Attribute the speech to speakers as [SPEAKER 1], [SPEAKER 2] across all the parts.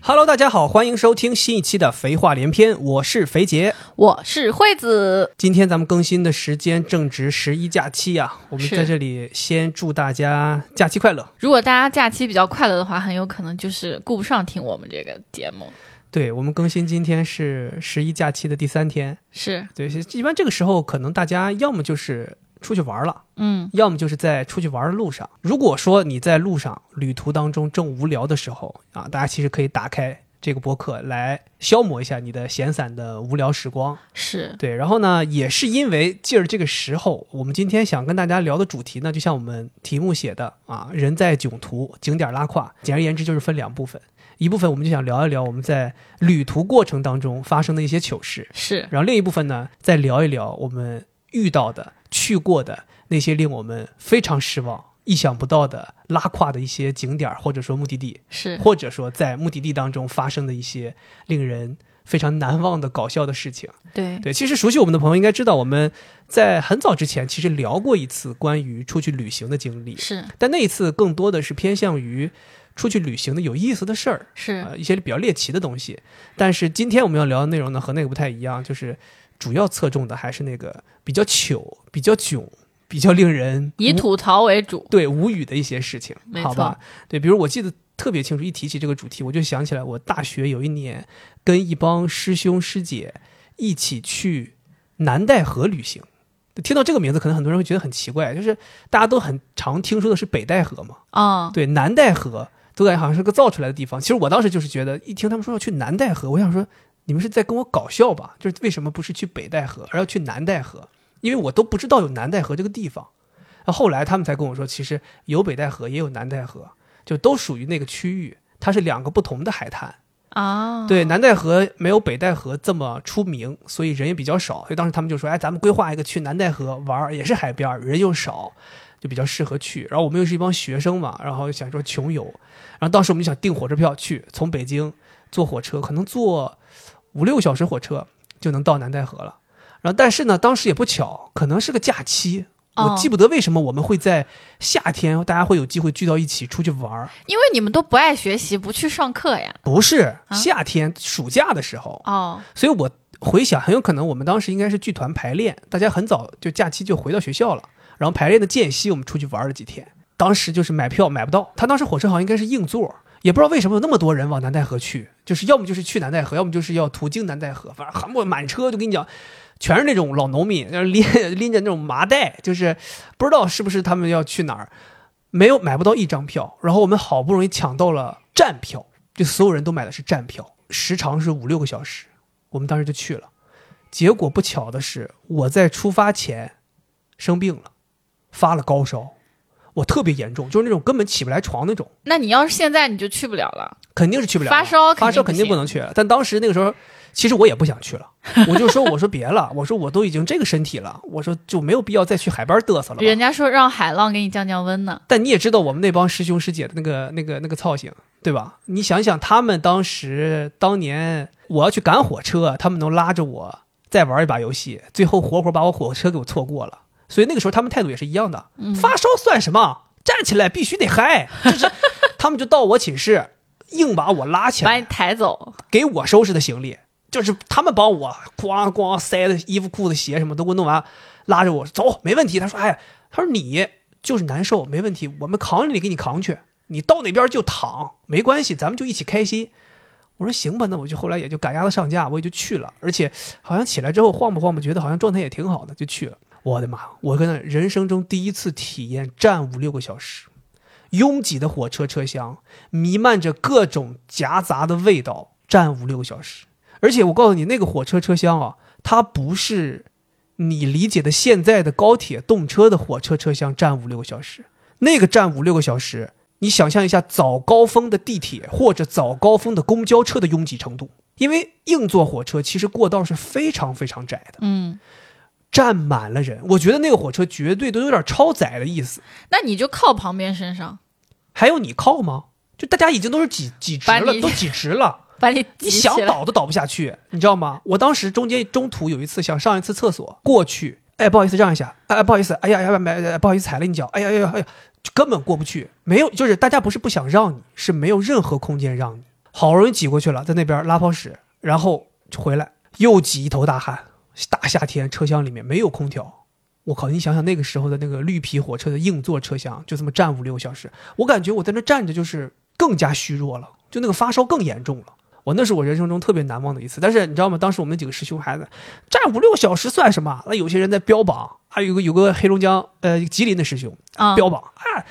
[SPEAKER 1] Hello，大家好，欢迎收听新一期的《肥话连篇》，我是肥杰。
[SPEAKER 2] 我是惠子，
[SPEAKER 1] 今天咱们更新的时间正值十一假期啊，我们
[SPEAKER 2] 是
[SPEAKER 1] 在这里先祝大家假期快乐。
[SPEAKER 2] 如果大家假期比较快乐的话，很有可能就是顾不上听我们这个节目。
[SPEAKER 1] 对我们更新今天是十一假期的第三天，
[SPEAKER 2] 是，
[SPEAKER 1] 对，一般这个时候可能大家要么就是出去玩了，
[SPEAKER 2] 嗯，
[SPEAKER 1] 要么就是在出去玩的路上。如果说你在路上旅途当中正无聊的时候啊，大家其实可以打开这个播客来消磨一下你的闲散的无聊时光。
[SPEAKER 2] 是，
[SPEAKER 1] 对，然后呢，也是因为借着这个时候，我们今天想跟大家聊的主题呢，就像我们题目写的啊，人在囧途，景点拉胯。简而言之，就是分两部分，一部分我们就想聊一聊我们在旅途过程当中发生的一些糗事，
[SPEAKER 2] 是，
[SPEAKER 1] 然后另一部分呢，再聊一聊我们遇到的、去过的那些令我们非常失望、意想不到的拉胯的一些景点儿或者说目的地，
[SPEAKER 2] 是，
[SPEAKER 1] 或者说在目的地当中发生的一些令人非常难忘的搞笑的事情。
[SPEAKER 2] 对，
[SPEAKER 1] 对，其实熟悉我们的朋友应该知道，我们在很早之前其实聊过一次关于出去旅行的经历，
[SPEAKER 2] 是，
[SPEAKER 1] 但那一次更多的是偏向于出去旅行的有意思的事儿，
[SPEAKER 2] 是，
[SPEAKER 1] 呃，一些比较猎奇的东西。但是今天我们要聊的内容呢，和那个不太一样，就是主要侧重的还是那个比较糗、比较囧、比较令人
[SPEAKER 2] 以
[SPEAKER 1] 无
[SPEAKER 2] 吐槽为主。
[SPEAKER 1] 对无语的一些事情
[SPEAKER 2] 没，
[SPEAKER 1] 好吧？对，比如我记得特别清楚，一提起这个主题，我就想起来我大学有一年跟一帮师兄师姐一起去南戴河旅行。听到这个名字，可能很多人会觉得很奇怪，就是大家都很常听说的是北戴河嘛，
[SPEAKER 2] 啊、
[SPEAKER 1] 对，南戴河都感觉好像是个造出来的地方。其实我当时就是觉得，一听他们说要去南戴河，我想说你们是在跟我搞笑吧？就是为什么不是去北戴河，而要去南戴河？因为我都不知道有南戴河这个地方。然后后来他们才跟我说，其实有北戴河，也有南戴河，就都属于那个区域，它是两个不同的海滩。
[SPEAKER 2] 啊，
[SPEAKER 1] 对，南戴河没有北戴河这么出名，所以人也比较少。所以当时他们就说：“哎，咱们规划一个去南戴河玩儿，也是海边儿，人又少，就比较适合去。”然后我们又是一帮学生嘛，然后想说穷游，然后当时我们就想订火车票去，从北京坐火车，可能坐五六小时火车就能到南戴河了。然后但是呢，当时也不巧，可能是个假期。我
[SPEAKER 2] 哦
[SPEAKER 1] 记不得为什么我们会在夏天，大家会有机会聚到一起出去玩儿。
[SPEAKER 2] 因为你们都不爱学习，不去上课呀。
[SPEAKER 1] 不是
[SPEAKER 2] 啊
[SPEAKER 1] 夏天，暑假的时候，
[SPEAKER 2] 哦，
[SPEAKER 1] 所以我回想，很有可能我们当时应该是剧团排练，大家很早就假期就回到学校了，然后排练的间隙我们出去玩了几天。当时就是买票买不到，他当时火车好像应该是硬座，也不知道为什么有那么多人往南戴河去，就是要么就是去南戴河，要么就是要途经南戴河，反正很我满车就跟你讲，全是那种老农民，然后拎拎着那种麻袋，就是不知道是不是他们要去哪儿，没有买不到一张票，然后我们好不容易抢到了站票，就所有人都买的是站票，时长是五六个小时，我们当时就去了。结果不巧的是，我在出发前生病了，发了高烧，我特别严重，就是那种根本起不来床那种，
[SPEAKER 2] 那你要是现在你就去不了了。
[SPEAKER 1] 肯定是去不了了。
[SPEAKER 2] 发烧
[SPEAKER 1] 发烧肯定
[SPEAKER 2] 不
[SPEAKER 1] 不
[SPEAKER 2] 行。
[SPEAKER 1] 能去了。但当时那个时候，其实我也不想去了，我就说我说别了，我说我都已经这个身体了，我说就没有必要再去海边嘚瑟了吧。
[SPEAKER 2] 人家说让海浪给你降降温呢。
[SPEAKER 1] 但你也知道我们那帮师兄师姐的那个那个那个操性，对吧？你想想他们当时当年我要去赶火车，他们能拉着我再玩一把游戏，最后活活把我火车给我错过了。所以那个时候他们态度也是一样的，发烧算什么？站起来必须得嗨，就是他们就到我寝室，硬把我拉起来
[SPEAKER 2] 把，你抬走，
[SPEAKER 1] 给我收拾的行李，就是他们帮我咣咣塞的衣服、裤子、鞋什么都给我弄完，拉着我走，没问题。他说：“哎，他说你就是难受，没问题，我们扛着你给你扛去，你到那边就躺，没关系，咱们就一起开心。”我说行吧，那我就后来也就赶鸭子上架，我也就去了，而且好像起来之后晃吧晃吧，觉得好像状态也挺好的，就去了。我的妈！我跟那人生中第一次体验站五六个小时，拥挤的火车车厢弥漫着各种夹杂的味道，站五六个小时。而且我告诉你，那个火车车厢啊，它不是你理解的现在的高铁动车的火车车厢站五六个小时，那个站五六个小时，你想象一下早高峰的地铁或者早高峰的公交车的拥挤程度。因为硬座火车其实过道是非常非常窄的，
[SPEAKER 2] 嗯，
[SPEAKER 1] 站满了人。我觉得那个火车绝对都有点超载的意思。
[SPEAKER 2] 那你就靠旁边身上，
[SPEAKER 1] 还有你靠吗？就大家已经都是几几直
[SPEAKER 2] 把
[SPEAKER 1] 了，
[SPEAKER 2] 你
[SPEAKER 1] 都几直了。
[SPEAKER 2] 把你
[SPEAKER 1] 你
[SPEAKER 2] 挤起
[SPEAKER 1] 想
[SPEAKER 2] 来。
[SPEAKER 1] 倒都倒不下去，你知道吗？我当时中间中途有一次想上一次厕所，过去，哎，不好意思，让一下，哎，不好意思，哎呀，哎呀，哎呀不好意思，踩了你脚，哎呀，哎呀，哎呀，就根本过不去，没有，就是大家不是不想让你，是没有任何空间让你。好容易挤过去了，在那边拉泡屎，然后就回来又挤一头大汗。大夏天车厢里面没有空调，我靠！你想想那个时候的那个绿皮火车的硬座车厢，就这么站五六个小时，我感觉我在那站着就是更加虚弱了，就那个发烧更严重了。我那是我人生中特别难忘的一次，但是你知道吗？当时我们那几个师兄孩子站五六个小时算什么？那有些人在标榜，还有个有个黑龙江呃吉林的师兄，
[SPEAKER 2] 啊，
[SPEAKER 1] 标榜啊，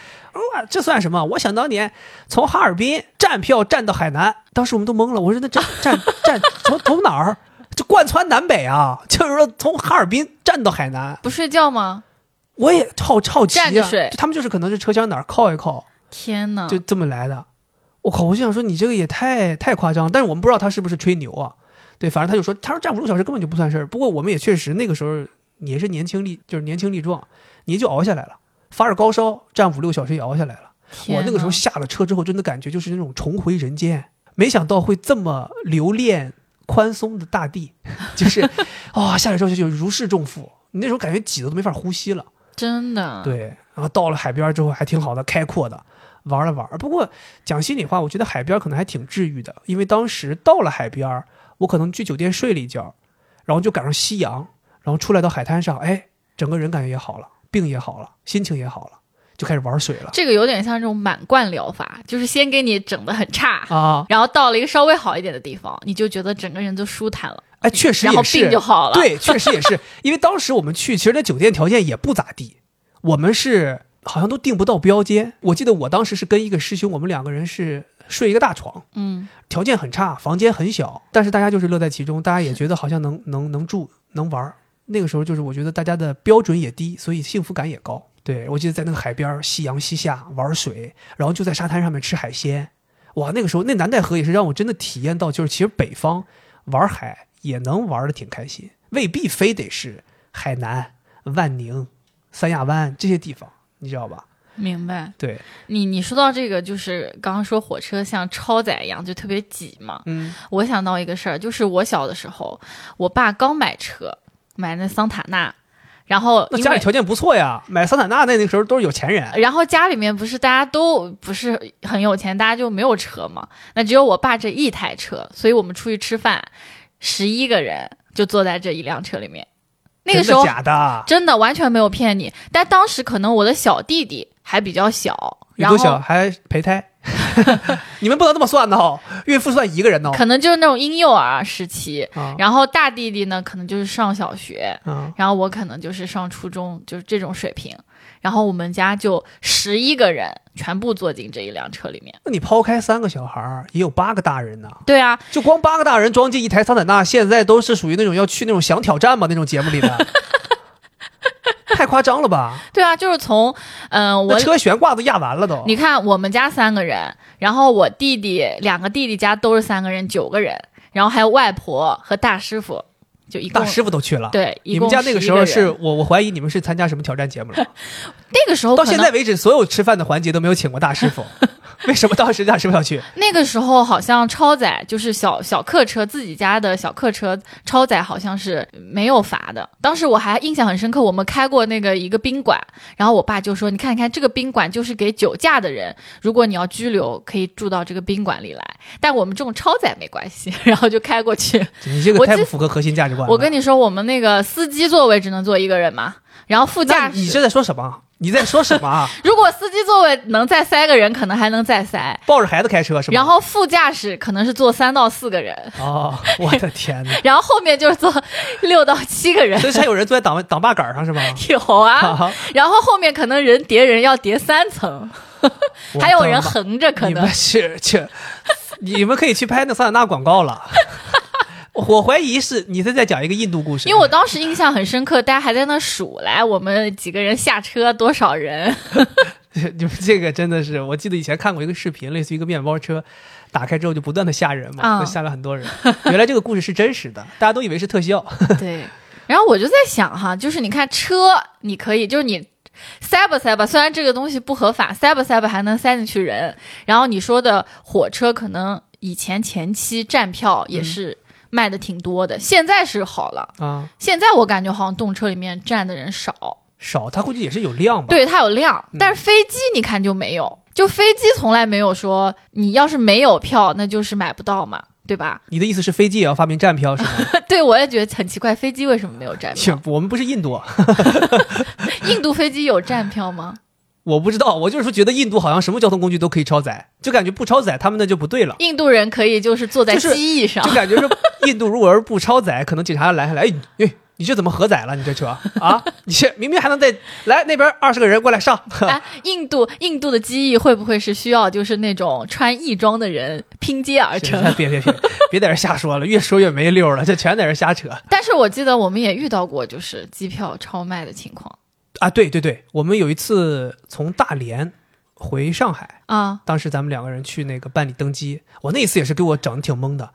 [SPEAKER 1] 哇，这算什么？我想当年从哈尔滨站票站到海南，当时我们都懵了。我说那站站站从从哪儿？这贯穿南北啊，就是说从哈尔滨站到海南，
[SPEAKER 2] 不睡觉吗？
[SPEAKER 1] 我也好好奇啊。
[SPEAKER 2] 站着睡
[SPEAKER 1] 就他们就是可能是车厢哪儿靠一靠，
[SPEAKER 2] 天哪！
[SPEAKER 1] 就这么来的。我靠！我就想说你这个也太太夸张了，但是我们不知道他是不是吹牛啊。对，反正他就说，他说站五六小时根本就不算事儿。不过我们也确实那个时候也是年轻力，就是年轻力壮，你就熬下来了。发着高烧站五六小时也熬下来了。
[SPEAKER 2] 天
[SPEAKER 1] 我那个时候
[SPEAKER 2] 哪
[SPEAKER 1] 下了车之后，真的感觉就是那种重回人间，没想到会这么留恋宽松的大地，就是 啊、哦下来之后就就如释重负。你那时候感觉挤得都没法呼吸了。
[SPEAKER 2] 真的，
[SPEAKER 1] 对，然后到了海边之后还挺好的，开阔的，玩了玩。不过讲心里话，我觉得海边可能还挺治愈的，因为当时到了海边，我可能去酒店睡了一觉，然后就赶上夕阳，然后出来到海滩上，哎，整个人感觉也好了，病也好了，心情也好了，就开始玩水了
[SPEAKER 2] 这个有点像这种满贯疗法，就是先给你整的很差，
[SPEAKER 1] 啊！
[SPEAKER 2] 然后到了一个稍微好一点的地方，你就觉得整个人就舒坦了，
[SPEAKER 1] 哎，确实
[SPEAKER 2] 然后
[SPEAKER 1] 也是，
[SPEAKER 2] 病就好了。，
[SPEAKER 1] 对，确实也是，因为当时我们去，其实那酒店条件也不咋地，我们是好像都订不到标间。我记得我当时是跟一个师兄，我们两个人是睡一个大床，
[SPEAKER 2] 嗯，
[SPEAKER 1] 条件很差，房间很小，但是大家就是乐在其中，大家也觉得好像能 能能住能玩儿。那个时候就是我觉得大家的标准也低，所以幸福感也高。对我记得在那个海边儿，夕阳西下玩水，然后就在沙滩上面吃海鲜。哇，那个时候那南戴河也是让我真的体验到，就是其实北方玩海也能玩的挺开心，未必非得是海南、万宁、三亚湾这些地方，你知道吧？
[SPEAKER 2] 明白。
[SPEAKER 1] 对，
[SPEAKER 2] 你你说到这个，就是刚刚说火车像超载一样，就特别挤嘛。
[SPEAKER 1] 嗯
[SPEAKER 2] 我想到一个事儿，就是我小的时候，我爸刚买车，买那桑塔纳，然后
[SPEAKER 1] 那
[SPEAKER 2] 因
[SPEAKER 1] 家里
[SPEAKER 2] 为。
[SPEAKER 1] 条件不错呀，买桑塔纳那那个时候都是有钱人。
[SPEAKER 2] 然后家里面不是大家都不是很有钱，大家就没有车嘛。那只有我爸这一台车，所以我们出去吃饭，十一个人就坐在这一辆车里面。那个时候
[SPEAKER 1] 真的假的？
[SPEAKER 2] 真的完全没有骗你，但当时可能我的小弟弟还比较小，
[SPEAKER 1] 有
[SPEAKER 2] 然
[SPEAKER 1] 多小
[SPEAKER 2] 后
[SPEAKER 1] 还胚 胎，你们不能这么算的哦，孕妇算一个人的哦。
[SPEAKER 2] 可能就是那种婴幼儿时期，
[SPEAKER 1] 啊
[SPEAKER 2] 然后大弟弟呢可能就是上小学，
[SPEAKER 1] 啊
[SPEAKER 2] 然后我可能就是上初中，就是这种水平。然后我们家就十一个人全部坐进这一辆车里面。
[SPEAKER 1] 那你抛开三个小孩儿，也有八个大人呢、
[SPEAKER 2] 对啊，
[SPEAKER 1] 就光八个大人装进一台桑塔纳，现在都是属于那种要去那种想挑战吧那种节目里 的，太夸张了吧？
[SPEAKER 2] 对啊，就是从，嗯、我
[SPEAKER 1] 那车悬挂都压完了都。
[SPEAKER 2] 你看我们家三个人，然后我弟弟两个弟弟家都是三个人，九个人，然后还有外婆和大师傅，就一共
[SPEAKER 1] 大师傅都去了，
[SPEAKER 2] 对，一
[SPEAKER 1] 你
[SPEAKER 2] 共
[SPEAKER 1] 们家那
[SPEAKER 2] 11
[SPEAKER 1] 个
[SPEAKER 2] 个
[SPEAKER 1] 时候是
[SPEAKER 2] 人
[SPEAKER 1] 我，我怀疑你们是参加什么挑战节目了。
[SPEAKER 2] 那个时候
[SPEAKER 1] 到
[SPEAKER 2] 可
[SPEAKER 1] 现
[SPEAKER 2] 能
[SPEAKER 1] 在为止，所有吃饭的环节都没有请过大师 傅，为什么当时大师傅要去？
[SPEAKER 2] 那个时候好像超载就是小小客车自己家的小客车超载好像是没有罚的。当时我还印象很深刻，我们开过那个一个宾馆，然后我爸就说：“你看你看这个宾馆就是给酒驾的人，如果你要拘留，可以住到这个宾馆里来。但我们这种超载没关系。” 然后就开过去。
[SPEAKER 1] 你这个
[SPEAKER 2] 我
[SPEAKER 1] 太
[SPEAKER 2] 记
[SPEAKER 1] 不符合核心价值观了。
[SPEAKER 2] 我跟你说，我们那个司机座位只能坐一个人嘛，然后副
[SPEAKER 1] 那
[SPEAKER 2] 驾
[SPEAKER 1] 你
[SPEAKER 2] 驶
[SPEAKER 1] 这在说什么？你在说什么 啊？
[SPEAKER 2] 如果司机座位能再塞个人，可能还能再塞。
[SPEAKER 1] 抱着孩子开车是吗？
[SPEAKER 2] 然后副驾驶可能是坐三到四个人，
[SPEAKER 1] 哦， 我的天哪！
[SPEAKER 2] 然后后面就是坐 六到七个人，
[SPEAKER 1] 所以才有人坐在挡挡把杆儿上是 吗？
[SPEAKER 2] 有啊。然后后面可能人叠人要叠三层，
[SPEAKER 1] 我
[SPEAKER 2] 还有
[SPEAKER 1] 的
[SPEAKER 2] 人
[SPEAKER 1] 妈
[SPEAKER 2] 横着，可
[SPEAKER 1] 你
[SPEAKER 2] 能
[SPEAKER 1] 们是去，你们可以去拍那桑塔纳广告了。 我怀疑是你是在讲一个印度故事，
[SPEAKER 2] 因为我当时印象很深刻，大家还在那数来我们几个人下车多少人，
[SPEAKER 1] 你们这个真的是，我记得以前看过一个视频，类似于一个面包车，打开之后就不断的吓人嘛，
[SPEAKER 2] 啊
[SPEAKER 1] 就吓了很多人。原来这个故事是真实的，大家都以为是特效。
[SPEAKER 2] 对，然后我就在想哈，就是你看车，你可以就是你塞吧塞吧，虽然这个东西不合法，塞吧塞吧还能塞进去人。然后你说的火车，可能以前前期站票
[SPEAKER 1] 嗯
[SPEAKER 2] 也是卖的挺多的，现在是好了。
[SPEAKER 1] 啊，
[SPEAKER 2] 现在我感觉好像动车里面站的人少，
[SPEAKER 1] 少，它估计也是有量吧。
[SPEAKER 2] 对它有量
[SPEAKER 1] 嗯，
[SPEAKER 2] 但是飞机你看就没有。就飞机从来没有说你要是没有票，那就是买不到嘛，对 吧？
[SPEAKER 1] 你的意思是飞机也要发明站票是吗？
[SPEAKER 2] 对，我也觉得很奇怪，飞机为什么没有 站票？
[SPEAKER 1] 切我们不是印度，啊
[SPEAKER 2] 印度飞机有站票吗？
[SPEAKER 1] 我不知道，我就是说觉得印度好像什么交通工具都可以超载，就感觉不超载他们那就不对 了，
[SPEAKER 2] 印度人可以就是坐在
[SPEAKER 1] 就是
[SPEAKER 2] 机翼上，
[SPEAKER 1] 就感觉说印度如果要是不超载，可能警察拦下来，哎你哎你这怎么核载了？你这车啊，你这明明还能再来那边二十个人过来上，
[SPEAKER 2] 哎，印度印度的机翼会不会是需要就是那种穿翼装的人拼接而
[SPEAKER 1] 别
[SPEAKER 2] 成？
[SPEAKER 1] 别别别别在这瞎说了，越说越没溜了，这全在这瞎扯
[SPEAKER 2] 但是我记得我们也遇到过就是机票超卖的情况
[SPEAKER 1] 啊！对对对，我们有一次从大连回上海，
[SPEAKER 2] 啊，
[SPEAKER 1] 当时咱们两个人去那个办理登机，我那一次也是给我整的挺懵的。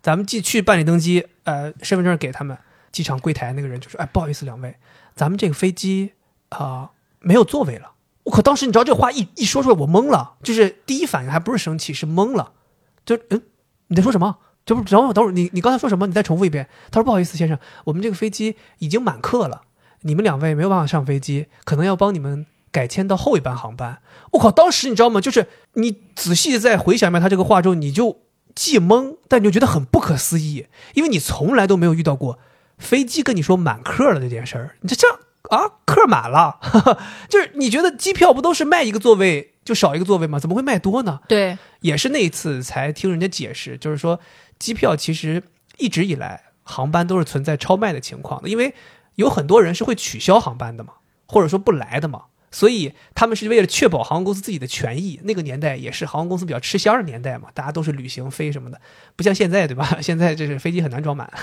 [SPEAKER 1] 咱们进去办理登机，呃，身份证给他们，机场柜台那个人就说：“哎，不好意思，两位，咱们这个飞机啊、没有座位了。”我靠！当时你知道这话一一说出来，我懵了，就是第一反应还不是生气，是懵了，就嗯，你在说什么？这不，等会儿等会儿，你你刚才说什么？你再重复一遍。他说：“不好意思，先生，我们这个飞机已经满客了，你们两位没有办法上飞机，可能要帮你们改签到后一班航班。”我靠！当时你知道吗？就是你仔细再回想一遍他这个话之后，你就既懵，但你就觉得很不可思议，因为你从来都没有遇到过飞机跟你说满客了这件事儿。你这这啊，客满了， 就是你觉得机票不都是卖一个座位就少一个座位吗？怎么会卖多呢？
[SPEAKER 2] 对，
[SPEAKER 1] 也是那一次才听人家解释，就是说机票其实一直以来航班都是存在超卖的情况的，因为有很多人是会取消航班的嘛，或者说不来的嘛，所以他们是为了确保航空公司自己的权益。那个年代也是航空公司比较吃香的年代嘛，大家都是旅行飞什么的，不像现在对吧？ 现在这是飞机很难装满。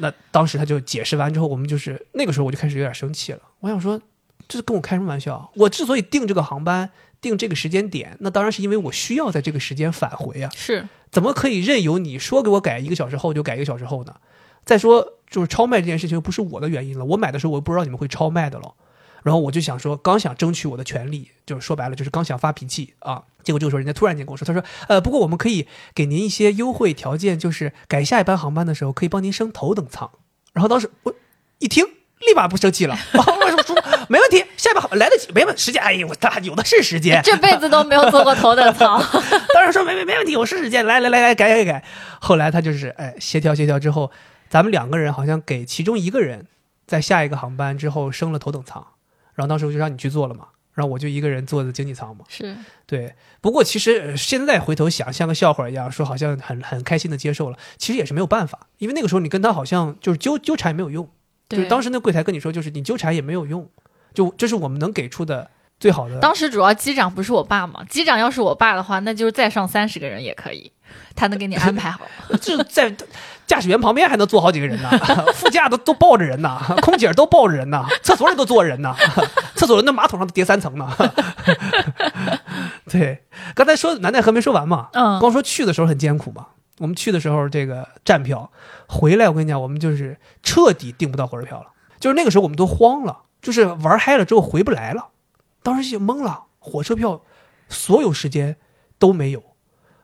[SPEAKER 1] 那当时他就解释完之后，我们就是那个时候我就开始有点生气了，我想说。这跟我开什么玩笑？啊我之所以订这个航班，定这个时间点，那当然是因为我需要在这个时间返回啊，
[SPEAKER 2] 是
[SPEAKER 1] 怎么可以任由你说给我改一个小时后就改一个小时后呢？再说就是超卖这件事情又不是我的原因了，我买的时候我又不知道你们会超卖的了，然后我就想说，刚想争取我的权利，就是说白了就是刚想发脾气啊，结果这个时候人家突然间跟我说，他说呃，不过我们可以给您一些优惠条件，就是改下一班航班的时候可以帮您升头等舱。然后当时我一听。立马不生气了，哦我说说没问题，下一班航班来得及，没问时间。哎呦，我大有的是时间，
[SPEAKER 2] 这辈子都没有坐过头等舱，
[SPEAKER 1] 当时说没没没问题，我试试见，来来来来改改改。后来他就是哎协调协调之后，咱们两个人好像给其中一个人在下一个航班之后升了头等舱，然后当时我就让你去坐了嘛，然后我就一个人坐的经济舱嘛。
[SPEAKER 2] 是
[SPEAKER 1] 对，不过其实、呃现在回头想，像个笑话一样，说好像很很开心的接受了，其实也是没有办法，因为那个时候你跟他好像就是纠纠缠没有用，就是
[SPEAKER 2] 对。
[SPEAKER 1] 当时那柜台跟你说，就是你纠缠也没有用，就这是我们能给出的最好的。
[SPEAKER 2] 当时主要机长不是我爸嘛，机长要是我爸的话，那就是再上三十个人也可以，他能给你安排好。
[SPEAKER 1] 这在驾驶员旁边还能坐好几个人呢，副驾都都抱着人呢，空姐都抱着人呢，厕所里都坐人呢，厕所那马桶上都叠三层呢。 对，刚才说南戴河没说完嘛，
[SPEAKER 2] 嗯
[SPEAKER 1] 光说去的时候很艰苦嘛。我们去的时候这个站票，回来我跟你讲，我们就是彻底订不到火车票了。就是那个时候我们都慌了，就是玩嗨了之后回不来了，当时就懵了，火车票所有时间都没有。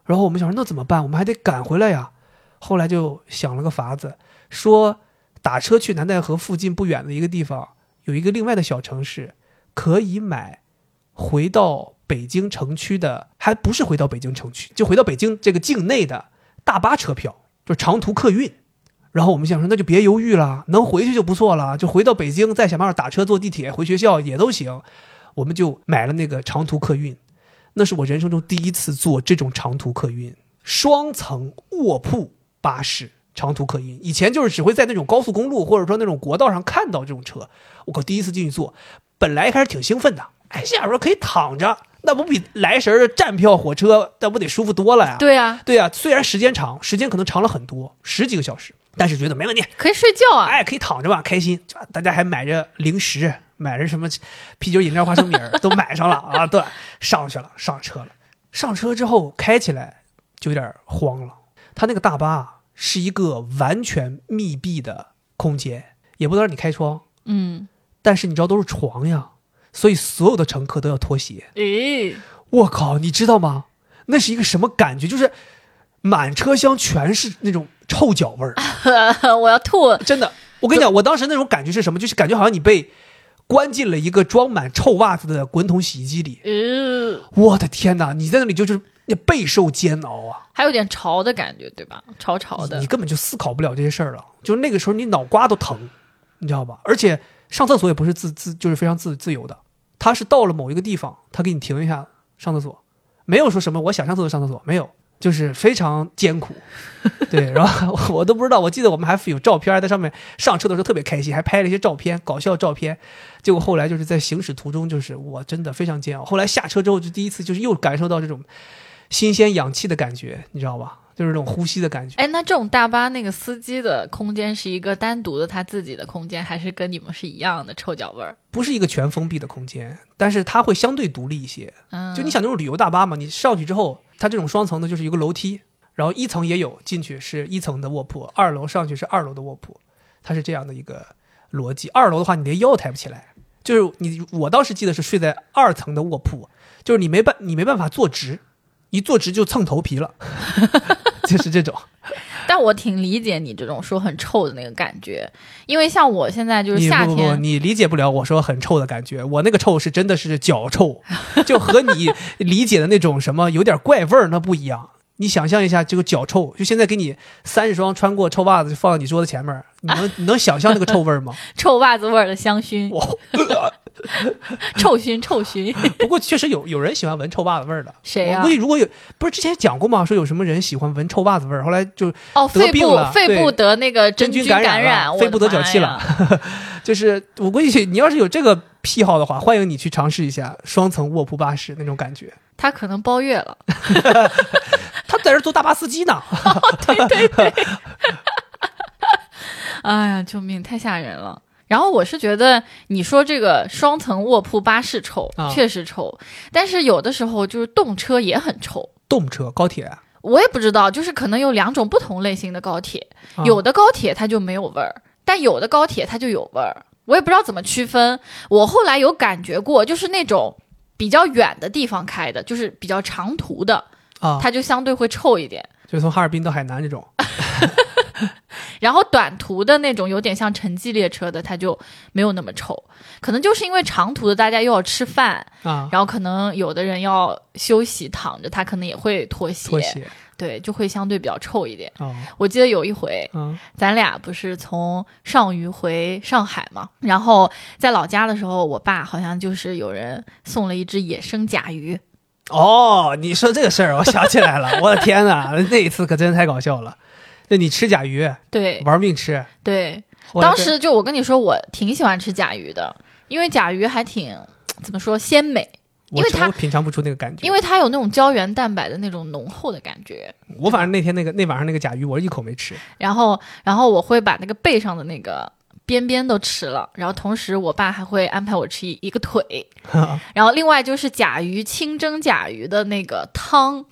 [SPEAKER 1] 然后我们想说那怎么办？我们还得赶回来呀。后来就想了个法子，说打车去南戴河附近不远的一个地方，有一个另外的小城市，可以买回到北京城区的，还不是回到北京城区，就回到北京这个境内的大巴车票，就是长途客运。然后我们想说，那就别犹豫了，能回去就不错了，就回到北京，再想办法打车、坐地铁回学校也都行。我们就买了那个长途客运，那是我人生中第一次坐这种长途客运，双层卧铺巴士长途客运。以前就是只会在那种高速公路或者说那种国道上看到这种车，我靠，第一次进去坐，本来一开始挺兴奋的，哎，心想说可以躺着，那不比来时儿站票火车 那不得舒服多了呀？
[SPEAKER 2] 对啊，
[SPEAKER 1] 对呀、虽然时间长，时间可能长了很多，十几个小时，但是觉得没问题，
[SPEAKER 2] 可以睡觉啊。
[SPEAKER 1] 哎，可以躺着吧，开心。就大家还买着零食，买着什么啤酒、饮料、花生米儿都买上了啊，对，上去了，上车了。上车之后开起来就有点慌了。他那个大巴啊是一个完全密闭的空间，也不能让你开窗，
[SPEAKER 2] 嗯，
[SPEAKER 1] 但是你知道都是床呀，所以所有的乘客都要脱鞋。
[SPEAKER 2] 咦，
[SPEAKER 1] 我靠，你知道吗？那是一个什么感觉？就是满车厢全是那种臭脚
[SPEAKER 2] 啊
[SPEAKER 1] 味儿。
[SPEAKER 2] 我要吐。
[SPEAKER 1] 真的，我跟你讲，我当时那种感觉是什么？就是感觉好像你被关进了一个装满臭袜子的滚筒洗衣机里。
[SPEAKER 2] 呃，
[SPEAKER 1] 我的天哪！你在那里就是你备受煎熬啊，
[SPEAKER 2] 还有点潮的感觉，对吧？潮潮的
[SPEAKER 1] 你，根本就思考不了这些事儿了。就是那个时候，你脑瓜都疼，你知道吧？而且上厕所也不是自自，就是非常自自由的。他是到了某一个地方，他给你停一下上厕所，没有说什么我想上厕所上厕所，没有，就是非常艰苦。对，然后我我都不知道，我记得我们还有照片在上面上车的时候特别开心，还拍了一些照片，搞笑照片。结果后来就是在行驶途中，就是我真的非常煎熬。后来下车之后，就第一次就是又感受到这种新鲜氧气的感觉，你知道吧？就是那种呼吸的感觉。
[SPEAKER 2] 哎，那这种大巴那个司机的空间是一个单独的他自己的空间，还是跟你们是一样的臭脚味儿？
[SPEAKER 1] 不是一个全封闭的空间，但是它会相对独立一些。
[SPEAKER 2] 嗯，
[SPEAKER 1] 就你想那种旅游大巴嘛，你上去之后，它这种双层的就是一个楼梯，然后一层也有进去是一层的卧铺，二楼上去是二楼的卧铺，它是这样的一个逻辑。二楼的话，你连腰抬不起来，就是你我当时记得是睡在二层的卧铺，就是你没办你没办法坐直，一坐直就蹭头皮了， 就是这种。
[SPEAKER 2] 但我挺理解你这种说很臭的那个感觉，因为像我现在就是
[SPEAKER 1] 你
[SPEAKER 2] 夏
[SPEAKER 1] 不不不，
[SPEAKER 2] 天，
[SPEAKER 1] 你理解不了我说很臭的感觉。我那个臭是真的是脚臭，就和你理解的那种什么有点怪味儿那不一样。你想象一下，这个脚臭，就现在给你三十双穿过臭袜子就放到你桌子前面儿，你 能、你能想象那个臭味儿吗？
[SPEAKER 2] 臭袜子味儿的香薰，
[SPEAKER 1] 哇！
[SPEAKER 2] 臭熏臭熏，
[SPEAKER 1] 不过确实有有人喜欢闻臭袜子味儿的。
[SPEAKER 2] 谁啊呀
[SPEAKER 1] 我估计如果有不是之前讲过吗？说有什么人喜欢闻臭袜子味儿，后来就得
[SPEAKER 2] 哦，肺
[SPEAKER 1] 病
[SPEAKER 2] 部
[SPEAKER 1] 了
[SPEAKER 2] 肺部得那个
[SPEAKER 1] 真
[SPEAKER 2] 菌
[SPEAKER 1] 菌感染
[SPEAKER 2] 染，
[SPEAKER 1] 了
[SPEAKER 2] 我
[SPEAKER 1] 肺
[SPEAKER 2] 的
[SPEAKER 1] 部得
[SPEAKER 2] 妈
[SPEAKER 1] 脚气了
[SPEAKER 2] 呀
[SPEAKER 1] 就是我估计你要是有这个癖好的话，欢迎你去尝试一下双层卧铺巴士那种感觉。
[SPEAKER 2] 他可能包 月了。
[SPEAKER 1] 他在这儿做大巴司机呢。
[SPEAKER 2] 哎呀，救命！太吓人了。然后我是觉得你说这个双层卧铺巴士臭，
[SPEAKER 1] 啊
[SPEAKER 2] 确实臭，但是有的时候就是动车也很臭。
[SPEAKER 1] 动车、高铁啊，
[SPEAKER 2] 我也不知道，就是可能有两种不同类型的高铁，
[SPEAKER 1] 啊
[SPEAKER 2] 有的高铁它就没有味儿，但有的高铁它就有味儿。我也不知道怎么区分。我后来有感觉过，就是那种比较远的地方开的，就是比较长途的，
[SPEAKER 1] 啊，
[SPEAKER 2] 它就相对会臭一点。
[SPEAKER 1] 就是从哈尔滨到海南这种，
[SPEAKER 2] 然后短途的那种有点像城际列车的，它就没有那么臭，可能就是因为长途的大家又要吃饭，
[SPEAKER 1] 啊，
[SPEAKER 2] 然后可能有的人要休息躺着，他可能也会脱鞋，
[SPEAKER 1] 拖鞋
[SPEAKER 2] 对，就会相对比较臭一点。
[SPEAKER 1] 啊，
[SPEAKER 2] 我记得有一回，
[SPEAKER 1] 嗯
[SPEAKER 2] 咱俩不是从上虞回上海嘛，然后在老家的时候，我爸好像就是有人送了一只野生甲鱼，
[SPEAKER 1] 哦，你说这个事儿，我想起来了，我的天哪， 那一次可真太搞笑了。那你吃甲鱼，
[SPEAKER 2] 对
[SPEAKER 1] 玩命吃，
[SPEAKER 2] 对，
[SPEAKER 1] 后来
[SPEAKER 2] 当
[SPEAKER 1] 被
[SPEAKER 2] 时就我跟你说，我挺喜欢吃甲鱼的，因为甲鱼还挺怎么说鲜美。因为
[SPEAKER 1] 我
[SPEAKER 2] 它
[SPEAKER 1] 我品尝不出那个感觉，
[SPEAKER 2] 因为它有那种胶原蛋白的那种浓厚的感觉。
[SPEAKER 1] 我反正那天那个那晚上那个甲鱼，我一口没吃，
[SPEAKER 2] 然后，然后我会把那个背上的那个边边都吃了，然后同时我爸还会安排我吃一一个腿，然后另外就是甲鱼清蒸甲鱼的那个汤，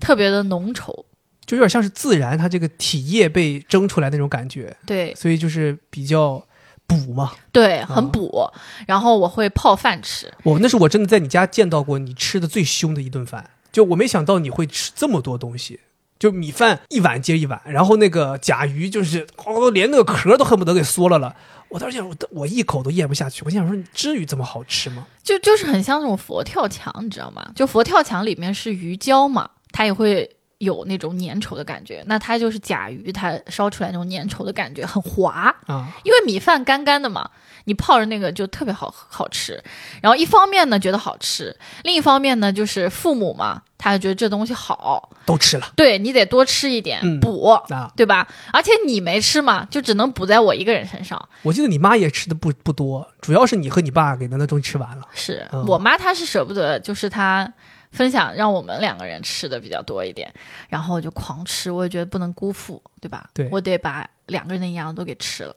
[SPEAKER 2] 特别的浓稠。
[SPEAKER 1] 就有点像是自然它这个体液被蒸出来那种感觉，
[SPEAKER 2] 对
[SPEAKER 1] 所以就是比较补嘛。
[SPEAKER 2] 对，很补。然后我会泡饭吃，
[SPEAKER 1] 我那是我真的在你家见到过你吃的最凶的一顿饭，就我没想到你会吃这么多东西，就米饭一碗接一碗，然后那个甲鱼就是哦，连那个壳都恨不得给嗦了了。我当时想，我我一口都咽不下去，我心想说，至于这么好吃吗？
[SPEAKER 2] 就就是很像那种佛跳墙，你知道吗？就佛跳墙里面是鱼胶嘛，它也会。有那种粘稠的感觉，那它就是甲鱼，它烧出来那种粘稠的感觉，很滑。
[SPEAKER 1] 啊，
[SPEAKER 2] 因为米饭干干的嘛，你泡着那个就特别好好吃。然后一方面呢觉得好吃，另一方面呢就是父母嘛，他就觉得这东西好，
[SPEAKER 1] 都吃了
[SPEAKER 2] 对你得多吃一点、
[SPEAKER 1] 嗯
[SPEAKER 2] 补，
[SPEAKER 1] 啊！
[SPEAKER 2] 对吧？而且你没吃嘛，就只能补在我一个人身上。
[SPEAKER 1] 我记得你妈也吃的不不多，主要是你和你爸给那那东西吃完了。
[SPEAKER 2] 是、
[SPEAKER 1] 嗯
[SPEAKER 2] 我妈她是舍不得，就是她。分享让我们两个人吃的比较多一点，然后我就狂吃，我也觉得不能辜负，对吧？
[SPEAKER 1] 对
[SPEAKER 2] 我得把两个人的营养都给吃了，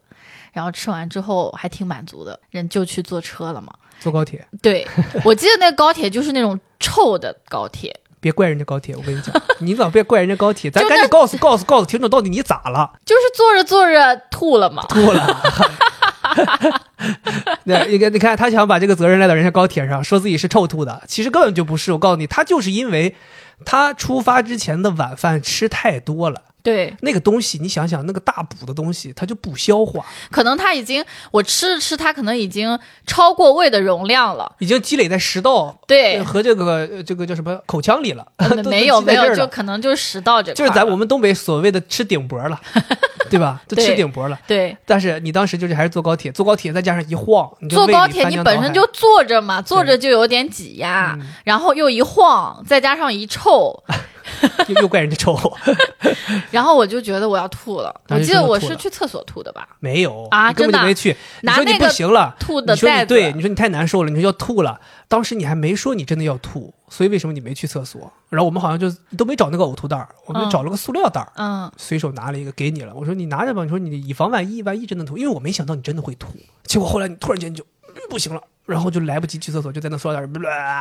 [SPEAKER 2] 然后吃完之后还挺满足的，人就去坐车了嘛。
[SPEAKER 1] 坐高铁，
[SPEAKER 2] 对，我记得那个高铁就是那种臭的高铁，
[SPEAKER 1] 别怪人家高铁，我跟你讲，你老别怪人家高铁，咱
[SPEAKER 2] 就
[SPEAKER 1] 赶
[SPEAKER 2] 那
[SPEAKER 1] 紧告诉告诉告诉听众，到底你咋了？
[SPEAKER 2] 就是坐着坐着吐了嘛。
[SPEAKER 1] 吐了。那你看，你看，他想把这个责任赖到人家高铁上，说自己是臭吐的，其实根本就不是。我告诉你，他就是因为他出发之前的晚饭吃太多了，
[SPEAKER 2] 对，
[SPEAKER 1] 那个东西，你想想，那个大补的东西，它就不消化，
[SPEAKER 2] 可能它已经我吃着吃，它可能已经超过胃的容量了。
[SPEAKER 1] 已经积累在食道
[SPEAKER 2] 对，
[SPEAKER 1] 和这个呃这个叫什么口腔里了。 都
[SPEAKER 2] 嗯
[SPEAKER 1] 都
[SPEAKER 2] 没有
[SPEAKER 1] 积在
[SPEAKER 2] 没
[SPEAKER 1] 这儿
[SPEAKER 2] 有，
[SPEAKER 1] 了
[SPEAKER 2] 就可能就是食道这
[SPEAKER 1] 就是
[SPEAKER 2] 块儿
[SPEAKER 1] 咱
[SPEAKER 2] 了
[SPEAKER 1] 我们东北所谓的吃顶脖 了，对吧？都吃
[SPEAKER 2] 对
[SPEAKER 1] 顶脖了。
[SPEAKER 2] 对。
[SPEAKER 1] 但是你当时就是还是坐高铁，坐高铁再加上一晃，你就
[SPEAKER 2] 坐
[SPEAKER 1] 胃
[SPEAKER 2] 高
[SPEAKER 1] 里
[SPEAKER 2] 铁
[SPEAKER 1] 翻
[SPEAKER 2] 你
[SPEAKER 1] 江
[SPEAKER 2] 本
[SPEAKER 1] 倒
[SPEAKER 2] 身
[SPEAKER 1] 海嗯
[SPEAKER 2] 就坐着嘛，坐着就有点挤压，然后又一晃，再加上一 臭，
[SPEAKER 1] 又又怪人家臭，
[SPEAKER 2] 然后我就觉得我要吐了。
[SPEAKER 1] 然后
[SPEAKER 2] 我
[SPEAKER 1] 就
[SPEAKER 2] 记
[SPEAKER 1] 真
[SPEAKER 2] 得
[SPEAKER 1] 的
[SPEAKER 2] 我
[SPEAKER 1] 吐
[SPEAKER 2] 是
[SPEAKER 1] 了
[SPEAKER 2] 去厕所吐的吧，
[SPEAKER 1] 没有
[SPEAKER 2] 啊
[SPEAKER 1] 你根
[SPEAKER 2] 真
[SPEAKER 1] 本
[SPEAKER 2] 的
[SPEAKER 1] 就没去。你
[SPEAKER 2] 拿
[SPEAKER 1] 说你
[SPEAKER 2] 那
[SPEAKER 1] 不
[SPEAKER 2] 个
[SPEAKER 1] 行了，
[SPEAKER 2] 吐的
[SPEAKER 1] 你说
[SPEAKER 2] 袋
[SPEAKER 1] 你
[SPEAKER 2] 子。
[SPEAKER 1] 对，你说你太难受了，你说要吐了。当时你还没说你真的要吐，所以为什么你没去厕所？然后我们好像就都没找那个呕吐袋儿，我们就
[SPEAKER 2] 嗯
[SPEAKER 1] 找了个塑料袋儿，
[SPEAKER 2] 嗯，
[SPEAKER 1] 随手拿了一个给你了。我说你拿着吧，你说你以防万一，万一真的吐，因为我没想到你真的会吐。结果后来你突然间就嗯不行了，然后就来不及去厕所，就在那塑料袋儿、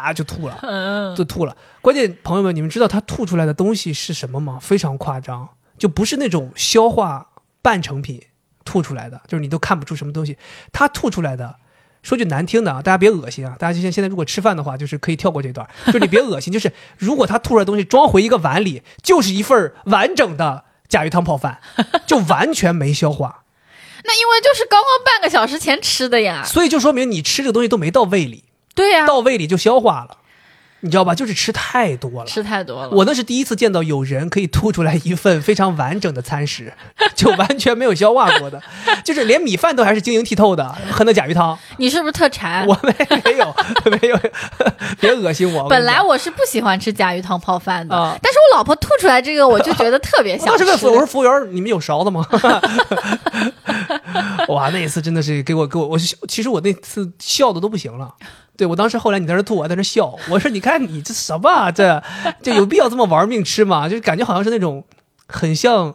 [SPEAKER 1] 呃、就吐了。
[SPEAKER 2] 嗯，
[SPEAKER 1] 就吐了。关键朋友们，你们知道他吐出来的东西是什么吗？非常夸张，就不是那种消化半成品吐出来的，就是你都看不出什么东西。他吐出来的，说句难听的啊，大家别恶心啊！大家就像现在如果吃饭的话，就是可以跳过这段， 就是你别恶心。就是如果他吐出来的东西装回一个碗里，就是一份儿完整的甲鱼汤泡 饭，就完全没消化。
[SPEAKER 2] 那因为就是刚刚半个小时前吃 的呀。
[SPEAKER 1] 所以就说明你吃这个东西都没到胃里，
[SPEAKER 2] 对呀、
[SPEAKER 1] 到胃里就消化了，你知道吧？就是吃太多了。
[SPEAKER 2] 吃太多了。
[SPEAKER 1] 我那是第一次见到有人可以吐出来一份非常完整的餐 食，就完全没有消化过的，就是连米饭都还是晶莹剔透 的，喝那甲鱼汤，
[SPEAKER 2] 你是不是特馋？
[SPEAKER 1] 我没没有没有，别恶心我。我跟
[SPEAKER 2] 本
[SPEAKER 1] 你
[SPEAKER 2] 来
[SPEAKER 1] 讲
[SPEAKER 2] 我是不喜欢吃甲鱼汤泡饭的，
[SPEAKER 1] 啊
[SPEAKER 2] 但是我老婆吐出来这个，我就觉得特别
[SPEAKER 1] 我
[SPEAKER 2] 想
[SPEAKER 1] 当
[SPEAKER 2] 吃
[SPEAKER 1] 时。问服务员，我说服务员，你们有勺子吗？ 哇，那一次真的是给我给我我是其实我那次笑的都不行了。对，我当时后来你在那吐，我还在那笑。我说：“你看你这什么、啊，这这有必要这么玩命吃吗？就是感觉好像是那种很像，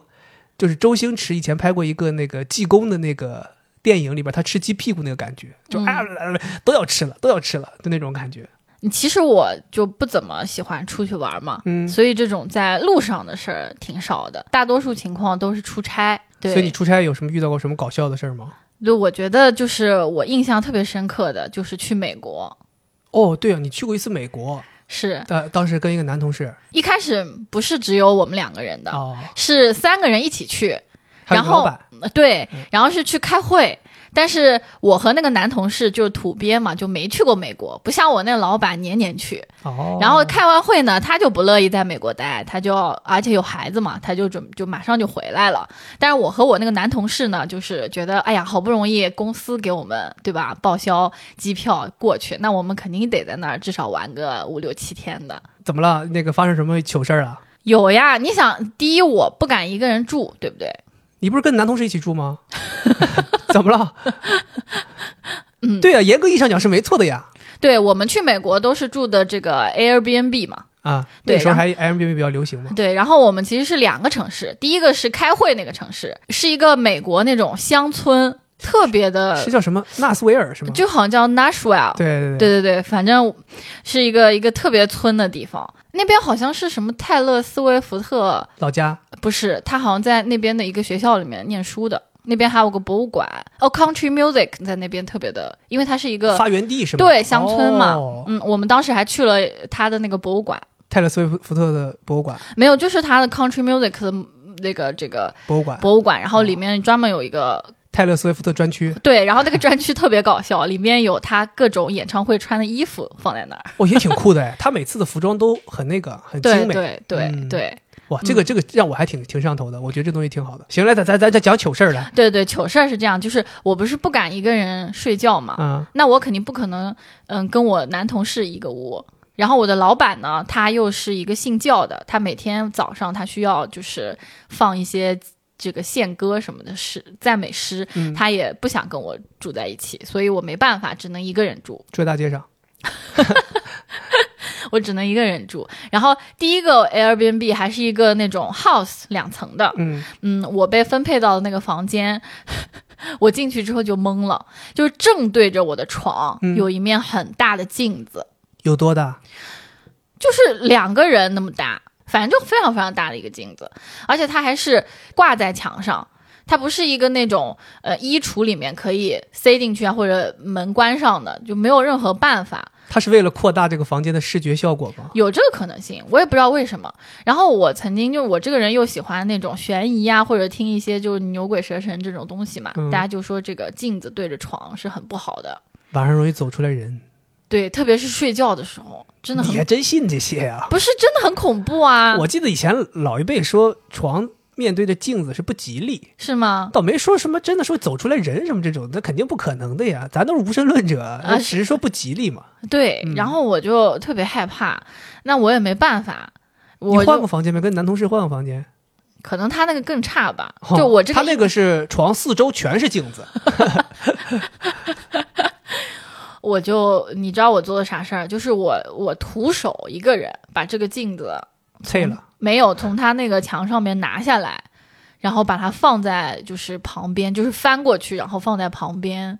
[SPEAKER 1] 就是周星驰以前拍过一个那个济公的那个电影里边，他吃鸡屁股那个感觉，就啊、都要吃了，都要吃了的那种感觉。
[SPEAKER 2] 嗯其实我就不怎么喜欢出去玩嘛，
[SPEAKER 1] 嗯
[SPEAKER 2] 所以这种在路上的事儿挺少的，大多数情况都是出差。对，哦
[SPEAKER 1] 所以你出差有什么遇到过什么搞笑的事儿吗？
[SPEAKER 2] 对，我觉得就是我印象特别深刻的就是去美国，
[SPEAKER 1] 哦，对啊，你去过一次美国，
[SPEAKER 2] 是
[SPEAKER 1] 呃当当时跟一个男同事
[SPEAKER 2] 一开始不是只有我们两个人的，
[SPEAKER 1] 哦，
[SPEAKER 2] 是三个人一起去，
[SPEAKER 1] 还有
[SPEAKER 2] 然
[SPEAKER 1] 个老
[SPEAKER 2] 后
[SPEAKER 1] 板，
[SPEAKER 2] 呃对
[SPEAKER 1] 嗯，
[SPEAKER 2] 然后是去开会。但是我和那个男同事就是土鳖嘛，就没去过美国，不像我那老板年年去。
[SPEAKER 1] 哦，
[SPEAKER 2] 然后开完会呢，他就不乐意在美国待，他就而且有孩子嘛，他就准就马上就回来了。但是我和我那个男同事呢，就是觉得哎呀，好不容易公司给我们对吧报销机票过去，那我们肯定得在那儿至少玩个五六七天的。
[SPEAKER 1] 怎么了？那个发生什么糗事儿了？
[SPEAKER 2] 有呀，你想，第一我不敢一个人住，对不对？
[SPEAKER 1] 你不是跟男同事一起住 吗？怎么了？
[SPEAKER 2] 嗯
[SPEAKER 1] 对啊，严格意义上讲是没错的呀。
[SPEAKER 2] 对我们去美国都是住的这个 Airbnb 嘛，
[SPEAKER 1] 啊，
[SPEAKER 2] 对
[SPEAKER 1] 那时候
[SPEAKER 2] 然后
[SPEAKER 1] 还 Airbnb 比较流行嘛。
[SPEAKER 2] 对，然后我们其实是两个城市，第一个是开会那个城市，是一个美国那种乡村，特别的
[SPEAKER 1] 是，叫什么纳斯维尔是吗？
[SPEAKER 2] 呃就好像叫 Nashville，
[SPEAKER 1] 嗯对对
[SPEAKER 2] 对对对，反正是一个一个特别村的地方。那边好像是什么泰勒斯威福特，
[SPEAKER 1] 老家
[SPEAKER 2] 不是，他好像在那边的一个学校里面念书的，那边还有个博物馆。哦，Country Music 在那边特别的，因为它是一个
[SPEAKER 1] 发源地是吗？
[SPEAKER 2] 对乡村嘛、
[SPEAKER 1] 哦
[SPEAKER 2] 嗯，我们当时还去了他的那个博物馆，
[SPEAKER 1] 泰勒·斯威夫特的博物馆，
[SPEAKER 2] 没有，就是他的 Country Music 的那个这个
[SPEAKER 1] 博物馆，
[SPEAKER 2] 博物馆，然后里面专门有一个
[SPEAKER 1] 泰勒·斯威夫特专区，
[SPEAKER 2] 对，然后那个专区特别搞笑，里面有他各种演唱会穿的衣服放在那儿。
[SPEAKER 1] 哦，也挺酷的哎。他每次的服装都很那个，很
[SPEAKER 2] 对
[SPEAKER 1] 精美。
[SPEAKER 2] 对对
[SPEAKER 1] 嗯
[SPEAKER 2] 对
[SPEAKER 1] 哇，这个这个让我还挺挺上头的，我觉得这东西挺好的。行了，咱咱咱咱讲糗事儿来
[SPEAKER 2] 对对，糗事儿是这样，就是我不是不敢一个人睡觉嘛，
[SPEAKER 1] 啊。
[SPEAKER 2] 那我肯定不可能，嗯，跟我男同事一个屋。然后我的老板呢，他又是一个信教的，他每天早上他需要就是放一些这个献歌什么的诗、赞美诗，
[SPEAKER 1] 嗯
[SPEAKER 2] 他也不想跟我住在一起，所以我没办法，只能一个人住，
[SPEAKER 1] 住在大街上，
[SPEAKER 2] 我只能一个人住。然后第一个 Airbnb 还是一个那种 house 两层的，
[SPEAKER 1] 嗯，
[SPEAKER 2] 嗯，我被分配到的那个房间， 我进去之后就懵了，就是正对着我的床、
[SPEAKER 1] 嗯
[SPEAKER 2] 有一面很大的镜子。
[SPEAKER 1] 有多大？
[SPEAKER 2] 就是两个人那么大，反正就非常非常大的一个镜子，而且它还是挂在墙上。它不是一个那种呃衣橱里面可以塞进去啊，或者门关上的，就没有任何办法。
[SPEAKER 1] 它是为了扩大这个房间的视觉效果吗？
[SPEAKER 2] 有这个可能性，我也不知道为什么。然后我曾经就我这个人又喜欢那种悬疑啊，或者听一些就是牛鬼蛇神这种东西嘛，
[SPEAKER 1] 嗯
[SPEAKER 2] 大家就说这个镜子对着床是很不好的，
[SPEAKER 1] 晚上容易走出来人，
[SPEAKER 2] 对，特别是睡觉的时候，真的
[SPEAKER 1] 你
[SPEAKER 2] 很
[SPEAKER 1] 还真信这些呀、
[SPEAKER 2] 不是真的很恐怖啊，
[SPEAKER 1] 我记得以前老一辈说床面对着镜子是不吉利，
[SPEAKER 2] 是吗？
[SPEAKER 1] 倒没说什么真的说走出来人什么这种，那肯定不可能的呀。咱都是无神论者，
[SPEAKER 2] 啊
[SPEAKER 1] 只是说不吉利嘛。
[SPEAKER 2] 对，
[SPEAKER 1] 嗯
[SPEAKER 2] 然后我就特别害怕，那我也没办法，
[SPEAKER 1] 你
[SPEAKER 2] 我
[SPEAKER 1] 换
[SPEAKER 2] 就
[SPEAKER 1] 个房间呗，跟男同事换个房间。
[SPEAKER 2] 可能他那个更差吧，
[SPEAKER 1] 哦
[SPEAKER 2] 就我这个
[SPEAKER 1] 他那个是床四周全是 镜子，
[SPEAKER 2] 我就你知道我做的啥事儿？就是我我徒手一个人把这个镜子
[SPEAKER 1] 脆了。
[SPEAKER 2] 没有从他那个墙上面拿下来，然后把它放在就是旁边，就是翻过去，然后放在旁边，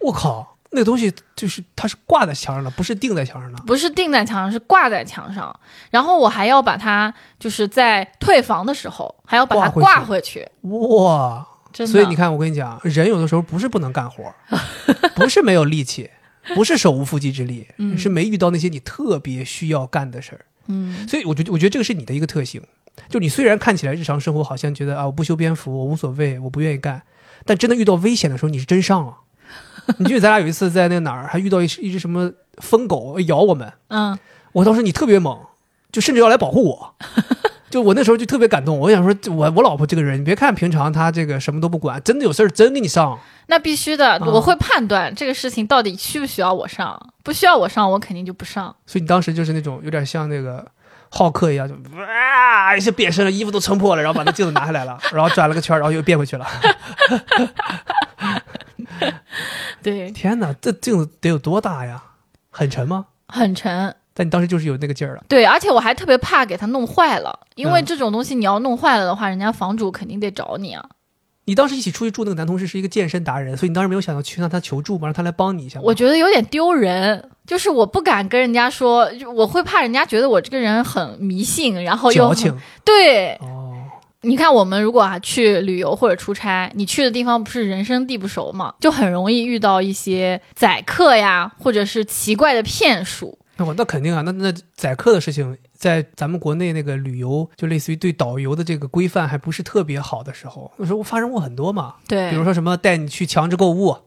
[SPEAKER 1] 我靠，那东西就是它是挂在墙上的，不是钉在墙上的。
[SPEAKER 2] 不是钉在墙上，是挂在墙上。然后我还要把它就是在退房的时候还要把它
[SPEAKER 1] 挂
[SPEAKER 2] 挂
[SPEAKER 1] 回去
[SPEAKER 2] 回去，
[SPEAKER 1] 哇！
[SPEAKER 2] 真的。
[SPEAKER 1] 所以你看，我跟你讲，人有的时候不是不能干 活，不是没有力气，不是手无缚鸡之力，
[SPEAKER 2] 嗯
[SPEAKER 1] 是没遇到那些你特别需要干的事儿。
[SPEAKER 2] 嗯，
[SPEAKER 1] 所以我觉得，我觉得这个是你的一个特性。就你虽然看起来日常生活好像觉得啊，我不修边幅，我无所谓，我不愿意干，但真的遇到危险的时候，你是真上了。你记得咱俩有一次在那个哪儿，还遇到一一只什么疯狗哎咬我们，
[SPEAKER 2] 嗯，
[SPEAKER 1] 我当时你特别猛，就甚至要来保护我。 就我那时候就特别感动，我想说，我我老婆这个人，你别看平常她这个什么都不管，真的有事儿真给你上。
[SPEAKER 2] 那必须的，
[SPEAKER 1] 啊
[SPEAKER 2] 我会判断这个事情到底需不需要我上，不需要我上，我肯定就不上。
[SPEAKER 1] 所以你当时就是那种有点像那个浩克一样，就哇一下变身了，衣服都撑破了，然后把那镜子拿下来了，然后转了个圈儿，然后又变回去了。
[SPEAKER 2] 对，
[SPEAKER 1] 天哪，这镜子得有多大呀？很沉吗？
[SPEAKER 2] 很沉。
[SPEAKER 1] 但你当时就是有那个劲儿了。
[SPEAKER 2] 对，而且我还特别怕给它弄坏了，因为
[SPEAKER 1] 嗯
[SPEAKER 2] 这种东西你要弄坏了的话，人家房主肯定得找你啊。
[SPEAKER 1] 你当时一起出去住那个男同事是一个健身达人，所以你当时没有想到去让他求助吗？让他来帮你一下吗？
[SPEAKER 2] 我觉得有点丢人，就是我不敢跟人家说，就我会怕人家觉得我这个人很迷信，然后又
[SPEAKER 1] 矫
[SPEAKER 2] 很
[SPEAKER 1] 情
[SPEAKER 2] 对。
[SPEAKER 1] 哦，
[SPEAKER 2] 你看，我们如果啊去旅游或者出差，你去的地方不是人生地不熟嘛，就很容易遇到一些宰客呀，或者是奇怪的骗术。
[SPEAKER 1] 那我那肯定啊，那那宰客的事情，在咱们国内那个旅游，就类似于对导游的这个规范还不是特别好的时候，那时候发生过很多嘛，
[SPEAKER 2] 对，
[SPEAKER 1] 比如说什么带你去强制购物，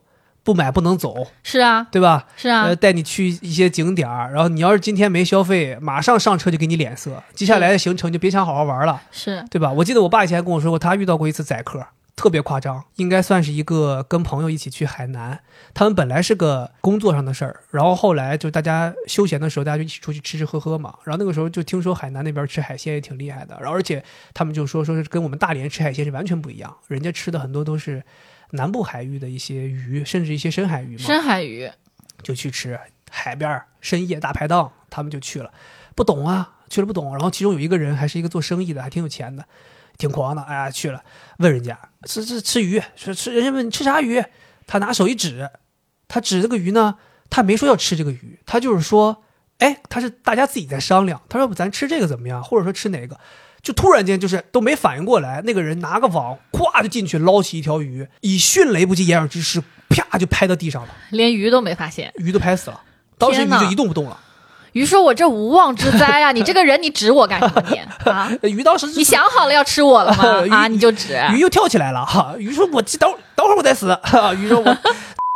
[SPEAKER 1] 不买不能走，
[SPEAKER 2] 是啊，
[SPEAKER 1] 对吧？
[SPEAKER 2] 是啊，
[SPEAKER 1] 呃，带你去一些景点儿，然后你要是今天没消费，马上上车就给你脸色，接下来的行程就别想好好玩了，
[SPEAKER 2] 是
[SPEAKER 1] 对吧？我记得我爸以前还跟我说过，他遇到过一次宰客，特别夸张，应该算是一个跟朋友一起去海南，他们本来是个工作上的事儿，然后后来就大家休闲的时候，大家就一起出去吃吃喝喝嘛。然后那个时候就听说海南那边吃海鲜也挺厉害的，然后而且他们就说说是跟我们大连吃海鲜是完全不一样，人家吃的很多都是南部海域的一些鱼，甚至一些深海鱼嘛。
[SPEAKER 2] 深海鱼，
[SPEAKER 1] 就去吃海边儿深夜大排档，他们就去了，不懂啊，去了不懂。然后其中有一个人还是一个做生意的，还挺有钱的，挺狂的，哎呀去了，问人家吃吃吃鱼，说吃人家问你吃啥鱼，他拿手一指，他指这个鱼呢，他没说要吃这个鱼，他就是说，哎，他是大家自己在商量，他说要不咱吃这个怎么样，或者说吃哪个。就突然间就是都没反应过来，那个人拿个网咵就进去捞起一条鱼，以迅雷不及掩耳之势，啪就拍到地上了。
[SPEAKER 2] 连鱼都没发现。
[SPEAKER 1] 鱼都拍死了，当时鱼
[SPEAKER 2] 天哪
[SPEAKER 1] 就一动不动了。
[SPEAKER 2] 鱼说：“我这无妄之灾呀、你这个人，你指我干什么你？啊，
[SPEAKER 1] 呃鱼当时就
[SPEAKER 2] 你想好了要吃我了
[SPEAKER 1] 鱼
[SPEAKER 2] 吗？啊，你就指。
[SPEAKER 1] 鱼又跳起来了哈，鱼说我等会儿等会儿我再死， 哈鱼说我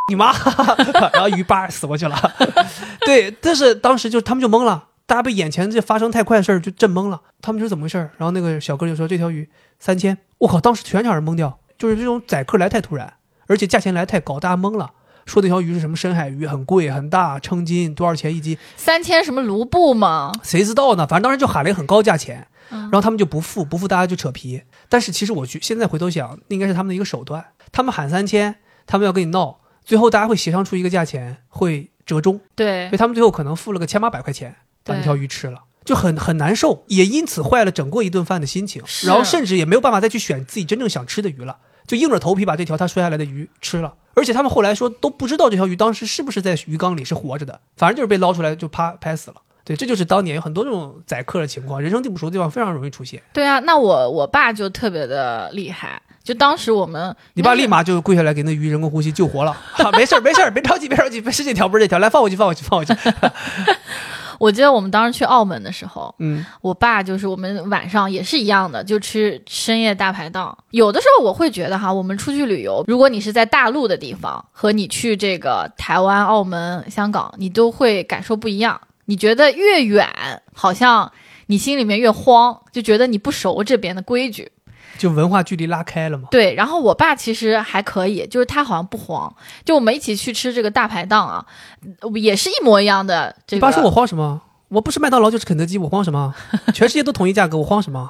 [SPEAKER 1] 你妈， 哈哈然后鱼叭死过去了。 对，但是当时就他们就懵了，大家被眼前这发生太快的事儿就震懵了，他们说怎么回事儿？然后那个小哥就说这条鱼三千，我靠，当时全场人懵掉，就是这种宰客来太突然，而且价钱来太高，大家懵了。说那条鱼是什么深海鱼，很贵很大，称斤多少钱一斤？
[SPEAKER 2] 三千什么卢布吗？
[SPEAKER 1] 谁知道呢？反正当时就喊了一个很高价钱，
[SPEAKER 2] 嗯
[SPEAKER 1] 然后他们就不付，不付大家就扯皮。但是其实我去现在回头想，那应该是他们的一个手段。他们喊三千，他们要跟你闹，最后大家会协商出一个价钱，会折中，
[SPEAKER 2] 对
[SPEAKER 1] 所以，他们最后可能付了个千八百块钱，把
[SPEAKER 2] 对
[SPEAKER 1] 那条鱼吃了。就很很难受，也因此坏了整个一顿饭的心情，
[SPEAKER 2] 是
[SPEAKER 1] 然后甚至也没有办法再去选自己真正想吃的鱼了，就硬着头皮把这条他摔下来的鱼吃了。而且他们后来说都不知道这条鱼当时是不是在鱼缸里是活着的，反正就是被捞出来就啪拍死了。对，这就是当年有很多这种宰客的情况，人生地不熟的地方非常容易出现。
[SPEAKER 2] 对啊，那我我爸就特别的厉害，就当时我们
[SPEAKER 1] 你爸
[SPEAKER 2] 应该是
[SPEAKER 1] 立马就跪下来给那鱼人工呼吸救活了。哈，没事儿，没事儿，别着急，别着急，不是这条，不是这条，来放回去，放回去，放回去。
[SPEAKER 2] 我记得我们当时去澳门的时候，
[SPEAKER 1] 嗯
[SPEAKER 2] 我爸就是我们晚上也是一样的，就吃深夜大排档。有的时候我会觉得哈，我们出去旅游，如果你是在大陆的地方和你去这个台湾、澳门、香港，你都会感受不一样。你觉得越远，好像你心里面越慌，就觉得你不熟这边的规矩。
[SPEAKER 1] 就文化距离拉开了嘛。
[SPEAKER 2] 对，然后我爸其实还可以，就是他好像不慌。就我们一起去吃这个大排档啊，也是一模一样的。这
[SPEAKER 1] 你
[SPEAKER 2] 个
[SPEAKER 1] 爸说我慌什么？我不是麦当劳就是肯德基，我慌什么？ 全世界都统一价格，我慌什么？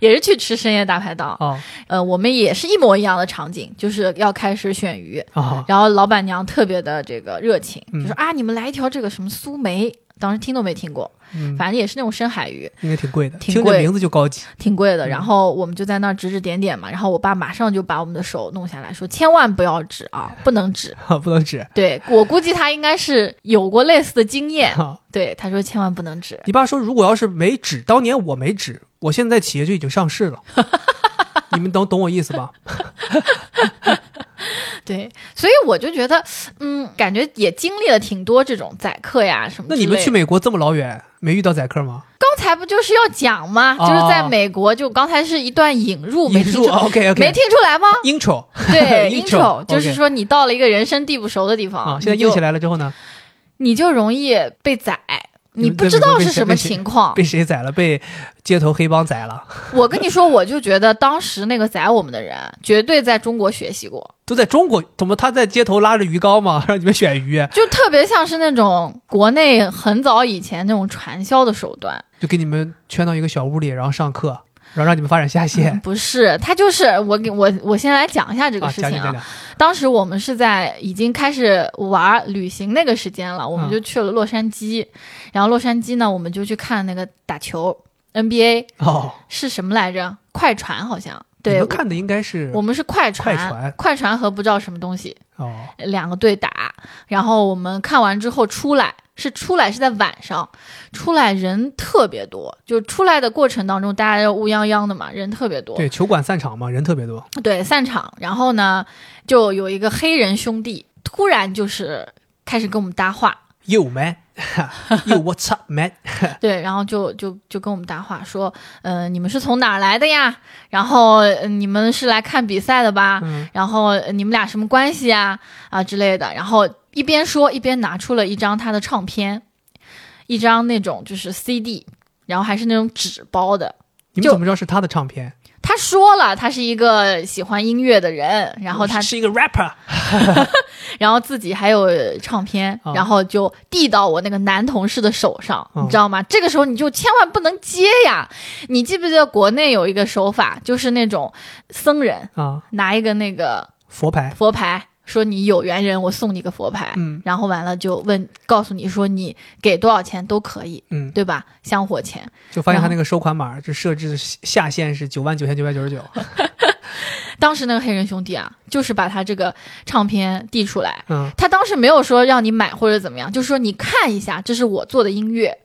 [SPEAKER 2] 也是去吃深夜大排档。
[SPEAKER 1] 啊
[SPEAKER 2] 呃，我们也是一模一样的场景，就是要开始选鱼，
[SPEAKER 1] 啊！
[SPEAKER 2] 然后老板娘特别的这个热情，
[SPEAKER 1] 嗯
[SPEAKER 2] 就说啊，你们来一条这个什么苏梅，当时听都没听过，
[SPEAKER 1] 嗯，
[SPEAKER 2] 反正也是那种深海鱼，
[SPEAKER 1] 应该挺贵的，
[SPEAKER 2] 挺
[SPEAKER 1] 听
[SPEAKER 2] 贵
[SPEAKER 1] 这名字就高级。
[SPEAKER 2] 挺贵的。
[SPEAKER 1] 嗯
[SPEAKER 2] 然后我们就在那儿指指点点嘛，然后我爸马上就把我们的手弄下来，说千万不要指啊，不能指。
[SPEAKER 1] 啊，不能 指。
[SPEAKER 2] 对我估计他应该是有过类似的经验，
[SPEAKER 1] 啊，
[SPEAKER 2] 对他说千万不能指。
[SPEAKER 1] 你爸说，如果要是没指，当年我没指，我现在企业就已经上市 了。你们懂懂我意思吧？
[SPEAKER 2] 嗯对，所以我就觉得，嗯，感觉也经历了挺多这种宰客呀什么之
[SPEAKER 1] 那
[SPEAKER 2] 类
[SPEAKER 1] 你
[SPEAKER 2] 的。
[SPEAKER 1] 们去美国这么老远，没遇到宰客吗？
[SPEAKER 2] 刚才不就是要讲吗？
[SPEAKER 1] 哦
[SPEAKER 2] 就是在美国，就刚才是一段引入，没
[SPEAKER 1] 引
[SPEAKER 2] 听
[SPEAKER 1] 入
[SPEAKER 2] 出，
[SPEAKER 1] OK
[SPEAKER 2] 没
[SPEAKER 1] OK
[SPEAKER 2] 听出 来吗？
[SPEAKER 1] intro
[SPEAKER 2] 对
[SPEAKER 1] intro，
[SPEAKER 2] ，intro，就是说你到了一个人生地不熟的地方，
[SPEAKER 1] 啊，现在
[SPEAKER 2] 你就
[SPEAKER 1] 硬起来了之后呢，
[SPEAKER 2] 你就容易被宰。
[SPEAKER 1] 你
[SPEAKER 2] 你
[SPEAKER 1] 们
[SPEAKER 2] 不知道是什 么情况，
[SPEAKER 1] 被谁宰了？被街头黑帮宰了，
[SPEAKER 2] 我跟你说，我就觉得当时那个宰我们的人，绝对在中国学习过，
[SPEAKER 1] 都在中国，怎么他在街头拉着鱼竿嘛， 让你们选鱼，啊
[SPEAKER 2] 就特别像是那种国内很早以前那种传销的手段。
[SPEAKER 1] 就给你们圈到一个小屋里，然后上课，然后让你们发展下线。
[SPEAKER 2] 嗯不是，他就是我给我我先来讲一下这个
[SPEAKER 1] 啊，
[SPEAKER 2] 事
[SPEAKER 1] 讲
[SPEAKER 2] 情
[SPEAKER 1] 讲
[SPEAKER 2] 啊
[SPEAKER 1] 讲，讲，
[SPEAKER 2] 当时我们是在已经开始玩旅行那个时间了，我
[SPEAKER 1] 嗯
[SPEAKER 2] 们就去了洛杉矶，然后洛杉矶呢，我们就去看那个打球 NBA
[SPEAKER 1] 哦，
[SPEAKER 2] 是什么来着？快船好像
[SPEAKER 1] 你
[SPEAKER 2] 对，
[SPEAKER 1] 们看的应该是
[SPEAKER 2] 我我们是快船，
[SPEAKER 1] 快船
[SPEAKER 2] 和不知道什么东西
[SPEAKER 1] 哦，
[SPEAKER 2] 两个队打，然后我们看完之后出来。是出来是在晚上，出来人特别多，就出来的过程当中，大家就乌泱泱的嘛，人特别多。
[SPEAKER 1] 对，球馆散场嘛，人特别多，
[SPEAKER 2] 对，散场，然后呢，就有一个黑人兄弟突然就是开始跟我们搭话，
[SPEAKER 1] Yo man, yo what's up man？
[SPEAKER 2] 对，然后就就就跟我们搭话说，呃，你们是从哪儿来的呀？然后、呃你们是来看比赛的吧？
[SPEAKER 1] 嗯
[SPEAKER 2] 然后呃你们俩什么关系呀？啊之类的，然后一边说一边拿出了一张他的唱片，一张那种就是 CD，然后还是那种纸包的。
[SPEAKER 1] 你们
[SPEAKER 2] 就
[SPEAKER 1] 怎么知道是他的唱片？
[SPEAKER 2] 他说了，他是一个喜欢音乐的人，然后他
[SPEAKER 1] 是是一个 rapper，
[SPEAKER 2] 然后自己还有唱片，
[SPEAKER 1] 啊
[SPEAKER 2] 然后就递到我那个男同事的手上，
[SPEAKER 1] 嗯
[SPEAKER 2] 你知道吗？这个时候你就千万不能接呀！你记不记得国内有一个手法，就是那种僧人
[SPEAKER 1] 啊，
[SPEAKER 2] 拿一个那个
[SPEAKER 1] 佛牌，
[SPEAKER 2] 佛牌，说你有缘人，我送你个佛牌，
[SPEAKER 1] 嗯
[SPEAKER 2] 然后完了就问，告诉你说你给多少钱都可以，
[SPEAKER 1] 嗯，
[SPEAKER 2] 对吧？香火钱。
[SPEAKER 1] 就发现他
[SPEAKER 2] 然后
[SPEAKER 1] 那个收款码就设置下限是九万九千九百九十九，
[SPEAKER 2] 当时那个黑人兄弟啊，就是把他这个唱片递出来，
[SPEAKER 1] 嗯，
[SPEAKER 2] 他当时没有说让你买或者怎么样，就是说你看一下，这是我做的音乐。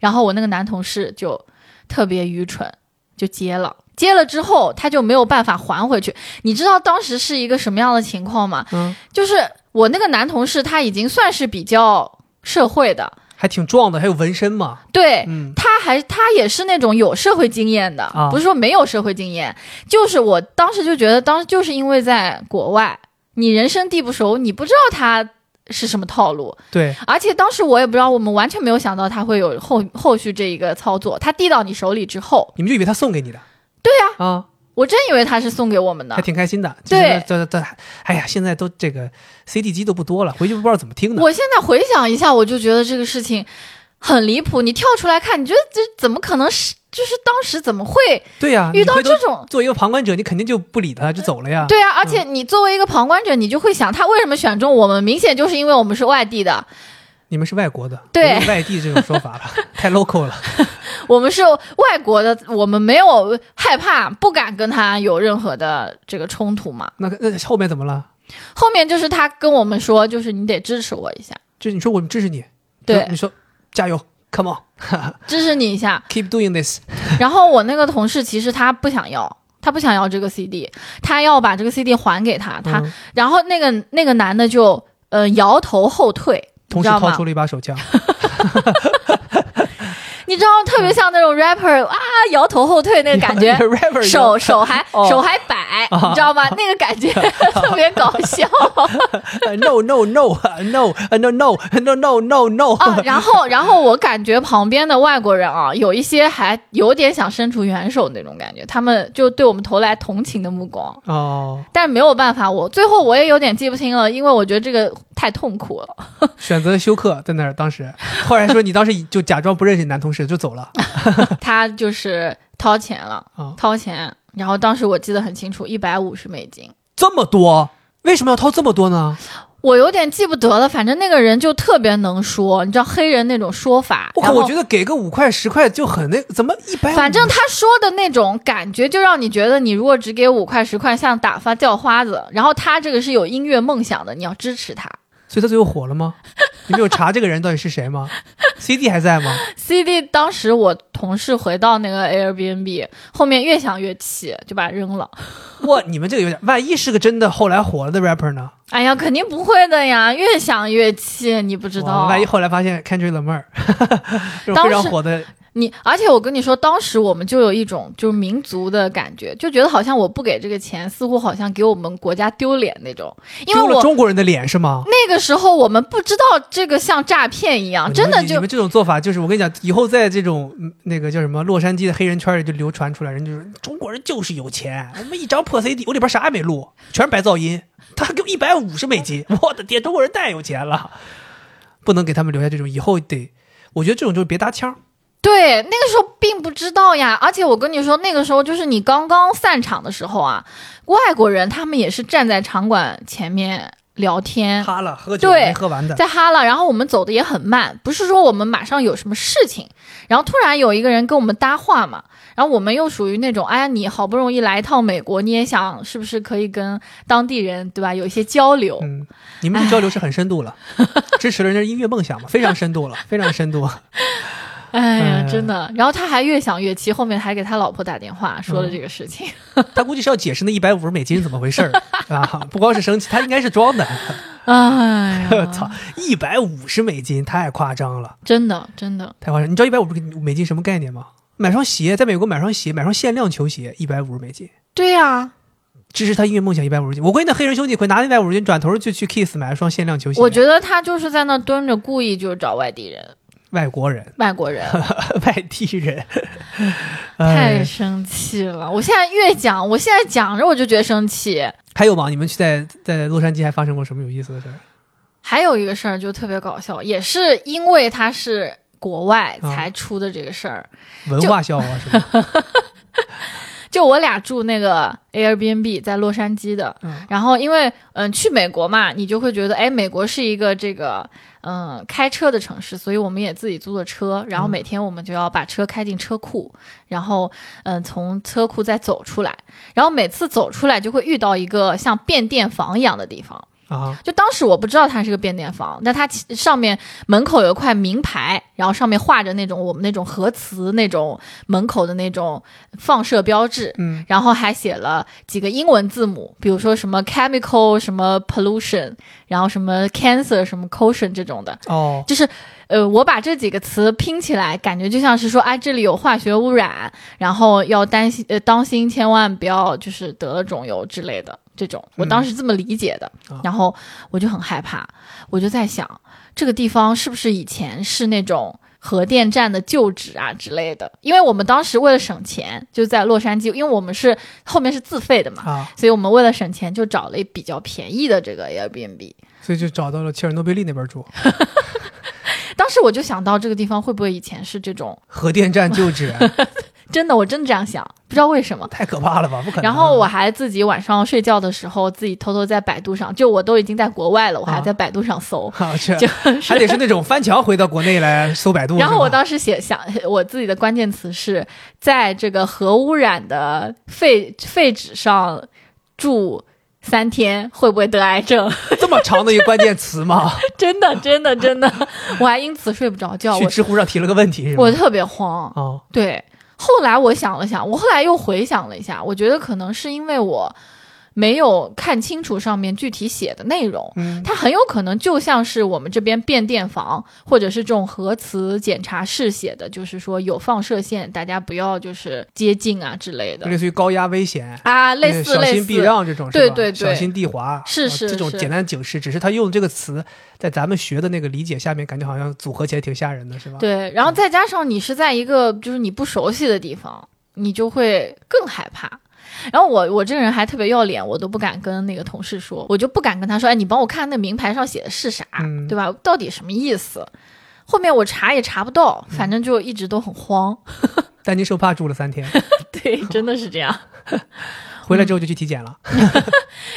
[SPEAKER 2] 然后我那个男同事就特别愚蠢，就接了。接了之后，他就没有办法还回去。你知道当时是一个什么样的情况吗？
[SPEAKER 1] 嗯，
[SPEAKER 2] 就是我那个男同事他已经算是比较社会的，
[SPEAKER 1] 还挺壮的，还有纹身嘛，
[SPEAKER 2] 对，
[SPEAKER 1] 嗯，
[SPEAKER 2] 他还他也是那种有社会经验的，
[SPEAKER 1] 啊
[SPEAKER 2] 不是说没有社会经验，就是我当时就觉得，当时就是因为在国外，你人生地不熟，你不知道他是什么套路，
[SPEAKER 1] 对，
[SPEAKER 2] 而且当时我也不知道，我们完全没有想到他会有后后续这一个操作，他递到你手里之后，
[SPEAKER 1] 你们就以为他送给你的，
[SPEAKER 2] 对呀、
[SPEAKER 1] 啊，
[SPEAKER 2] 我真以为他是送给我们
[SPEAKER 1] 还
[SPEAKER 2] 的。
[SPEAKER 1] 挺开心的，
[SPEAKER 2] 对
[SPEAKER 1] 这这这，哎呀，现在都这个 CD 机都不多了，回去不知道怎么听的，
[SPEAKER 2] 我现在回想一下，我就觉得这个事情很离谱。你跳出来看，你觉得这怎么可能是？就是当时怎么会
[SPEAKER 1] 对呀，
[SPEAKER 2] 遇到
[SPEAKER 1] 啊你回头
[SPEAKER 2] 这种？
[SPEAKER 1] 作为一个旁观者，你肯定就不理他，就走了呀，
[SPEAKER 2] 对啊，而且你作为一个旁观者，你就会想，他为什么选中我们？明显就是因为我们是外地的，
[SPEAKER 1] 你们是外国的，
[SPEAKER 2] 对
[SPEAKER 1] 我们外地这种说 法了，太 local 了。
[SPEAKER 2] 我们是外国的，我们没有害怕，不敢跟他有任何的这个冲突嘛。
[SPEAKER 1] 那个那后面怎么了？
[SPEAKER 2] 后面就是他跟我们说，就是你得支持我一下，
[SPEAKER 1] 就是你说我们支持你，
[SPEAKER 2] 对
[SPEAKER 1] 然后你说加油，Come
[SPEAKER 2] 支持你一下。
[SPEAKER 1] on，keep doing this，
[SPEAKER 2] 然后我那个同事其实他不想要，他不想要这个 CD，他要把这个 CD 还给他，他、
[SPEAKER 1] 嗯
[SPEAKER 2] 然后那个那个男的就呃摇头后退，你
[SPEAKER 1] 同
[SPEAKER 2] 知
[SPEAKER 1] 时
[SPEAKER 2] 道
[SPEAKER 1] 掏
[SPEAKER 2] 吗
[SPEAKER 1] 出？了一把手枪，
[SPEAKER 2] 你知道特别像那
[SPEAKER 1] 嗯
[SPEAKER 2] 种 rapper 啊摇头后退 那个感觉
[SPEAKER 1] 一，个 rapper 一
[SPEAKER 2] 手
[SPEAKER 1] 样
[SPEAKER 2] 手还、
[SPEAKER 1] 哦
[SPEAKER 2] 手还摆，
[SPEAKER 1] 啊
[SPEAKER 2] 你知道吗？那个感觉特别搞 笑
[SPEAKER 1] no no no no no no no no no no，
[SPEAKER 2] 啊。然后然后我感觉旁边的外国人啊，有一些还有点想伸出援手那种感觉，他们就对我们投来同情的目光。
[SPEAKER 1] 哦，
[SPEAKER 2] 但没有办法，我最后我也有点记不清了，因为我觉得这个太痛苦了。
[SPEAKER 1] 选择休克在那儿，当时后来说你当时就假装不认识男同事就走了
[SPEAKER 2] 他就是掏钱了，
[SPEAKER 1] 啊，
[SPEAKER 2] 掏钱。然后当时我记得很清楚，一百五十美金，
[SPEAKER 1] 这么多，为什么要掏这么多呢？
[SPEAKER 2] 我有点记不得了。反正那个人就特别能说，你知道黑人那种说法。
[SPEAKER 1] 我靠，
[SPEAKER 2] 然后
[SPEAKER 1] 哎我觉得给个五块十块就很那，怎么一百？
[SPEAKER 2] 反正他说的那种感觉，就让你觉得你如果只给五块十块，像打发叫花子。然后他这个是有音乐梦想的，你要支持他。
[SPEAKER 1] 所以他最后火了吗？你们有查这个人到底是谁吗 ？CD 还在吗？
[SPEAKER 2] CD 当时我同事回到那个 Airbnb 后面越想越气，就把它扔了。
[SPEAKER 1] 哇，你们这个有点，万一是个真的后来火了的 rapper 呢？
[SPEAKER 2] 哎呀，肯定不会的呀，越想越气，你不知
[SPEAKER 1] 哇
[SPEAKER 2] 道。
[SPEAKER 1] 万一后来发现 Kendrick Lamar 这种
[SPEAKER 2] 当
[SPEAKER 1] 非
[SPEAKER 2] 时
[SPEAKER 1] 常火的，
[SPEAKER 2] 你，而且我跟你说，当时我们就有一种就是民族的感觉，就觉得好像我不给这个钱，似乎好像给我们国家丢脸那种。因为
[SPEAKER 1] 丢了
[SPEAKER 2] 我
[SPEAKER 1] 中国人的脸是吗？
[SPEAKER 2] 那个时候我们不知道这个像诈骗一样，
[SPEAKER 1] 你
[SPEAKER 2] 啊真
[SPEAKER 1] 们
[SPEAKER 2] 的
[SPEAKER 1] 你
[SPEAKER 2] 就
[SPEAKER 1] 你们这种做法，就是我跟你讲，以后在这种嗯那个叫什么洛杉矶的黑人圈里就流传出来，人就说中国人就是有钱，我们一张破 CD，我里边啥也没录，全是白噪音，他还给我一百五十美金，我的天，中国人太有钱了，不能给他们留下这种，以后得，我觉得这种就是别搭腔儿，
[SPEAKER 2] 对，那个时候并不知道呀，而且我跟你说，那个时候就是你刚刚散场的时候啊，外国人他们也是站在场馆前面聊天，
[SPEAKER 1] 哈了喝酒
[SPEAKER 2] 嗯对
[SPEAKER 1] 没喝完的，
[SPEAKER 2] 在哈了，然后我们走的也很慢，不是说我们马上有什么事情，然后突然有一个人跟我们搭话嘛，然后我们又属于那种，哎呀，你好不容易来一趟美国，你也想是不是可以跟当地人对吧有一些交流？
[SPEAKER 1] 嗯，你们这交流是很深 度了，支持了人家音乐梦想嘛，非常深度了，非常深度。
[SPEAKER 2] 哎呀，
[SPEAKER 1] 嗯
[SPEAKER 2] 真的，然后他还越想越气，后面还给他老婆打电话说
[SPEAKER 1] 嗯
[SPEAKER 2] 了这个事 情。
[SPEAKER 1] 他估计是要解释那一百五十美金怎么回事儿啊，不光是生气，他应该是装的。
[SPEAKER 2] 哎呀，
[SPEAKER 1] 操，一百五十美金太夸张了，
[SPEAKER 2] 真的真的，
[SPEAKER 1] 太夸张！你知道一百五十美金什么概念吗？买双鞋，在美国买双鞋，买双限量球鞋，一百五十美金，
[SPEAKER 2] 对呀、
[SPEAKER 1] 支持他音乐梦想一百五十金。我估计那黑人兄弟会拿一百五十金，转头就去 Kiss 买了双限量球鞋。
[SPEAKER 2] 我觉得他就是在那蹲着，故意就是找外地人、
[SPEAKER 1] 外国人、
[SPEAKER 2] 外国人，
[SPEAKER 1] 外地人，
[SPEAKER 2] 太
[SPEAKER 1] 哎
[SPEAKER 2] 生气了。我现在越讲，我现在讲着我就觉得生气。
[SPEAKER 1] 还有吗？你们去在在洛杉矶还发生过什么有意思的事儿？
[SPEAKER 2] 还有一个事儿就特别搞笑，也是因为他是国外
[SPEAKER 1] 啊
[SPEAKER 2] 才出的这个事儿。
[SPEAKER 1] 文化笑话 是吧？
[SPEAKER 2] 就我俩住那个 Airbnb 在洛杉矶的，
[SPEAKER 1] 嗯
[SPEAKER 2] 然后因为嗯去美国嘛，你就会觉得哎，美国是一个这个嗯开车的城市，所以我们也自己租了车，然后每天我们就要把车开进车库，然后嗯从车库再走出来，然后每次走出来就会遇到一个像变电房一样的地方。
[SPEAKER 1] 啊，
[SPEAKER 2] 就当时我不知道它是个变电房，但它其上面门口有一块名牌，然后上面画着那种我们那种核磁那种门口的那种放射标志，
[SPEAKER 1] 嗯，
[SPEAKER 2] 然后还写了几个英文字母，比如说什么 chemical 什么 pollution，然后什么 cancer 什么 caution 这种的，
[SPEAKER 1] 哦，
[SPEAKER 2] 就是呃，我把这几个词拼起来，感觉就像是说，哎，这里有化学污染，然后要担心呃当心，千万不要就是得了肿瘤之类的这种。我当时这么理解的，
[SPEAKER 1] 嗯啊
[SPEAKER 2] 然后我就很害怕，我就在想，这个地方是不是以前是那种。核电站的旧址啊之类的，因为我们当时为了省钱，就在洛杉矶，因为我们是后面是自费的嘛，
[SPEAKER 1] 啊，
[SPEAKER 2] 所以我们为了省钱就找了比较便宜的这个 Airbnb。
[SPEAKER 1] 所以就找到了切尔诺贝利那边住，
[SPEAKER 2] 当时我就想到这个地方会不会以前是这种
[SPEAKER 1] 核电站旧址，
[SPEAKER 2] 真的，我真的这样想，不知道为什么。
[SPEAKER 1] 太可怕了吧？不可能。啊
[SPEAKER 2] 然后我还自己晚上睡觉的时候，自己偷偷在百度上，就我都已经在国外了，我还在百度上搜，
[SPEAKER 1] 啊，这
[SPEAKER 2] 就是。
[SPEAKER 1] 还得是那种翻墙回到国内来搜百度。
[SPEAKER 2] 然后我
[SPEAKER 1] 是吧
[SPEAKER 2] 当时写想，我自己的关键词是在这个核污染的废废纸上住三天会不会得癌症？
[SPEAKER 1] 这么长的一个关键词吗？
[SPEAKER 2] 真的，真的，真的，我还因此睡不着觉，
[SPEAKER 1] 去
[SPEAKER 2] 啊我
[SPEAKER 1] 知乎上提了个问题是吧？
[SPEAKER 2] 我特别慌。
[SPEAKER 1] 哦，
[SPEAKER 2] 对，后来我想了想，我后来又回想了一下，我觉得可能是因为我没有看清楚上面具体写的内容，
[SPEAKER 1] 嗯
[SPEAKER 2] 它很有可能就像是我们这边变电房或者是这种核磁检查室写的，就是说有放射线，大家不要就是接近啊之类的
[SPEAKER 1] 类似于高压危险，
[SPEAKER 2] 啊，类
[SPEAKER 1] 那
[SPEAKER 2] 似
[SPEAKER 1] 小
[SPEAKER 2] 类
[SPEAKER 1] 心避
[SPEAKER 2] 似。
[SPEAKER 1] 让这种，
[SPEAKER 2] 对
[SPEAKER 1] 是吧
[SPEAKER 2] 对对
[SPEAKER 1] 小心地滑，
[SPEAKER 2] 是
[SPEAKER 1] 啊
[SPEAKER 2] 是
[SPEAKER 1] 这种
[SPEAKER 2] 是
[SPEAKER 1] 简单警示，只是他用这个词，在咱们学的那个理解下面，感觉好像组合起来挺吓人的，是吧？
[SPEAKER 2] 对，然后再加上你是在一个就是你不熟悉的地方，你就会更害怕。然后我我这个人还特别要脸，我都不敢跟那个同事说，我就不敢跟他说，哎，你帮我看那名牌上写的是啥，
[SPEAKER 1] 嗯
[SPEAKER 2] 对吧？到底什么意思？后面我查也查不到，反正就一直都很慌。
[SPEAKER 1] 丹尼受怕住了三天，
[SPEAKER 2] 对，真的是这样。
[SPEAKER 1] 回来之后就去体检了。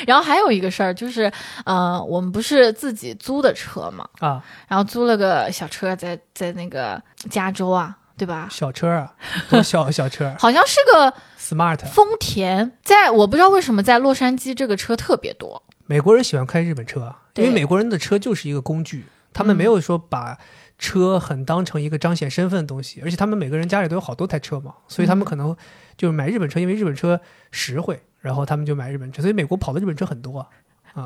[SPEAKER 2] 然后还有一个事儿就是，呃，我们不是自己租的车嘛，
[SPEAKER 1] 啊，
[SPEAKER 2] 然后租了个小车在在那个加州啊，对吧？
[SPEAKER 1] 小车啊，多 小小车
[SPEAKER 2] 好像是个
[SPEAKER 1] ，smart。
[SPEAKER 2] 丰田，在我不知道为什么在洛杉矶这个车特别多，
[SPEAKER 1] 美国人喜欢开日本车，啊因
[SPEAKER 2] 对
[SPEAKER 1] 为美国人的车就是一个工具，他们没有说把车很当成一个彰显身份的东西，而且他们每个人家里都有好多台车嘛，所以他们可能就是买日本车，因为日本车实惠，然后他们就买日本车，所以美国跑的日本车很多啊。啊，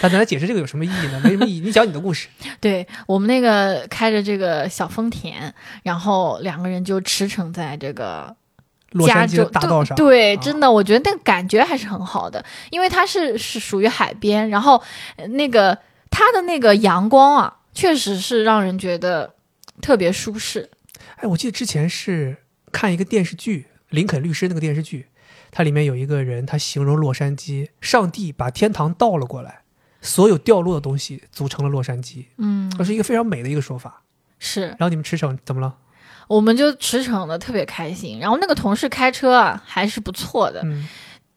[SPEAKER 1] 但咱来解释这个有什么意义呢？没什么意义。你讲你的故事，
[SPEAKER 2] 对我们那个开着这个小丰田，然后两个人就驰骋在这个
[SPEAKER 1] 洛
[SPEAKER 2] 加
[SPEAKER 1] 杉矶
[SPEAKER 2] 州
[SPEAKER 1] 的大道上，
[SPEAKER 2] 对，
[SPEAKER 1] 啊
[SPEAKER 2] 对真的，我觉得那感觉还是很好的，因为它是是属于海边，然后呃那个它的那个阳光啊，确实是让人觉得特别舒适。
[SPEAKER 1] 哎，我记得之前是看一个电视剧《林肯律师》那个电视剧，它里面有一个人，他形容洛杉矶，上帝把天堂倒了过来，所有掉落的东西组成了洛杉矶，
[SPEAKER 2] 嗯，
[SPEAKER 1] 这是一个非常美的一个说法。
[SPEAKER 2] 是，
[SPEAKER 1] 然后你们驰骋怎么了？
[SPEAKER 2] 我们就驰骋的特别开心，然后那个同事开车啊还是不错的，
[SPEAKER 1] 嗯，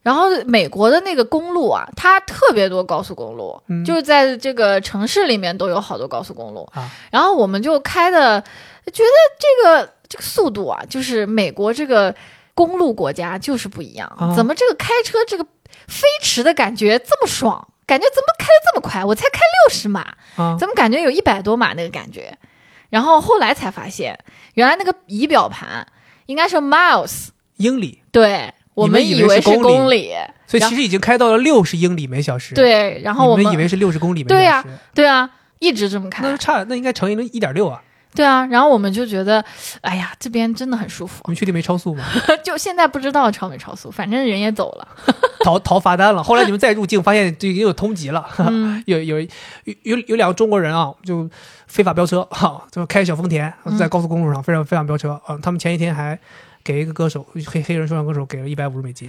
[SPEAKER 2] 然后美国的那个公路啊，它特别多高速公路，
[SPEAKER 1] 嗯
[SPEAKER 2] 就是在这个城市里面都有好多高速公路。
[SPEAKER 1] 啊
[SPEAKER 2] 然后我们就开的，觉得这个这个速度啊，就是美国这个公路国家就是不一样，
[SPEAKER 1] 啊
[SPEAKER 2] 怎么这个开车这个飞驰的感觉这么爽？感觉怎么开的这么快？我才开六十码，
[SPEAKER 1] 啊，
[SPEAKER 2] 怎么感觉有一百多码那个感觉？然后后来才发现，原来那个仪表盘应该是 miles，
[SPEAKER 1] 英里，
[SPEAKER 2] 对我
[SPEAKER 1] 你们以
[SPEAKER 2] 以
[SPEAKER 1] 为
[SPEAKER 2] 为
[SPEAKER 1] 是
[SPEAKER 2] 是
[SPEAKER 1] 公
[SPEAKER 2] 公里
[SPEAKER 1] 所以
[SPEAKER 2] 然
[SPEAKER 1] 其实已经开到了六十英里每小时。，
[SPEAKER 2] 对，然后我
[SPEAKER 1] 你
[SPEAKER 2] 们
[SPEAKER 1] 们以为是六十公里每
[SPEAKER 2] 对
[SPEAKER 1] 小
[SPEAKER 2] 呀
[SPEAKER 1] 时，
[SPEAKER 2] 对啊，一直这么
[SPEAKER 1] 那
[SPEAKER 2] 开
[SPEAKER 1] 就，差，那应该乘以一点六啊。
[SPEAKER 2] 对啊，然后我们就觉得，哎呀，这边真的很舒服
[SPEAKER 1] 你。们确定没超速吗？
[SPEAKER 2] 就现在不知道超没超速，反正人也走了。
[SPEAKER 1] 逃逃罚单了。后来你们再入境，发现就已经有通缉了。
[SPEAKER 2] 嗯，
[SPEAKER 1] 有有有有有两个中国人啊，就非法飙车哈、就开小丰田
[SPEAKER 2] 嗯
[SPEAKER 1] 在高速公路上非常非法飙车啊。他们前一天还给一个歌手黑黑人说唱歌手给了一百五十美金。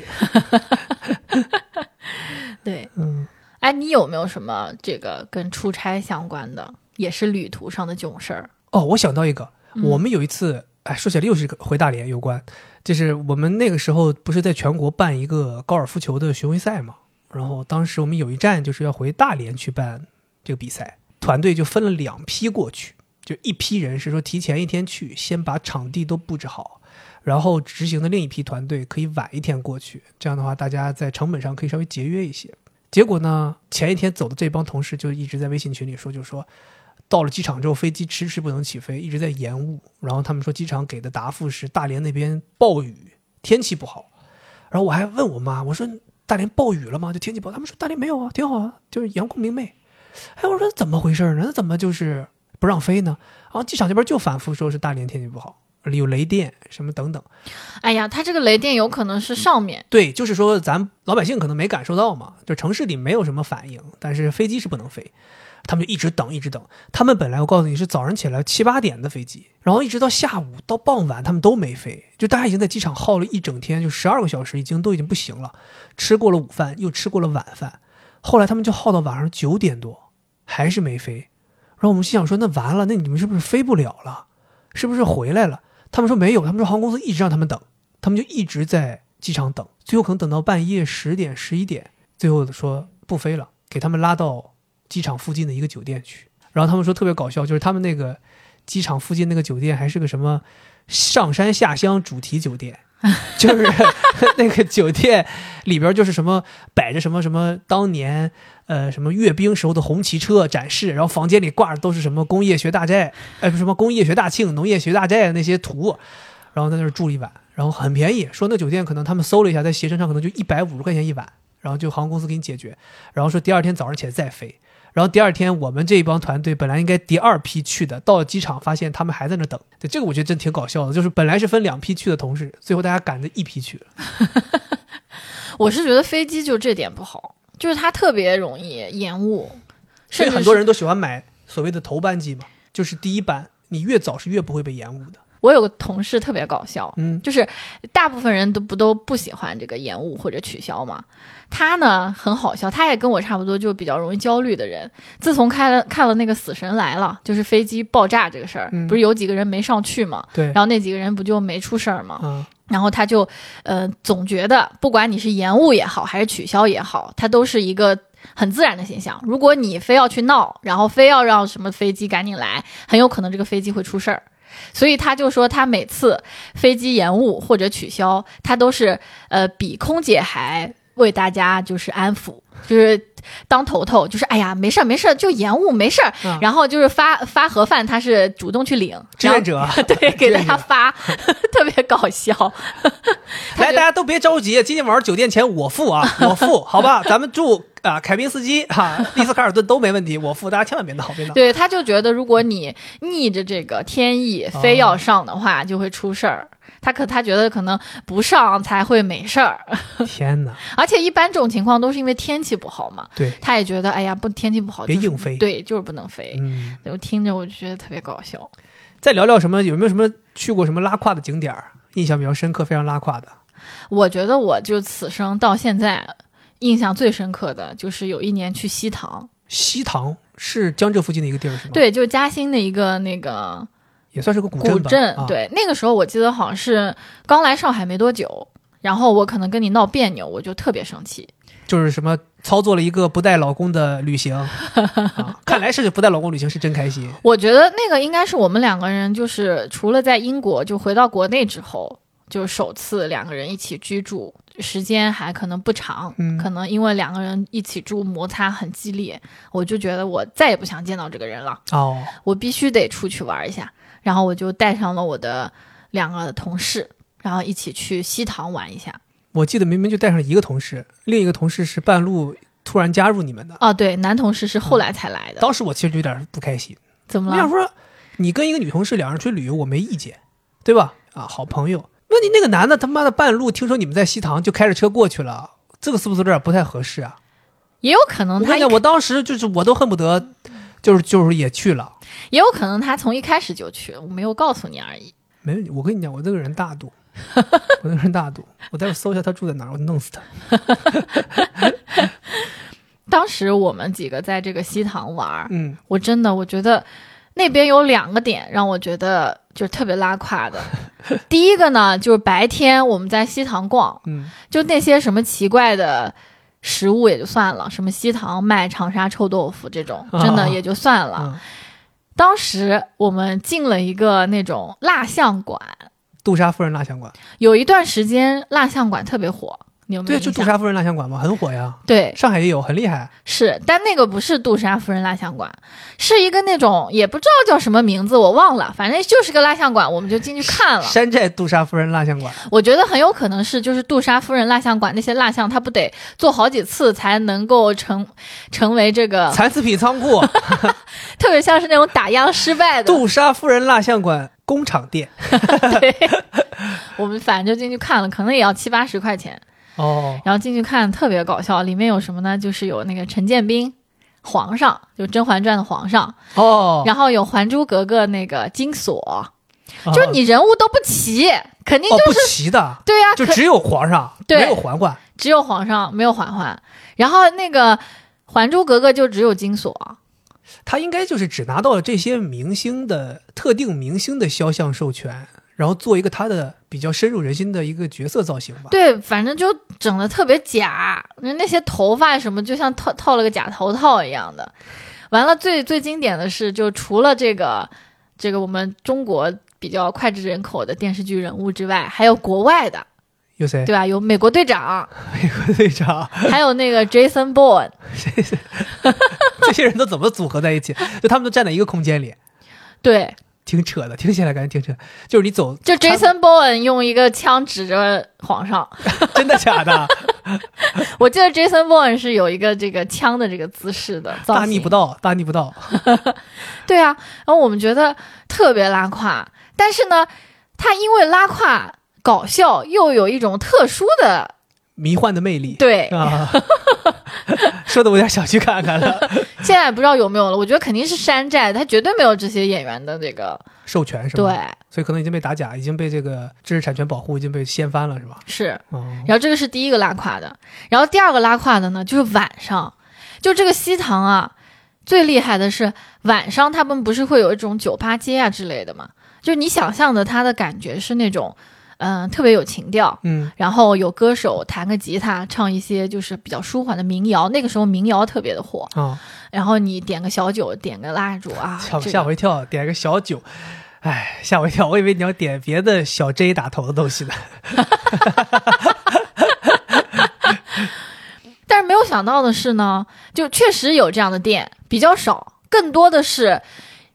[SPEAKER 2] 对。
[SPEAKER 1] 嗯，
[SPEAKER 2] 哎，你有没有什么这个跟出差相关的，也是旅途上的囧事儿？
[SPEAKER 1] 哦，我想到一个，
[SPEAKER 2] 嗯
[SPEAKER 1] 我们有一次，哎，说起来又是回大连有关，就是我们那个时候不是在全国办一个高尔夫球的巡回赛嘛，然后当时我们有一站就是要回大连去办这个比赛，团队就分了两批过去，就一批人是说提前一天去，先把场地都布置好。然后执行的另一批团队可以晚一天过去，这样的话大家在成本上可以稍微节约一些。结果呢，前一天走的这帮同事就一直在微信群里说，就说到了机场之后，飞机迟迟不能起飞，一直在延误。然后他们说，机场给的答复是大连那边暴雨，天气不好。然后我还问我妈，我说大连暴雨了吗？就天气不好。他们说大连没有啊，挺好啊，就是阳光明媚。哎，我说怎么回事呢？那怎么就是不让飞呢？然后机场这边就反复说是大连天气不好，有雷电什么等等。
[SPEAKER 2] 哎呀，它这个雷电有可能是上面，
[SPEAKER 1] 对，就是说咱老百姓可能没感受到嘛，就城市里没有什么反应，但是飞机是不能飞，他们就一直等，一直等。他们本来我告诉你是早上起来七八点的飞机，然后一直到下午到傍晚他们都没飞，就大家已经在机场耗了一整天，就十二个小时，已经都已经不行了，吃过了午饭，又吃过了晚饭，后来他们就耗到晚上九点多，还是没飞。然后我们心想说，那完了，那你们是不是飞不了了？是不是回来了？他们说没有，他们说航空公司一直让他们等，他们就一直在机场等，最后可能等到半夜十点、十一点，最后说不飞了，给他们拉到机场附近的一个酒店去。然后他们说特别搞笑，就是他们那个机场附近那个酒店还是个什么上山下乡主题酒店，就是 那个酒店里边就是什么摆着什么什么当年呃什么阅兵时候的红旗车展示，然后房呃间里挂的都是什么工业学大寨，哎、不是什么工业学大庆、农业学大寨的那些图，然后在那儿住了一晚，然后很便宜，说那酒店可能他们搜了一下，在携程上可能就一百五十块钱一晚，然后就航空公司给你解决，然后说第二天早上起来再飞。然后第二天，我们这一帮团队本来应该第二批去的，到了机场发现他们还在那等。对，这个我觉得真挺搞笑的，就是本来是分两批去的同事，最后大家赶着一批去了。
[SPEAKER 2] 我是觉得飞机就这点不好，就是它特别容易延误，
[SPEAKER 1] 所
[SPEAKER 2] 甚
[SPEAKER 1] 以
[SPEAKER 2] 至
[SPEAKER 1] 很多
[SPEAKER 2] 是
[SPEAKER 1] 人都喜欢买所谓的头班机嘛，就是第一班，你越早是越不会被延误的。
[SPEAKER 2] 我有个同事特别搞笑，
[SPEAKER 1] 嗯，
[SPEAKER 2] 就是大部分人都不都不喜欢这个延误或者取消嘛。他呢很好笑，他也跟我差不多，就比较容易焦虑的人。自从开了看了那个《死神来了》，就是飞机爆炸这个事儿，
[SPEAKER 1] 嗯
[SPEAKER 2] 不是有几个人没上去嘛，
[SPEAKER 1] 对
[SPEAKER 2] 然，后那几个人不就没出事儿嘛。
[SPEAKER 1] 啊，
[SPEAKER 2] 然后他就，呃，总觉得不管你是延误也好，还是取消也好，它都是一个很自然的现象。如果你非要去闹，然后非要让什么飞机赶紧来，很有可能这个飞机会出事儿。所以他就说，他每次飞机延误或者取消，他都是呃比空姐还为大家就是安抚，就是当头头，就是哎呀没事儿没事儿就延误没事儿，
[SPEAKER 1] 嗯
[SPEAKER 2] 然后就是发发盒饭，他是主动去领，
[SPEAKER 1] 志
[SPEAKER 2] 然后
[SPEAKER 1] 愿者，啊
[SPEAKER 2] 对给大
[SPEAKER 1] 志愿
[SPEAKER 2] 家
[SPEAKER 1] 者
[SPEAKER 2] 发， 特别搞笑。
[SPEAKER 1] 来，大家都别着急，今天晚上酒店钱我付 啊，我付，好吧？咱们住啊，凯宾斯基哈、丽思卡尔顿都没问题，我付，大家千万别闹，别闹。
[SPEAKER 2] 对，他就觉得如果你逆着这个天意
[SPEAKER 1] 哦
[SPEAKER 2] 非要上的话，就会出事儿。他可他觉得可能不上才会没事儿，
[SPEAKER 1] 天哪，
[SPEAKER 2] 而且一般这种情况都是因为天气不好嘛。
[SPEAKER 1] 对，
[SPEAKER 2] 他也觉得哎呀，不天气不好
[SPEAKER 1] 别
[SPEAKER 2] 就是
[SPEAKER 1] 硬飞
[SPEAKER 2] 对，就是不能飞。
[SPEAKER 1] 嗯，
[SPEAKER 2] 我听着我就觉得特别搞笑。
[SPEAKER 1] 再聊聊什么？有没有什么去过什么拉胯的景点儿？印象比较深刻，非常拉胯的。
[SPEAKER 2] 我觉得我就此生到现在印象最深刻的就是有一年去西
[SPEAKER 1] 哦
[SPEAKER 2] 塘，
[SPEAKER 1] 西塘是江浙附近的一个地儿，是吗？，
[SPEAKER 2] 对，就是嘉兴的一个那个
[SPEAKER 1] 也算是个古
[SPEAKER 2] 古
[SPEAKER 1] 吧。
[SPEAKER 2] 镇
[SPEAKER 1] 啊、，
[SPEAKER 2] 对，那个时候我记得好像是刚来上海没多久，然后我可能跟你闹别扭，我就特别生气。
[SPEAKER 1] 就是什么操作了一个不带老公的旅行， 啊、看来是不带老公旅行是真开心。
[SPEAKER 2] 我觉得那个应该是我们两个人，就是除了在英国，就回到国内之后，就首次两个人一起居住，时间还可能不长，
[SPEAKER 1] 嗯
[SPEAKER 2] 可能因为两个人一起住摩擦很激烈，我就觉得我再也不想见到这个人了，
[SPEAKER 1] 哦，
[SPEAKER 2] 我必须得出去玩一下。然后我就带上了我的两个同事，然后一起去西塘玩一下。
[SPEAKER 1] 我记得明明就带上了一个同事，另一个同事是半路突然加入你们的。
[SPEAKER 2] 哦，对，男同事是后来才来的。
[SPEAKER 1] 嗯当时我其实有点不开心，
[SPEAKER 2] 怎么
[SPEAKER 1] 我想
[SPEAKER 2] 了？
[SPEAKER 1] 说，你跟一个女同事两人出去旅游，我没意见，对吧？啊，好朋友。问题那个男的他妈的半路听说你们在西塘，就开着车过去了，这个是不是有点不太合适啊？
[SPEAKER 2] 也有可能
[SPEAKER 1] 我
[SPEAKER 2] 嗯他
[SPEAKER 1] 看
[SPEAKER 2] 一
[SPEAKER 1] 见我当时就是我都恨不得，就是就是也去了。
[SPEAKER 2] 也有可能他从一开始就去，我没有告诉你而已。
[SPEAKER 1] 没问题，我跟你讲，我这个人大 度，我这个人大度。我待会儿搜一下他住在哪儿，我弄死他。
[SPEAKER 2] 当时我们几个在这个西塘玩儿，
[SPEAKER 1] 嗯，
[SPEAKER 2] 我真的我觉得那边有两个点让我觉得就是特别拉胯的。第一个呢，就是白天我们在西塘逛，
[SPEAKER 1] 嗯，
[SPEAKER 2] 就那些什么奇怪的。食物也就算了，什么西塘卖长沙臭豆腐这种，真
[SPEAKER 1] 啊
[SPEAKER 2] 的也就算了。
[SPEAKER 1] 啊，
[SPEAKER 2] 当时我们进了一个那种蜡像馆，
[SPEAKER 1] 杜莎夫人蜡像馆，
[SPEAKER 2] 有一段时间蜡像馆特别火，你有没有
[SPEAKER 1] 对，
[SPEAKER 2] 印
[SPEAKER 1] 就
[SPEAKER 2] 象？
[SPEAKER 1] 杜莎夫人蜡像馆嘛，很火呀，
[SPEAKER 2] 对，
[SPEAKER 1] 上海也有，很厉害。
[SPEAKER 2] 是，但那个不是杜莎夫人蜡像馆，是一个那种也不知道叫什么名字，我忘了，反正就是个蜡像馆，我们就进去看了。
[SPEAKER 1] 山寨杜莎夫人蜡像馆，
[SPEAKER 2] 我觉得很有可能是就是杜莎夫人蜡像馆那些蜡像，它不得做好几次才能够成成为这个，
[SPEAKER 1] 残次品仓 库，
[SPEAKER 2] 特别像是那种打样失败的。
[SPEAKER 1] 杜莎夫人蜡像馆工厂店。
[SPEAKER 2] 对， 我们反正就进去看了，可能也要七八十块钱。
[SPEAKER 1] 哦，
[SPEAKER 2] 然后进去看特别搞笑，里面有什么呢？就是有那个陈建斌，皇上，就《甄嬛传》的皇上，
[SPEAKER 1] 哦，
[SPEAKER 2] 然后有《还珠格格》那个金锁，
[SPEAKER 1] 啊
[SPEAKER 2] 就是你人物都不齐，肯定
[SPEAKER 1] 哦
[SPEAKER 2] 就
[SPEAKER 1] 不齐的，
[SPEAKER 2] 对呀、
[SPEAKER 1] 就
[SPEAKER 2] 可
[SPEAKER 1] 只有皇上，
[SPEAKER 2] 对
[SPEAKER 1] 没有嬛嬛。
[SPEAKER 2] 只有皇上没有嬛嬛，然后那个《还珠格格》就只有金锁，
[SPEAKER 1] 他应该就是只拿到了这些明星的特定明星的肖像授权，然后做一个他的比较深入人心的一个角色造型吧。
[SPEAKER 2] 对，反正就整的特别假，那那些头发什么就像套套了个假头套一样的。完了最最经典的是，就除了这个这个我们中国比较脍炙人口的电视剧人物之外，还有国外的，
[SPEAKER 1] 有谁？
[SPEAKER 2] 对吧？有美国 队长，
[SPEAKER 1] 队长，
[SPEAKER 2] 还有那个 Jason Bourne。
[SPEAKER 1] 这些人都怎么组合在一起？就他们都站在一个空间里，
[SPEAKER 2] 对，
[SPEAKER 1] 挺扯的，听起来感觉挺扯。就是你走，
[SPEAKER 2] 就
[SPEAKER 1] 穿
[SPEAKER 2] Jason Bourne 用一个枪指着皇上，
[SPEAKER 1] 真的假的？
[SPEAKER 2] 我记得 Jason Bourne 是有一个这个枪的这个姿势的 造型
[SPEAKER 1] 大逆不道，大逆不道。
[SPEAKER 2] 对啊，然后我们觉得特别拉胯，但是呢，他因为拉胯搞笑，又有一种特殊的
[SPEAKER 1] 迷幻的魅力。
[SPEAKER 2] 对。
[SPEAKER 1] 啊，说的我有点想去看看了。
[SPEAKER 2] 现在不知道有没有了，我觉得肯定是山寨，他绝对没有这些演员的这个
[SPEAKER 1] 授权是吧？
[SPEAKER 2] 对，
[SPEAKER 1] 所以可能已经被打假，已经被这个知识产权保护已经被掀翻了是吧？
[SPEAKER 2] 是。
[SPEAKER 1] 哦，
[SPEAKER 2] 然后这个是第一个拉胯的，然后第二个拉胯的呢，就是晚上，就这个西塘啊，最厉害的是晚上他们不是会有一种酒吧街啊之类的嘛，就是你想象的它的感觉是那种，嗯、特别有情调。
[SPEAKER 1] 嗯，
[SPEAKER 2] 然后有歌手弹个吉他，唱一些就是比较舒缓的民谣，那个时候民谣特别的火。
[SPEAKER 1] 啊，
[SPEAKER 2] 然后你点个小酒，点个蜡烛 啊，
[SPEAKER 1] 吓我
[SPEAKER 2] 这
[SPEAKER 1] 吓
[SPEAKER 2] 个
[SPEAKER 1] 我一跳，点个小酒，哎，吓我一跳，我以为你要点别的小 J 打头的东西呢。
[SPEAKER 2] 但是没有想到的是呢，就确实有这样的店比较少，更多的是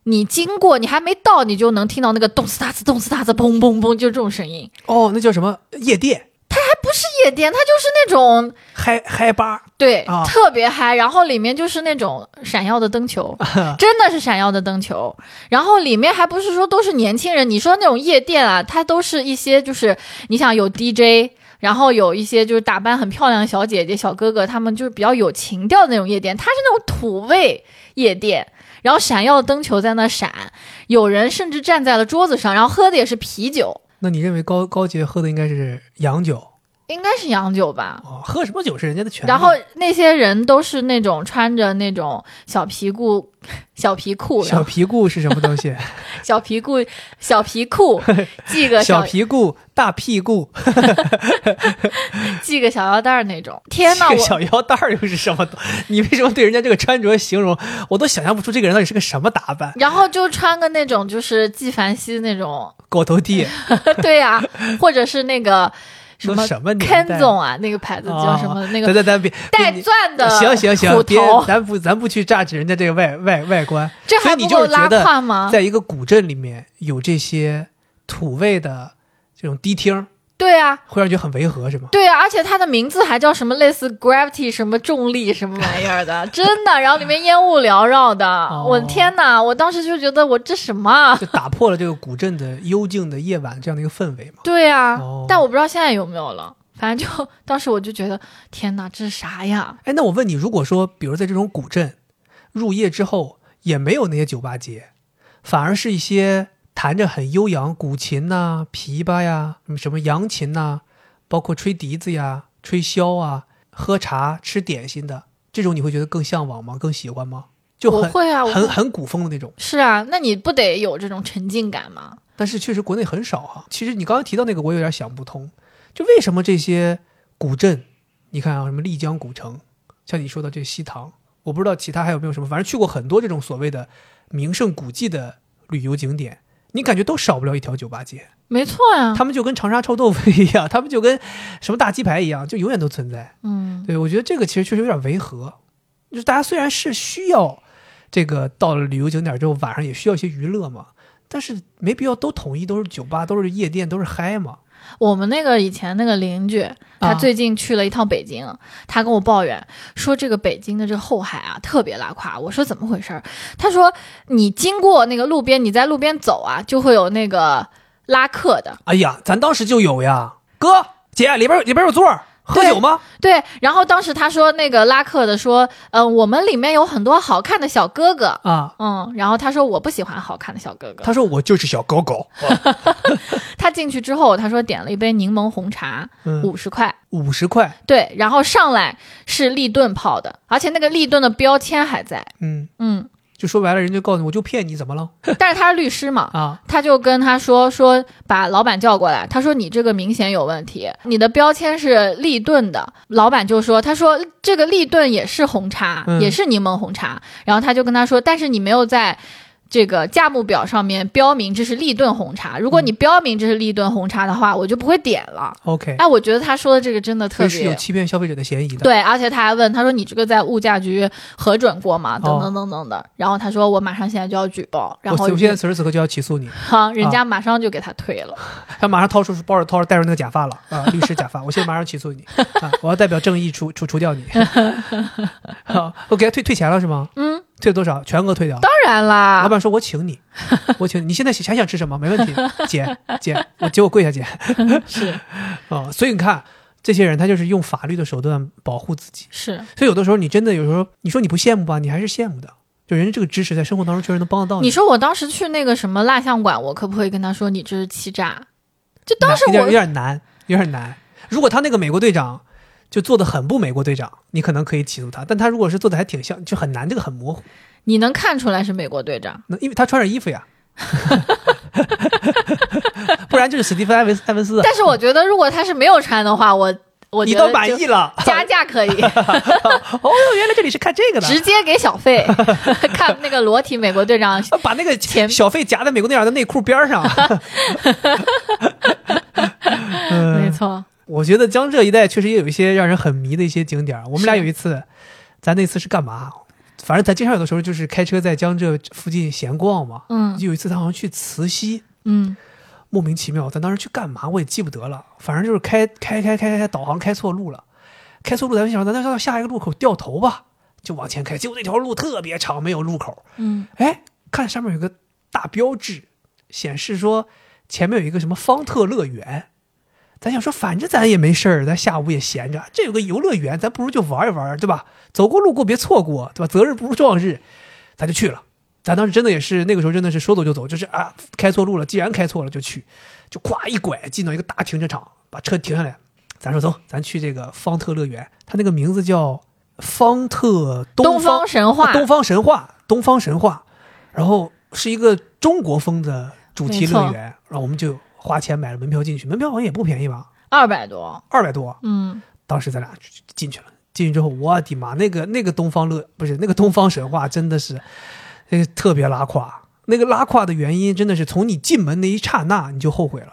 [SPEAKER 2] 你经过，你还没到，你就能听到那个咚哧哒哧咚哧哒哧砰砰砰，就这种声音。
[SPEAKER 1] 哦，那叫什么夜店
[SPEAKER 2] 夜店它就是那种
[SPEAKER 1] 嗨嗨吧？
[SPEAKER 2] 对、
[SPEAKER 1] 啊
[SPEAKER 2] 特别嗨，然后里面就是那种闪耀的灯球，真的是闪耀的灯球。然后里面还不是说都是年轻人，你说那种夜店啊，它都是一些就是你想有 DJ。然后有一些就是打扮很漂亮的小姐姐、小哥哥，他们就是比较有情调的那种夜店，它是那种土味夜店，然后闪耀的灯球在那闪，有人甚至站在了桌子上，然后喝的也是啤酒，
[SPEAKER 1] 那你认为高高洁喝的应该是洋酒
[SPEAKER 2] 应该是洋酒吧，
[SPEAKER 1] 哦？喝什么酒是人家的权利。
[SPEAKER 2] 然后那些人都是那种穿着那种小皮裤、 小皮裤、然
[SPEAKER 1] 小
[SPEAKER 2] 后
[SPEAKER 1] 皮裤是什么东 西？
[SPEAKER 2] 小皮裤、小 皮裤，系个
[SPEAKER 1] 小
[SPEAKER 2] 小
[SPEAKER 1] 皮裤、大屁股、
[SPEAKER 2] 系个小腰带儿那 种。天呐，
[SPEAKER 1] 这个
[SPEAKER 2] 我
[SPEAKER 1] 小腰带儿又是什么东？你为什么对人家这个穿着形容，我都想象不出这个人到底是个什么打扮？
[SPEAKER 2] 然后就穿个那种就是纪梵希那种，
[SPEAKER 1] 狗头地，
[SPEAKER 2] 对呀、或者是那个什
[SPEAKER 1] 都
[SPEAKER 2] 么
[SPEAKER 1] 什么年代
[SPEAKER 2] Ken 总啊，那个牌子叫什么、
[SPEAKER 1] 啊
[SPEAKER 2] 那
[SPEAKER 1] 咱
[SPEAKER 2] 个
[SPEAKER 1] 咱咱别
[SPEAKER 2] 带
[SPEAKER 1] 别
[SPEAKER 2] 钻的
[SPEAKER 1] 行行行
[SPEAKER 2] 虎，
[SPEAKER 1] 别
[SPEAKER 2] 头，
[SPEAKER 1] 咱不咱不去榨取人家这个外外外观，
[SPEAKER 2] 这
[SPEAKER 1] 所以
[SPEAKER 2] 还
[SPEAKER 1] 你
[SPEAKER 2] 不
[SPEAKER 1] 就
[SPEAKER 2] 够
[SPEAKER 1] 是觉
[SPEAKER 2] 拉
[SPEAKER 1] 得
[SPEAKER 2] 胯吗？
[SPEAKER 1] 在一个古镇里面有这些土味的这种迪厅，
[SPEAKER 2] 对啊，
[SPEAKER 1] 会让你觉得很违和，是吗？
[SPEAKER 2] 对啊，而且它的名字还叫什么类似 gravity 什么重力什么玩意儿的， 真的。然后里面烟雾缭绕的，
[SPEAKER 1] 哦
[SPEAKER 2] 我的天哪！我当时就觉得我这什么啊？
[SPEAKER 1] 就打破了这个古镇的幽静的夜晚这样的一个氛围嘛。
[SPEAKER 2] 对啊，
[SPEAKER 1] 哦
[SPEAKER 2] 但我不知道现在有没有了。反正就当时我就觉得，天哪，这是啥呀？
[SPEAKER 1] 哎，那我问你，如果说，比如在这种古镇，入夜之后也没有那些酒吧街，反而是一些弹着很悠扬古琴呐、琵琶呀、嗯什么什么扬琴呐、包括吹笛子呀、吹箫啊、喝茶、吃点心的这种，你会觉得更向往吗？更喜欢吗？就
[SPEAKER 2] 我
[SPEAKER 1] 很
[SPEAKER 2] 会啊，我
[SPEAKER 1] 很
[SPEAKER 2] 会。
[SPEAKER 1] 很古风的那种，
[SPEAKER 2] 是啊，那你不得有这种沉浸感吗？
[SPEAKER 1] 但是确实国内很少哈、其实你刚刚提到那个，我有点想不通，就为什么这些古镇，你看啊，什么丽江古城，像你说的这西塘，我不知道其他还有没有什么，反正去过很多这种所谓的名胜古迹的旅游景点，你感觉都少不了一条酒吧街，
[SPEAKER 2] 没错呀、
[SPEAKER 1] 他们就跟长沙臭豆腐一样，他们就跟什么大鸡排一样，就永远都存在。
[SPEAKER 2] 嗯，
[SPEAKER 1] 对，我觉得这个其实确实有点违和。就是大家虽然是需要这个到了旅游景点之后晚上也需要一些娱乐嘛，但是没必要都统一都是酒吧、都是夜店、都是嗨嘛。啊
[SPEAKER 2] 我们那个以前那个邻居，他最近去了一趟北京，他跟我抱怨说这个北京的这个后海啊特别拉胯。我说怎么回事儿？他说你经过那个路边，你在路边走啊，就会有那个拉客的，
[SPEAKER 1] 哎呀，咱当时就有呀，哥姐里边有里边有座儿，喝
[SPEAKER 2] 对
[SPEAKER 1] 酒吗？
[SPEAKER 2] 对。然后当时他说那个拉客的说，嗯、我们里面有很多好看的小哥哥。
[SPEAKER 1] 啊，
[SPEAKER 2] 嗯，然后他说我不喜欢好看的小哥哥。
[SPEAKER 1] 他说我就是小狗狗，
[SPEAKER 2] 他进去之后，他说点了一杯柠檬红茶，
[SPEAKER 1] 嗯，
[SPEAKER 2] 五十块。
[SPEAKER 1] 五十块，
[SPEAKER 2] 对，然后上来是立顿泡的，而且那个立顿的标签还在。
[SPEAKER 1] 嗯，
[SPEAKER 2] 嗯，
[SPEAKER 1] 就说白了，人家告诉你我就骗你，怎么了？
[SPEAKER 2] 但是他是律师嘛，
[SPEAKER 1] 啊，
[SPEAKER 2] 他就跟他说说把老板叫过来，他说你这个明显有问题，你的标签是立顿的。老板就说，他说这个立顿也是红茶，
[SPEAKER 1] 嗯
[SPEAKER 2] 也是柠檬红茶。然后他就跟他说，但是你没有在。这个价目表上面标明这是立顿红茶，如果你标明这是立顿红茶的话，我就不会点了。
[SPEAKER 1] OK，
[SPEAKER 2] 哎，我觉得他说的这个真的
[SPEAKER 1] 嗯
[SPEAKER 2] 特
[SPEAKER 1] 这是有
[SPEAKER 2] 别。
[SPEAKER 1] 欺骗消费者的嫌疑的。
[SPEAKER 2] 对，而且他还问，他说你这个在物价局核准过
[SPEAKER 1] 哦
[SPEAKER 2] 吗？等等等等的。然后他说我马上现在就要举报，然
[SPEAKER 1] 我
[SPEAKER 2] 后
[SPEAKER 1] 我现在此时此刻就要起诉你，
[SPEAKER 2] 哈，啊人
[SPEAKER 1] 啊
[SPEAKER 2] 家马上就给他推了。
[SPEAKER 1] 他马上掏出包着掏着戴着那个假发了啊、律师假发，我现在马上起诉你啊！我要代表正义除除除掉你。好，我给他退退钱了是吗？
[SPEAKER 2] 嗯，
[SPEAKER 1] 退了多少？全额退掉。
[SPEAKER 2] 当然啦
[SPEAKER 1] 老，板说：“我请你，我请你。你现在想还想吃什么？没问题，姐姐，我姐我跪下，啊姐。
[SPEAKER 2] 是
[SPEAKER 1] 啊、所以你看，这些人他就是用法律的手段保护自己。
[SPEAKER 2] 是，
[SPEAKER 1] 所以有的时候你真的有时候你说你不羡慕吧，你还是羡慕的。就人家这个知识在生活当中确实能帮得到
[SPEAKER 2] 你说我当时去那个什么蜡像馆，我可不可以跟他说你这是欺诈？就当时
[SPEAKER 1] 有点有
[SPEAKER 2] 我
[SPEAKER 1] 点难，有点难。如果他那个美国队长就做的很不美国队长，你可能可以起诉他。但他如果是做的还挺像，就很难，这个很模糊。
[SPEAKER 2] 你能看出来是美国队长，
[SPEAKER 1] 那因为他穿着衣服呀， 不然就是史蒂芬艾文斯艾文斯啊。
[SPEAKER 2] 但是我觉得如果他是没有穿的话，我我
[SPEAKER 1] 你
[SPEAKER 2] 觉
[SPEAKER 1] 倒
[SPEAKER 2] 得
[SPEAKER 1] 满
[SPEAKER 2] 就
[SPEAKER 1] 意了，
[SPEAKER 2] 加价 可以
[SPEAKER 1] 哦，原来这里是看这个的。
[SPEAKER 2] 直接给小 费，看那个裸体美国队长
[SPEAKER 1] 啊把那个
[SPEAKER 2] 前
[SPEAKER 1] 小费夹在美国队长的内裤边儿 上，嗯
[SPEAKER 2] 没错，
[SPEAKER 1] 我觉得江浙一带确实也有一些让人很迷的一些景点儿。我们俩
[SPEAKER 2] 是
[SPEAKER 1] 有一次，咱那次是干嘛？反正咱经常有的时候就是开车在江浙附近闲逛嘛。
[SPEAKER 2] 嗯
[SPEAKER 1] 有一次他好像去慈溪，
[SPEAKER 2] 嗯，
[SPEAKER 1] 莫名其妙，咱当时去干嘛我也记不得了，反正就是开开开开开，导航开错路了，开错路，咱们想咱到下一个路口掉头吧，就往前开，结果那条路特别长，没有路口。
[SPEAKER 2] 嗯，
[SPEAKER 1] 哎，看上面有个大标志，显示说前面有一个什么方特乐园。咱想说，反正咱也没事儿，咱下午也闲着，这有个游乐园，咱不如就玩一玩，对吧？走过路过别错过，对吧？择日不如撞日，咱就去了。咱当时真的也是那个时候，真的是说走就走，就是啊，开错路了，既然开错了就去，就咵一拐进到一个大停车场，把车停下来。咱说走，咱去这个方特乐园，它那个名字叫方特
[SPEAKER 2] 东
[SPEAKER 1] 方
[SPEAKER 2] 方神话，
[SPEAKER 1] 啊东方神话，东方神话，然后是一个中国风的主题乐园，然后我们就花钱买了门票进去，门票好像也不便宜吧，
[SPEAKER 2] 二百多，
[SPEAKER 1] 二百多，
[SPEAKER 2] 嗯，
[SPEAKER 1] 当时咱俩就进去了，进去之后，我的妈，那个那个东方乐不是那个东方神话，真的是，那个特别拉胯。那个拉胯的原因真的是从你进门那一刹那你就后悔了，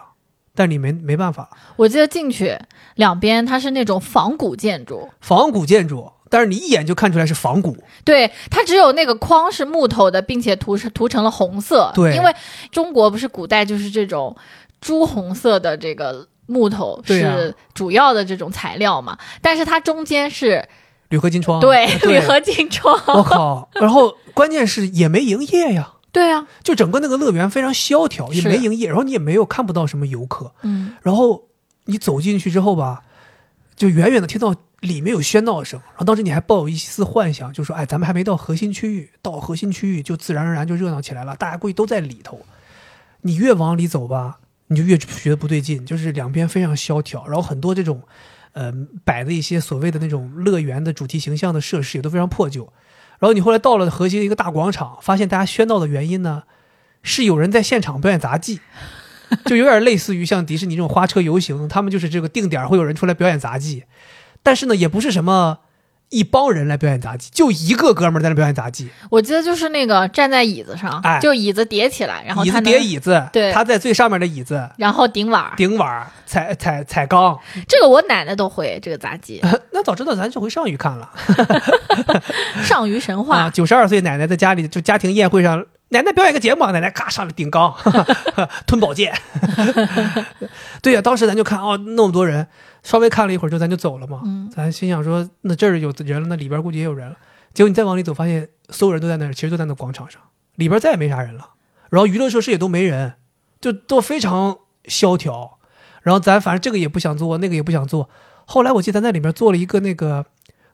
[SPEAKER 1] 但你没没办法了，
[SPEAKER 2] 我记得进去两边它是那种仿古建筑，
[SPEAKER 1] 仿古建筑，但是你一眼就看出来是仿古，
[SPEAKER 2] 对，它只有那个框是木头的，并且涂成涂成了红色。
[SPEAKER 1] 对
[SPEAKER 2] 因为中国不是古代就是这种朱红色的这个木头
[SPEAKER 1] 对啊
[SPEAKER 2] 是主要的这种材料嘛，但是它中间是
[SPEAKER 1] 铝合金窗，
[SPEAKER 2] 对
[SPEAKER 1] 哦对
[SPEAKER 2] 铝合 金窗，
[SPEAKER 1] 我靠，然后关键是也没营业呀。
[SPEAKER 2] 对啊，
[SPEAKER 1] 就整个那个乐园非常萧条，也
[SPEAKER 2] 是
[SPEAKER 1] 没营业，然后你也没有看不到什么游客，
[SPEAKER 2] 嗯，
[SPEAKER 1] 然后你走进去之后吧，就远远的听到里面有喧闹声，然后当时你还抱有一丝幻想，就说哎，咱们还没到核心区域，到核心区域就自然而然就热闹起来了，大家估计都在里头。你越往里走吧，你就越觉得不对劲，就是两边非常萧条，然后很多这种，呃，摆的一些所谓的那种乐园的主题形象的设施也都非常破旧。然后你后来到了核心的一个大广场，发现大家喧闹的原因呢，是有人在现场表演杂技，就有点类似于像迪士尼这种花车游行，他们就是这个定点会有人出来表演杂技，但是呢，也不是什么一帮人来表演杂技，就一个哥们儿在那表演杂技，
[SPEAKER 2] 我记得就是那个站在椅子上，
[SPEAKER 1] 哎
[SPEAKER 2] 就椅子叠起来，然后
[SPEAKER 1] 椅
[SPEAKER 2] 它
[SPEAKER 1] 子
[SPEAKER 2] 能
[SPEAKER 1] 叠，椅子，
[SPEAKER 2] 对
[SPEAKER 1] 他在最上面的椅子
[SPEAKER 2] 然后顶碗儿，
[SPEAKER 1] 顶碗儿踩踩踩缸，
[SPEAKER 2] 这个我奶奶都会这个 杂技，
[SPEAKER 1] 那早知道咱就回上虞看了。
[SPEAKER 2] 上虞神
[SPEAKER 1] 啊，
[SPEAKER 2] 话，
[SPEAKER 1] 九十二岁奶奶在家里就家庭宴会上，奶奶表演个节目，奶奶咔上来顶缸， 吞宝剑。 对呀、当时咱就看哦，那么多人，稍微看了一会儿之后咱就走了嘛。
[SPEAKER 2] 嗯
[SPEAKER 1] 咱心想说，那这儿有人了，那里边估计也有人了。结果你再往里走，发现所有人都在那儿，其实都在那广场上，里边再也没啥人了。然后娱乐设施也都没人，就都非常萧条。然后咱反正这个也不想做，那个也不想做。后来我记得咱在里面做了一个那个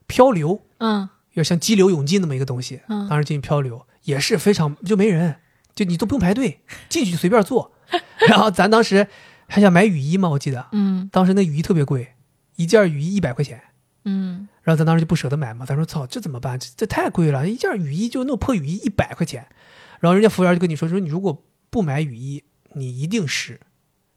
[SPEAKER 1] 漂流，
[SPEAKER 2] 嗯
[SPEAKER 1] 有点像激流勇进那么一个东西。
[SPEAKER 2] 嗯
[SPEAKER 1] 当时进去漂流也是非常就没人，就你都不用排队，进去就随便坐。 然后咱当时还想买雨衣嘛，我记得
[SPEAKER 2] 嗯
[SPEAKER 1] 当时那雨衣特别贵，一件雨衣一百块钱。
[SPEAKER 2] 嗯，
[SPEAKER 1] 然后咱当时就不舍得买嘛，咱说操，这怎么办？这这太贵了，一件雨衣就那种破雨衣一百块钱。然后人家服务员就跟你说，说你如果不买雨衣，你一定湿，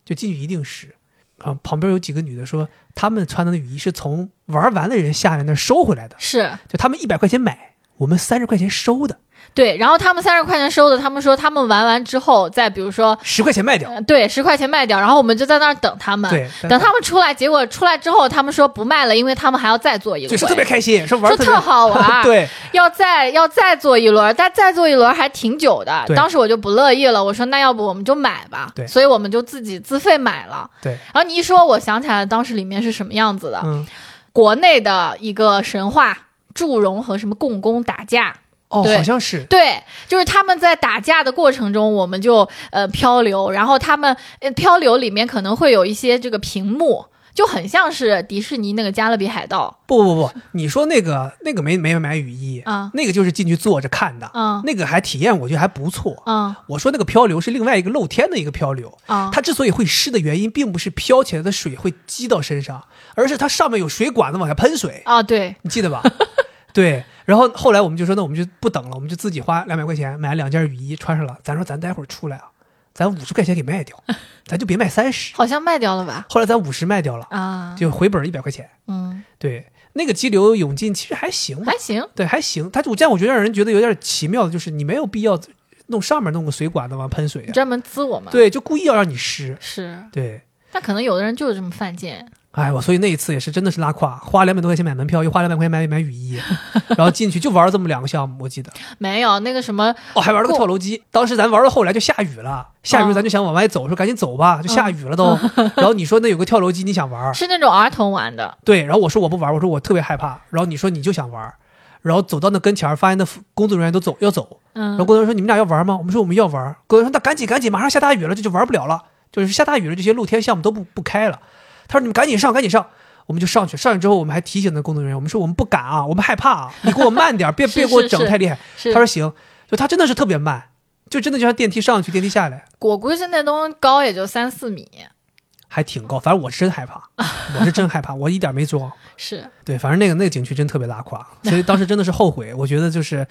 [SPEAKER 1] 就进去一定湿。啊，旁边有几个女的说，她们穿的那雨衣是从玩完的人下来那儿收回来的。
[SPEAKER 2] 是
[SPEAKER 1] 就他们一百块钱买，我们三十块钱收的，
[SPEAKER 2] 对，然后他们三十块钱收的，他们说他们玩完之后，再比如说，
[SPEAKER 1] 十块钱卖 掉。
[SPEAKER 2] 呃对，十块钱卖掉，然后我们就在那儿等他们，
[SPEAKER 1] 对，
[SPEAKER 2] 嗯等他们出来，结果出来之后，他们说不卖了，因为他们还要再做一轮，
[SPEAKER 1] 对说特别开心，说玩
[SPEAKER 2] 说
[SPEAKER 1] 儿特
[SPEAKER 2] 特
[SPEAKER 1] 别
[SPEAKER 2] 好玩儿，
[SPEAKER 1] 对，
[SPEAKER 2] 要再要再做一轮，但再做一轮还挺久的。
[SPEAKER 1] 对
[SPEAKER 2] 当时我就不乐意了，我说那要不我们就买吧。
[SPEAKER 1] 对
[SPEAKER 2] 所以我们就自己自费买了。
[SPEAKER 1] 对，
[SPEAKER 2] 然后你一说，我想起来当时里面是什么样子的。
[SPEAKER 1] 嗯，
[SPEAKER 2] 国内的一个神话，祝融和什么共工打架。
[SPEAKER 1] 哦，
[SPEAKER 2] 对
[SPEAKER 1] 好像是，
[SPEAKER 2] 对，就是他们在打架的过程中，我们就呃漂流，然后他们、呃、漂流里面可能会有一些这个屏幕，就很像是迪士尼那个《加勒比海盗
[SPEAKER 1] 不不不，你说那个那个没没买雨衣》，
[SPEAKER 2] 啊
[SPEAKER 1] 那个就是进去坐着看的，
[SPEAKER 2] 啊
[SPEAKER 1] 那个还体验我觉得还不错。
[SPEAKER 2] 啊
[SPEAKER 1] 我说那个漂流是另外一个露天的一个漂流，
[SPEAKER 2] 啊！
[SPEAKER 1] 它之所以会湿的原因，并不是飘起来的水会激到身上，而是它上面有水管子往下喷水，
[SPEAKER 2] 啊，对，
[SPEAKER 1] 你记得吧？ 对。然后后来我们就说，那我们就不等了，我们就自己花两百块钱买了两件雨衣穿上了。咱说咱待会儿出来啊，咱五十块钱给卖掉，咱就别卖三十。
[SPEAKER 2] 好像卖掉了吧？
[SPEAKER 1] 后来咱五十卖掉了，
[SPEAKER 2] 啊，
[SPEAKER 1] 就回本一百块钱。
[SPEAKER 2] 嗯，
[SPEAKER 1] 对，那个激流勇进其实还行吧
[SPEAKER 2] 还，行。
[SPEAKER 1] 对，还行。它我这样我觉得让人觉得有点奇妙的，就是你没有必要弄上面弄个水管子往喷水
[SPEAKER 2] 你
[SPEAKER 1] 啊，
[SPEAKER 2] 专门滋我们，
[SPEAKER 1] 对，就故意要让你湿。
[SPEAKER 2] 是，
[SPEAKER 1] 对，
[SPEAKER 2] 但可能有的人就是这么犯贱，
[SPEAKER 1] 哎，我所以那一次也是真的是拉胯，花两百多块钱买门票，又花两百块钱买买雨衣，然后进去就玩了这么两个项目，我记得。
[SPEAKER 2] 没有那个什么，
[SPEAKER 1] 哦，还玩了个
[SPEAKER 2] 过啊
[SPEAKER 1] 跳楼机。当时咱玩到后来就下雨了，下雨咱就想往外走，说赶紧走吧，就下雨了 都。然后你说那有个跳楼机，你想玩？
[SPEAKER 2] 是那种儿童玩的，
[SPEAKER 1] 对，然后我说我不玩，我说我特别害怕。然后你说你就想玩，然后走到那跟前儿，发现那服工作人员都走要走，
[SPEAKER 2] 嗯
[SPEAKER 1] 然后工作人员说你们俩要玩吗？我们说我们要玩。工作人员说那赶紧赶紧，马上下大雨了，这就玩不了了，就是下大雨了，这些露天项目都不不开了。他说你们赶紧上，赶紧上。我们就上去，上去之后我们还提醒那工作人员，我们说我们不敢啊，我们害怕啊，你给我慢点儿，别
[SPEAKER 2] 是
[SPEAKER 1] 别给我
[SPEAKER 2] 是
[SPEAKER 1] 整
[SPEAKER 2] 是
[SPEAKER 1] 太厉害。
[SPEAKER 2] 是
[SPEAKER 1] 他说行，就他真的是特别慢，就真的就像电梯上去，电梯下来，
[SPEAKER 2] 我估计那东西高也就三四米，
[SPEAKER 1] 还挺高。反正我是真害 怕，我是真害怕，我一点没装。
[SPEAKER 2] 是
[SPEAKER 1] 对，反正那个那个景区真特别拉 胯，所以当时真的是后悔。我觉得就是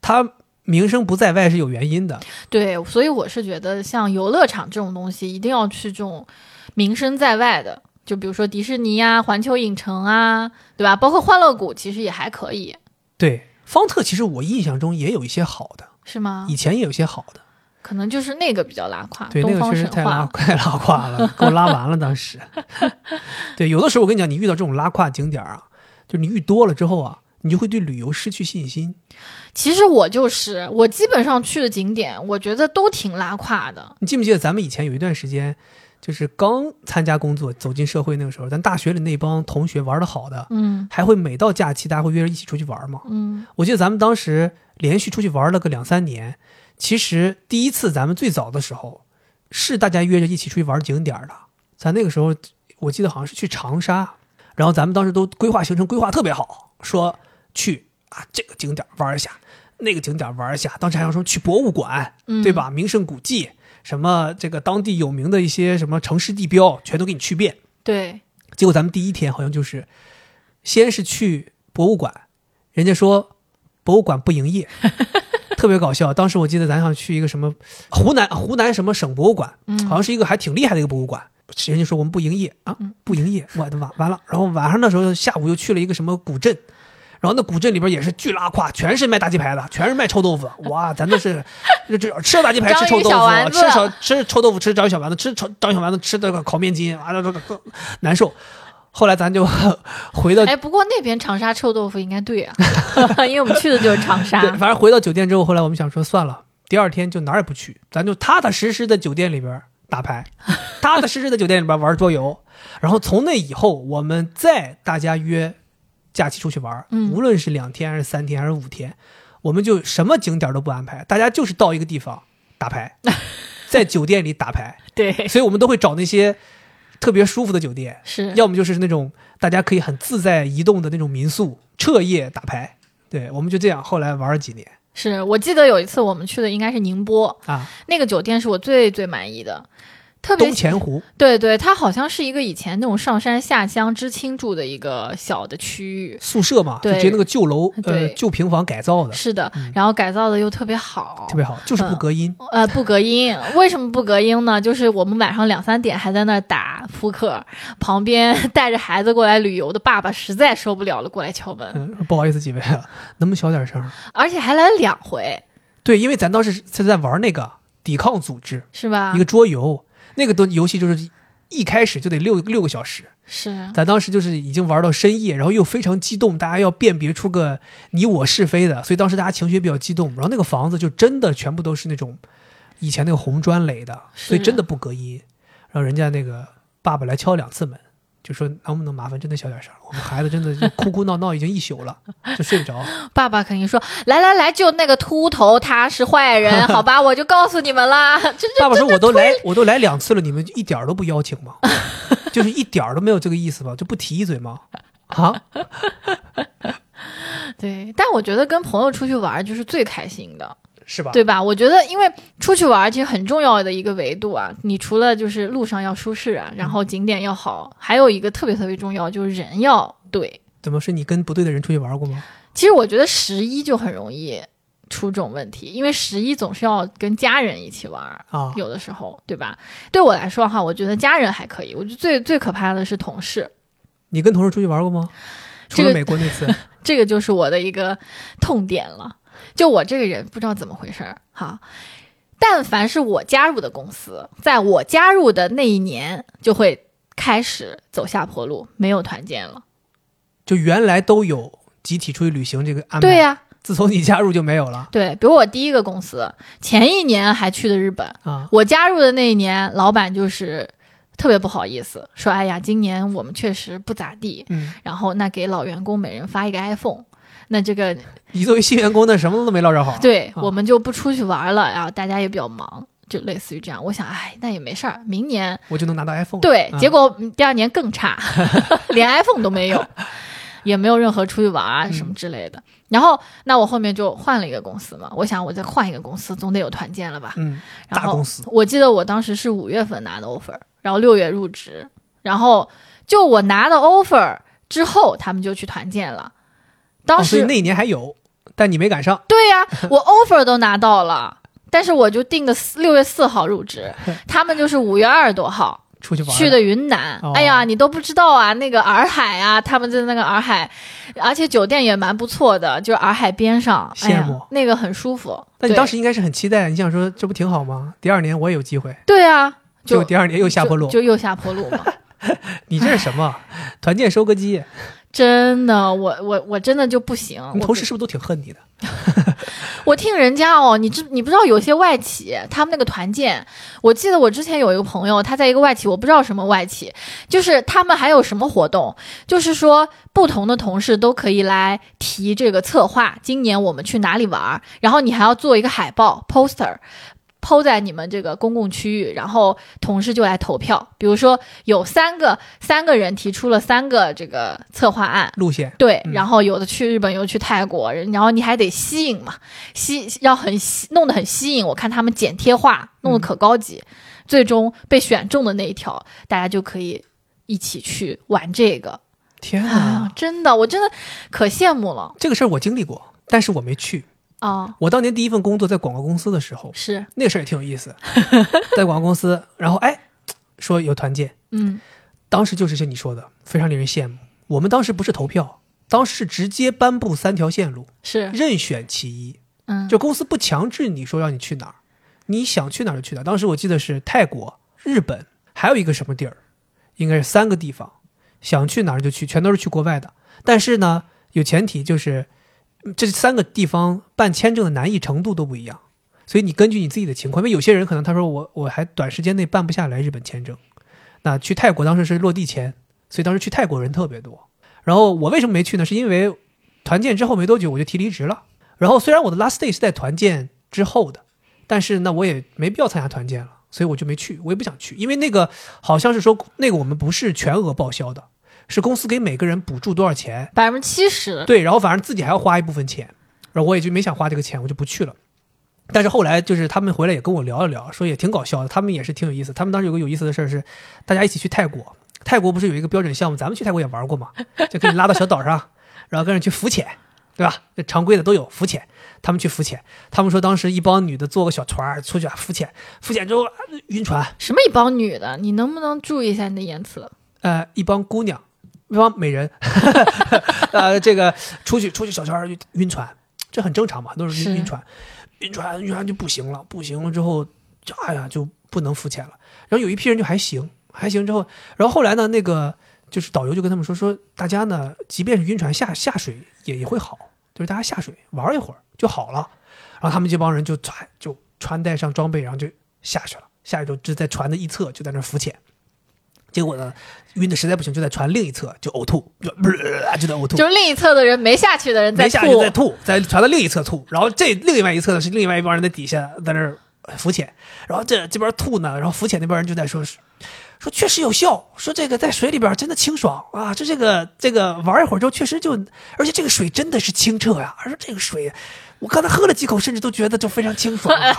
[SPEAKER 1] 他名声不在外是有原因的。
[SPEAKER 2] 对，所以我是觉得像游乐场这种东西，一定要去这种名声在外的，就比如说迪士尼啊、环球影城啊，对吧？包括欢乐谷其实也还可以，
[SPEAKER 1] 对，方特其实我印象中也有一些好的，
[SPEAKER 2] 是吗
[SPEAKER 1] 以？前也有一些好的。
[SPEAKER 2] 可能就是那个比较拉胯，
[SPEAKER 1] 对，那
[SPEAKER 2] 啊东
[SPEAKER 1] 个
[SPEAKER 2] 方
[SPEAKER 1] 确实
[SPEAKER 2] 神
[SPEAKER 1] 太拉
[SPEAKER 2] 话，
[SPEAKER 1] 太 拉胯了，给我拉完了。当 时，对，有的时候我跟你讲，你遇到这种拉胯景点儿啊，就是你遇多了之后啊，你就会对旅游失去信心。
[SPEAKER 2] 其实我就是我基本上去的景点，我觉得都挺拉胯的。
[SPEAKER 1] 你记不记得咱们以前有一段时间，就是刚参加工作走进社会那个时候，咱大学里那帮同学玩的好的，
[SPEAKER 2] 嗯
[SPEAKER 1] 还会每到假期大家会约着一起出去玩嘛。
[SPEAKER 2] 嗯
[SPEAKER 1] 我记得咱们当时连续出去玩了个两三年。其实第一次咱们最早的时候，是大家约着一起出去玩景点儿的。咱那个时候我记得好像是去长沙，然后咱们当时都规划行程规划特别好，说去啊这个景点儿玩一下，那个景点儿玩一下。当时还要说去博物馆，
[SPEAKER 2] 嗯，
[SPEAKER 1] 对？吧？名胜古迹，什么这个当地有名的一些什么城市地标，全都给你去遍。
[SPEAKER 2] 对，
[SPEAKER 1] 结果咱们第一天好像就是，先是去博物馆，人家说博物馆不营 业，特别搞笑。当时我记得咱想去一个什么湖南湖南什么省博物馆，
[SPEAKER 2] 嗯
[SPEAKER 1] 好像是一个还挺厉害的一个博物馆。人家说我们不营业啊，
[SPEAKER 2] 嗯
[SPEAKER 1] 不营业，我的妈，完了。然后晚上的时候，下午又去了一个什么古镇，然后那古镇里边也是巨拉胯，全是卖大鸡排的，全是卖臭豆腐。哇，咱都 是这这吃大鸡排吃臭豆
[SPEAKER 2] 章鱼小
[SPEAKER 1] 腐，啊
[SPEAKER 2] 丸子
[SPEAKER 1] 吃小吃臭豆腐吃章鱼小丸子，吃臭章鱼小丸子吃那个烤面筋，完了这个难受。后来咱就 回到
[SPEAKER 2] 哎，不过那边长沙臭豆腐应该对啊， 因为我们去的就是长
[SPEAKER 1] 对，
[SPEAKER 2] 沙。
[SPEAKER 1] 反正回到酒店之后，后来我们想说算了，第二天就哪儿也不去，咱就踏踏实实在酒店里边打牌，踏踏实实在酒店里边玩桌游。然后从那以后，我们再大家约假期出去玩，
[SPEAKER 2] 嗯
[SPEAKER 1] 无论是两天还是三天还是五天，我们就什么景点都不安排，大家就是到一个地方打 牌，在酒店里打牌。
[SPEAKER 2] 对，
[SPEAKER 1] 所以我们都会找那些特别舒服的酒店，
[SPEAKER 2] 是
[SPEAKER 1] 要么就是那种大家可以很自在移动的那种民宿，彻夜打牌。对，我们就这样，后来玩了几年
[SPEAKER 2] 是。我记得有一次我们去的应该是宁波，
[SPEAKER 1] 啊，
[SPEAKER 2] 那个酒店是我最最满意的，特别
[SPEAKER 1] 东钱湖
[SPEAKER 2] 对对，它好像是一个以前那种上山下乡知青住的一个小的区域。
[SPEAKER 1] 宿舍嘛，就
[SPEAKER 2] 对
[SPEAKER 1] 直接那个旧楼，呃，
[SPEAKER 2] 对
[SPEAKER 1] 旧平房改造的，
[SPEAKER 2] 是的，然后改造的又特别好，
[SPEAKER 1] 嗯特别好，就是不隔音。
[SPEAKER 2] 呃，不隔音。为什么不隔音呢？就是我们晚上两三点还在那儿打扑克，旁边 带着孩子过来旅游的爸爸实
[SPEAKER 1] 嗯
[SPEAKER 2] 在受不了了，过来敲门，
[SPEAKER 1] 嗯，不好意思，几位啊，能不能小点声？
[SPEAKER 2] 而且还来了两回。
[SPEAKER 1] 对，因为咱当时是在玩那个抵抗组织
[SPEAKER 2] 是吧
[SPEAKER 1] 一？个桌游，那个都游戏就是一开始就得六六个小时，
[SPEAKER 2] 是，
[SPEAKER 1] 咱当时就是已经玩到深夜，然后又非常激动，大家要辨别出个你我是非的，所以当时大家情绪比较激动。然后那个房子就真的全部都是那种以前那个红砖垒的，
[SPEAKER 2] 是
[SPEAKER 1] 所以真的不隔音。然后人家那个爸爸来敲两次门，就说能不能麻烦真的小点声，我们孩子真的就哭哭闹闹已经一宿 了，就睡不着。
[SPEAKER 2] 爸爸肯定说，来来来，就那个秃头他是坏 人，好吧，我就告诉你们啦， 这
[SPEAKER 1] 爸爸说我都来我都来两次了，你们一点儿都不邀请 吗？就是一点儿都没有这个意思吗？就不提一嘴吗？啊，
[SPEAKER 2] 对，但我觉得跟朋友出去玩儿就是最开心的，
[SPEAKER 1] 是吧？
[SPEAKER 2] 对吧？我觉得，因为出去玩儿其实很重要的一个维度啊，你除了就是路上要舒适啊，然后景点要好，还有一个特别特别重要就是人要对。
[SPEAKER 1] 怎么是你跟不对的人出去玩过吗？
[SPEAKER 2] 其实我觉得十一就很容易出这种问题，因为十一总是要跟家人一起玩儿，
[SPEAKER 1] 啊，
[SPEAKER 2] 有的时候，对吧？对我来说哈，我觉得家人还可以，我觉得最最可怕的是同事。
[SPEAKER 1] 你跟同事出去玩过吗？除
[SPEAKER 2] 这
[SPEAKER 1] 了
[SPEAKER 2] 个
[SPEAKER 1] 美国那次，
[SPEAKER 2] 这个就是我的一个痛点了。就我这个人不知道怎么回事儿哈，但凡是我加入的公司，在我加入的那一年就会开始走下坡路，没有团建了。
[SPEAKER 1] 就原来都有集体出去旅行这个安排，
[SPEAKER 2] 对啊呀、
[SPEAKER 1] 自从你加入就没有了
[SPEAKER 2] 对，比如我第一个公司，前一年还去的日本，
[SPEAKER 1] 啊。
[SPEAKER 2] 我加入的那一年，老板就是特别不好意思，说哎呀，今年我们确实不咋地，
[SPEAKER 1] 嗯，
[SPEAKER 2] 然后那给老员工每人发一个 iPhone，那这个
[SPEAKER 1] 你作为新员工，那什么都没捞着好。
[SPEAKER 2] 对、
[SPEAKER 1] 啊
[SPEAKER 2] 我们就不出去玩了，然后大家也比较忙，就类似于这样。我想，哎，那也没事儿，明年
[SPEAKER 1] 我就能拿到 iPhone。
[SPEAKER 2] 对
[SPEAKER 1] 啊，
[SPEAKER 2] 结果嗯第二年更 差，连 iPhone 都没有，也没有任何出去玩啊
[SPEAKER 1] 嗯
[SPEAKER 2] 什么之类的。然后，那我后面就换了一个公司嘛，我想我再换一个公司，总得有团建了吧？
[SPEAKER 1] 嗯，
[SPEAKER 2] 然
[SPEAKER 1] 大
[SPEAKER 2] 后
[SPEAKER 1] 公司
[SPEAKER 2] 我记得我当时是五月份拿的 offer，然后六月入职，然后就我拿到 offer 之后，他们就去团建了。当
[SPEAKER 1] 哦所
[SPEAKER 2] 时、
[SPEAKER 1] 以那一年还有，但你没赶上。
[SPEAKER 2] 对呀、我 offer 都拿到了，但是我就定的六月四号 入职，他们就是五月二十多号
[SPEAKER 1] 出去玩
[SPEAKER 2] 去的云南。
[SPEAKER 1] 哦
[SPEAKER 2] 哎呀，你都不知道啊，那个洱海啊，他们在那个洱海，而且酒店也蛮不错的，就是洱海边上，哎呀
[SPEAKER 1] 羡慕
[SPEAKER 2] 那个很舒服。
[SPEAKER 1] 那你
[SPEAKER 2] 对
[SPEAKER 1] 当时应该是很期待，你想说这不挺好吗？第二年我也有机会，
[SPEAKER 2] 对啊，
[SPEAKER 1] 结
[SPEAKER 2] 就
[SPEAKER 1] 果第二年又下坡路
[SPEAKER 2] 就，。就又下坡路嘛。
[SPEAKER 1] 你这是什 么？团建收割机？
[SPEAKER 2] 真的，我我我真的就不行。
[SPEAKER 1] 你
[SPEAKER 2] 我
[SPEAKER 1] 们同事是不是都挺恨你的？
[SPEAKER 2] 我听人家哦，你知你不知道有些外企他们那个团建，我记得我之前有一个朋友，他在一个外企，我不知道什么外企，就是他们还有什么活动，就是说不同的同事都可以来提这个策划，今年我们去哪里玩儿，然后你还要做一个海报 poster。抛在你们这个公共区域，然后同事就来投票。比如说，有三个三个人提出了三个这个策划案，
[SPEAKER 1] 路线
[SPEAKER 2] 对，
[SPEAKER 1] 嗯
[SPEAKER 2] 然后有的去日本，有的去泰国，人然后你还得吸引嘛，吸要很吸，弄得很吸引。我看他们剪贴画弄得
[SPEAKER 1] 嗯
[SPEAKER 2] 可高级，最终被选中的那一条，大家就可以一起去玩这个
[SPEAKER 1] 天
[SPEAKER 2] 啊
[SPEAKER 1] 哪！！
[SPEAKER 2] 真的，我真的可羡慕了
[SPEAKER 1] 这个事儿我经历过，但是我没去。
[SPEAKER 2] 啊！
[SPEAKER 1] 我当年第一份工作在广告公司的时候，
[SPEAKER 2] 是，
[SPEAKER 1] 那事儿也挺有意思，在广告公司，然后哎，说有团建，
[SPEAKER 2] 嗯，
[SPEAKER 1] 当时就是像你说的，非常令人羡慕。我们当时不是投票，当时是直接颁布三条线路，
[SPEAKER 2] 是，
[SPEAKER 1] 任选其一，
[SPEAKER 2] 嗯，
[SPEAKER 1] 就公司不强制你说让你去哪儿，你想去哪儿就去哪儿。当时我记得是泰国、日本，还有一个什么地儿，应该是三个地方，想去哪儿就去，全都是去国外的。但是呢，有前提就是嗯这三个地方办签证的难易程度都不一样，所以你根据你自己的情况，因为有些人可能他说我我还短时间内办不下来日本签证，那去泰国当时是落地签，所以当时去泰国人特别多。然后我为什么没去呢？是因为团建之后没多久我就提离职了。然后虽然我的 last day 是在团建之后的，但是呢，我也没必要参加团建了，所以我就没去，我也不想去，因为那个好像是说那个我们不是全额报销的，是公司给每个人补助多少钱，
[SPEAKER 2] 百分之七十，
[SPEAKER 1] 对，然后反正自己还要花一部分钱，然后我也就没想花这个钱，我就不去了。但是后来就是他们回来也跟我聊了聊，说也挺搞笑的，他们也是挺有意思。他们当时有个有意思的事儿是，大家一起去泰国，泰国不是有一个标准项目，咱们去泰国也玩过嘛，就给你拉到小岛上，然后跟人去浮潜，对吧？这常规的都有浮潜，他们去浮潜，他们说当时一帮女的坐个小船儿出去啊浮潜，浮潜之后啊晕船，
[SPEAKER 2] 什么一帮女的，你能不能注意一下你的言辞？
[SPEAKER 1] 呃，一帮姑娘，一帮美人， 呃，这个出去出去小圈儿晕船，这很正常嘛，都是
[SPEAKER 2] 是
[SPEAKER 1] 晕晕船，晕船，晕船就不行了，不行了之后，就哎呀就不能浮潜了。然后有一批人就还行，还行之后，然后后来呢，那个就是导游就跟他们说说，大家呢，即便是晕船下下水也也会好，就是大家下水玩一会儿就好了。然后他们这帮人就穿就穿戴上装备，然后就下去了，下去之后就在船的一侧就在那儿浮潜。结果呢，晕的实在不行，就在船另一侧就呕吐，就、呃、就在呕吐，
[SPEAKER 2] 就是另一侧的人没下去的人在
[SPEAKER 1] 没下去
[SPEAKER 2] 吐
[SPEAKER 1] 在，吐，在船的另一侧吐，然后这另外一侧呢是另外一帮人在底下在那儿浮潜，然后这这边吐呢，然后浮潜那边人就在说，说确实有效，说这个在水里边真的清爽啊，就这个这个玩一会儿之后确实就，而且这个水真的是清澈呀、而且这个水。我刚才喝了几口，甚至都觉得就非常清爽、 啊，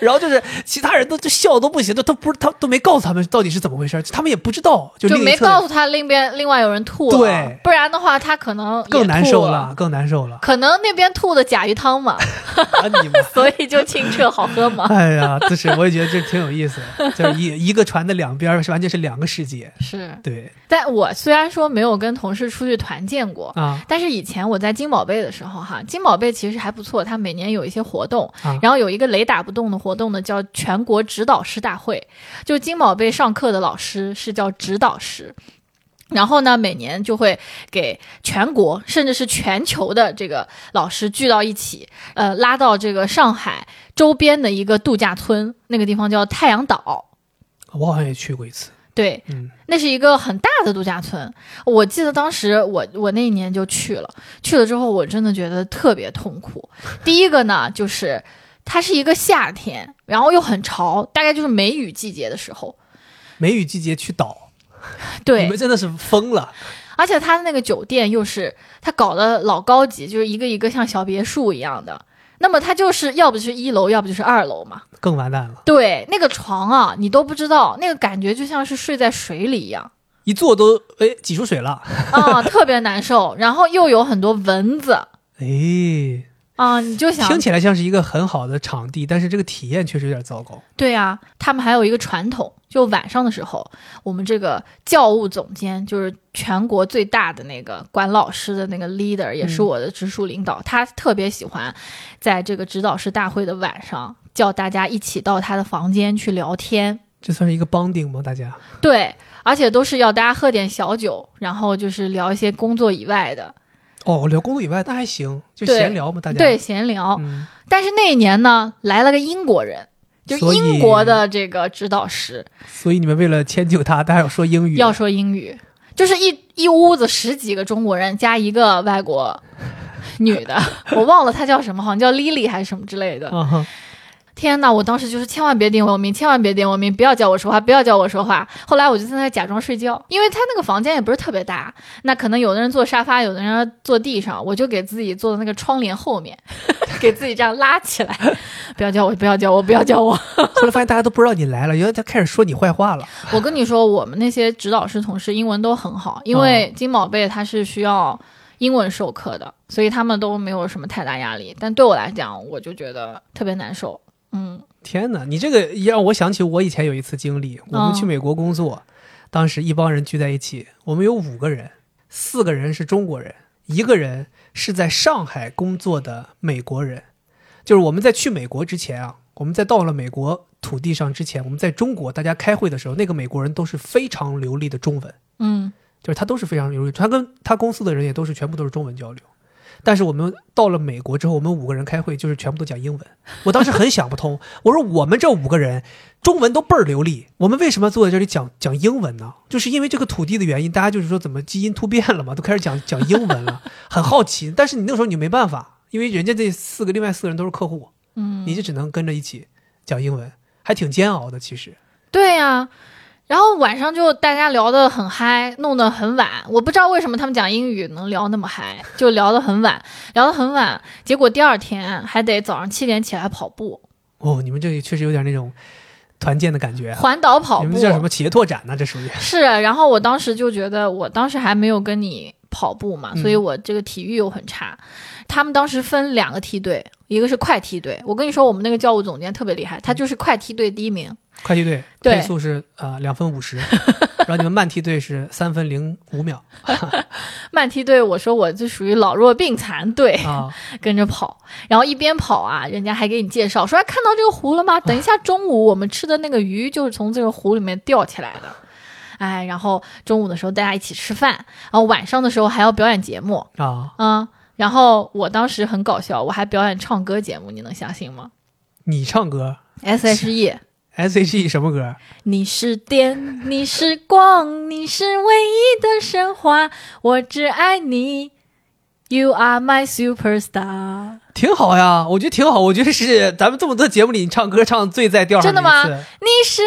[SPEAKER 1] 然后就是其他人都就笑都不行，都都不是他都没告诉他们到底是怎么回事，他们也不知道，就
[SPEAKER 2] 就
[SPEAKER 1] 另一
[SPEAKER 2] 没
[SPEAKER 1] 侧
[SPEAKER 2] 告诉他另边另外有人吐了，
[SPEAKER 1] 对
[SPEAKER 2] 不然的话他可能也
[SPEAKER 1] 更难
[SPEAKER 2] 吐
[SPEAKER 1] 受
[SPEAKER 2] 了，。
[SPEAKER 1] 了，更难受了
[SPEAKER 2] 可能那边吐的甲鱼汤嘛，
[SPEAKER 1] 啊，你们
[SPEAKER 2] 所以就清澈好喝 嘛。
[SPEAKER 1] 哎呀，这是我也觉得这挺有意思的，就是一一个船的两边儿是完全是两个世界。
[SPEAKER 2] 是，
[SPEAKER 1] 对
[SPEAKER 2] 但我虽然说没有跟同事出去团建过，
[SPEAKER 1] 啊
[SPEAKER 2] 但是以前我在金宝贝的时候，哈，金宝贝其实还不错，它每年有一些活动，
[SPEAKER 1] 啊
[SPEAKER 2] 然后有一个雷打不动的活动呢，叫全国指导师大会，就金宝贝上课的老师是叫指导师。然后呢，每年就会给全国甚至是全球的这个老师聚到一起，呃，拉到这个上海周边的一个度假村，那个地方叫太阳岛。
[SPEAKER 1] 我好像也去过一次，
[SPEAKER 2] 对，
[SPEAKER 1] 嗯
[SPEAKER 2] 那是一个很大的度假村，我记得当时我我那一年就去了，去了之后我真的觉得特别痛苦。第一个呢，就是它是一个夏天，然后又很潮，大概就是梅雨季节的时候，
[SPEAKER 1] 梅雨季节去岛，你
[SPEAKER 2] 对
[SPEAKER 1] 们，真的是疯了。
[SPEAKER 2] 而且它那个酒店又是它搞得老高级，就是一个一个像小别墅一样的。那么它就是要不就是一楼，要不就是二楼嘛。
[SPEAKER 1] 更完蛋了，
[SPEAKER 2] 对，那个床啊，你都不知道，那个感觉就像是睡在水里一样。
[SPEAKER 1] 一坐都哎挤出水了，
[SPEAKER 2] 啊、特别难受，然后又有很多蚊子
[SPEAKER 1] 哎，
[SPEAKER 2] 啊、你就想
[SPEAKER 1] 听起来像是一个很好的场地，但是这个体验确实有点糟糕。
[SPEAKER 2] 对呀、他们还有一个传统，就晚上的时候，我们这个教务总监就是全国最大的那个管老师的那个 leader，也是
[SPEAKER 1] 嗯
[SPEAKER 2] 我的直属领导，他特别喜欢在这个指导师大会的晚上叫大家一起到他的房间去聊天，
[SPEAKER 1] 这算是一个帮顶吗？大家
[SPEAKER 2] 对，而且都是要大家喝点小酒，然后就是聊一些工作以外的，
[SPEAKER 1] 哦，聊工作以外那还行，就
[SPEAKER 2] 对
[SPEAKER 1] 闲聊嘛，大家
[SPEAKER 2] 对，，闲聊。
[SPEAKER 1] 嗯，
[SPEAKER 2] 但是那一年呢，来了个英国人，就
[SPEAKER 1] 所以
[SPEAKER 2] 英国的这个指导师，
[SPEAKER 1] 所以你们为了迁就他，大家要说英语，
[SPEAKER 2] 要说英语，就是一一屋子十几个中国人加一个外国 女的，我忘了她叫什么，好像叫 Lily 还是什么之类的。
[SPEAKER 1] 啊哈，
[SPEAKER 2] 天呐，我当时就是千万别点我名，千万别点我名，不要叫我说话，不要叫我说话。后来我就在那假装睡觉，因为他那个房间也不是特别大，那可能有的人坐沙发，有的人坐地上，我就给自己坐到那个窗帘后面， 给自己这样拉起来，不要叫我，不要叫我，不要叫我。
[SPEAKER 1] 后来发现大家都不知道你来了，原来他开始说你坏话了。
[SPEAKER 2] 我跟你说，我们那些指导师同事英文都很好，因为
[SPEAKER 1] 嗯
[SPEAKER 2] 金宝贝他是需要英文授课的，所以他们都没有什么太大压力。但对我来讲，我就觉得特别难受。嗯，
[SPEAKER 1] 天哪，你这个也让我想起我以前有一次经历，我们去美国工作，当时一帮人聚在一起，我们有五个人，四个人是中国人，一个人是在上海工作的美国人。就是我们在去美国之前啊，我们在到了美国土地上之前，我们在中国大家开会的时候，那个美国人都是非常流利的中文，
[SPEAKER 2] 嗯，
[SPEAKER 1] 就是他都是非常流利，他跟他公司的人也都是全部都是中文交流。但是我们到了美国之后，我们五个人开会就是全部都讲英文。我当时很想不通，我说我们这五个人中文都倍儿流利，我们为什么坐在这里讲讲英文呢？就是因为这个土地的原因，大家就是说怎么基因突变了嘛，都开始讲讲英文了，很好奇。但是你那个时候你没办法，因为人家这四个另外四个人都是客户，嗯，你就只能跟着一起讲英文，还挺煎熬的。其实
[SPEAKER 2] 对呀、然后晚上就大家聊得很嗨，弄得很晚。我不知道为什么他们讲英语能聊那么嗨，就聊得很晚， 聊得很晚。结果第二天还得早上七点起来跑步，
[SPEAKER 1] 哦，你们这里确实有点那种团建的感觉啊。
[SPEAKER 2] 环岛跑步。
[SPEAKER 1] 你们这叫什么企业拓展呢？这属于
[SPEAKER 2] 是，啊然后我当时就觉得，我当时还没有跟你跑步嘛，
[SPEAKER 1] 嗯
[SPEAKER 2] 所以我这个体育又很差。他们当时分两个梯队，一个是快梯队。我跟你说，我们那个教务总监特别厉害，
[SPEAKER 1] 嗯
[SPEAKER 2] 他就是快梯队第一名。
[SPEAKER 1] 快梯队，
[SPEAKER 2] 对
[SPEAKER 1] 配速是呃两分五十，然后你们慢梯队是三分零五秒，
[SPEAKER 2] 慢梯队，我说我就属于老弱病残队，
[SPEAKER 1] 啊，
[SPEAKER 2] 跟着跑，然后一边跑啊，人家还给你介绍说，哎，看到这个湖
[SPEAKER 1] 啊
[SPEAKER 2] 了吗？等一下中午我们吃的那个鱼就是从这个湖里面钓起来的。哎，然后中午的时候大家一起吃饭，然后晚上的时候还要表演节目，
[SPEAKER 1] 啊，
[SPEAKER 2] 嗯，然后我当时很搞笑，我还表演唱歌节目，你能相信吗
[SPEAKER 1] 你唱歌 E
[SPEAKER 2] ？S.H.E，
[SPEAKER 1] ，S.H.E 什么歌？
[SPEAKER 2] 你是电，你是光，你是唯一的神话，我只爱你，You are my superstar。
[SPEAKER 1] 挺好呀，我觉得挺好。我觉得是咱们这么多节目里，你唱歌唱最在调上
[SPEAKER 2] 真的
[SPEAKER 1] 一
[SPEAKER 2] 吗
[SPEAKER 1] 次。
[SPEAKER 2] 你是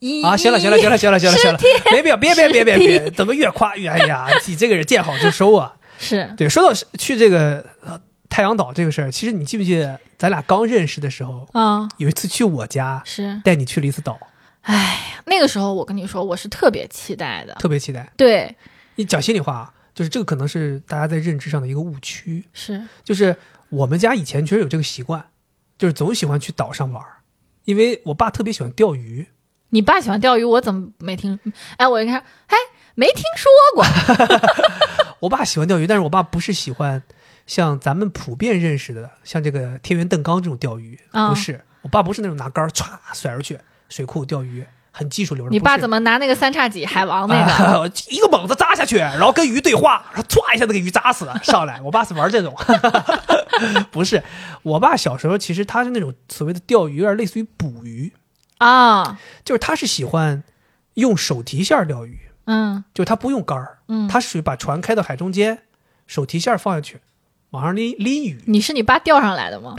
[SPEAKER 2] 一
[SPEAKER 1] 啊，行了行了行了行了行了行了，别别别别别别
[SPEAKER 2] 是
[SPEAKER 1] 别，怎么越夸越哎呀，你这个人见好就收啊。
[SPEAKER 2] 是
[SPEAKER 1] 对，说到是去这个、呃太阳岛这个事儿，其实你记不记得咱俩刚认识的时候，
[SPEAKER 2] 啊、
[SPEAKER 1] 有一次去我家，
[SPEAKER 2] 是，
[SPEAKER 1] 带你去了一次岛，
[SPEAKER 2] 哎，那个时候我跟你说，我是特别期待的，
[SPEAKER 1] 特别期待。
[SPEAKER 2] 对，
[SPEAKER 1] 你讲心里话啊，就是这个可能是大家在认知上的一个误区，
[SPEAKER 2] 是
[SPEAKER 1] 就是我们家以前确实有这个习惯，就是总喜欢去岛上玩儿，因为我爸特别喜欢钓鱼。
[SPEAKER 2] 你爸喜欢钓鱼，我怎么没听？哎，我一看，哎，没听说过，
[SPEAKER 1] 我爸喜欢钓鱼，但是我爸不是喜欢像咱们普遍认识的，像这个天元邓刚这种钓鱼，
[SPEAKER 2] 啊
[SPEAKER 1] 不是。我爸不是那种拿杆儿歘甩出去水库钓鱼，很技术流的。
[SPEAKER 2] 你爸怎
[SPEAKER 1] 么
[SPEAKER 2] 么拿那个三叉戟海王那个？
[SPEAKER 1] 啊、一个猛子扎下去，然后跟鱼对话，然后歘一下子给鱼扎死了，上来。我爸是玩这种， 不是。我爸小时候其实他是那种所谓的钓鱼，有点类似于捕鱼，
[SPEAKER 2] 啊，
[SPEAKER 1] 就是他是喜欢用手提线儿钓鱼，
[SPEAKER 2] 嗯
[SPEAKER 1] 就是他不用杆儿，
[SPEAKER 2] 嗯，
[SPEAKER 1] 他属于把船开到海中间，手提线儿放下去，往上拎拎鱼。
[SPEAKER 2] 你是你爸钓上来的吗？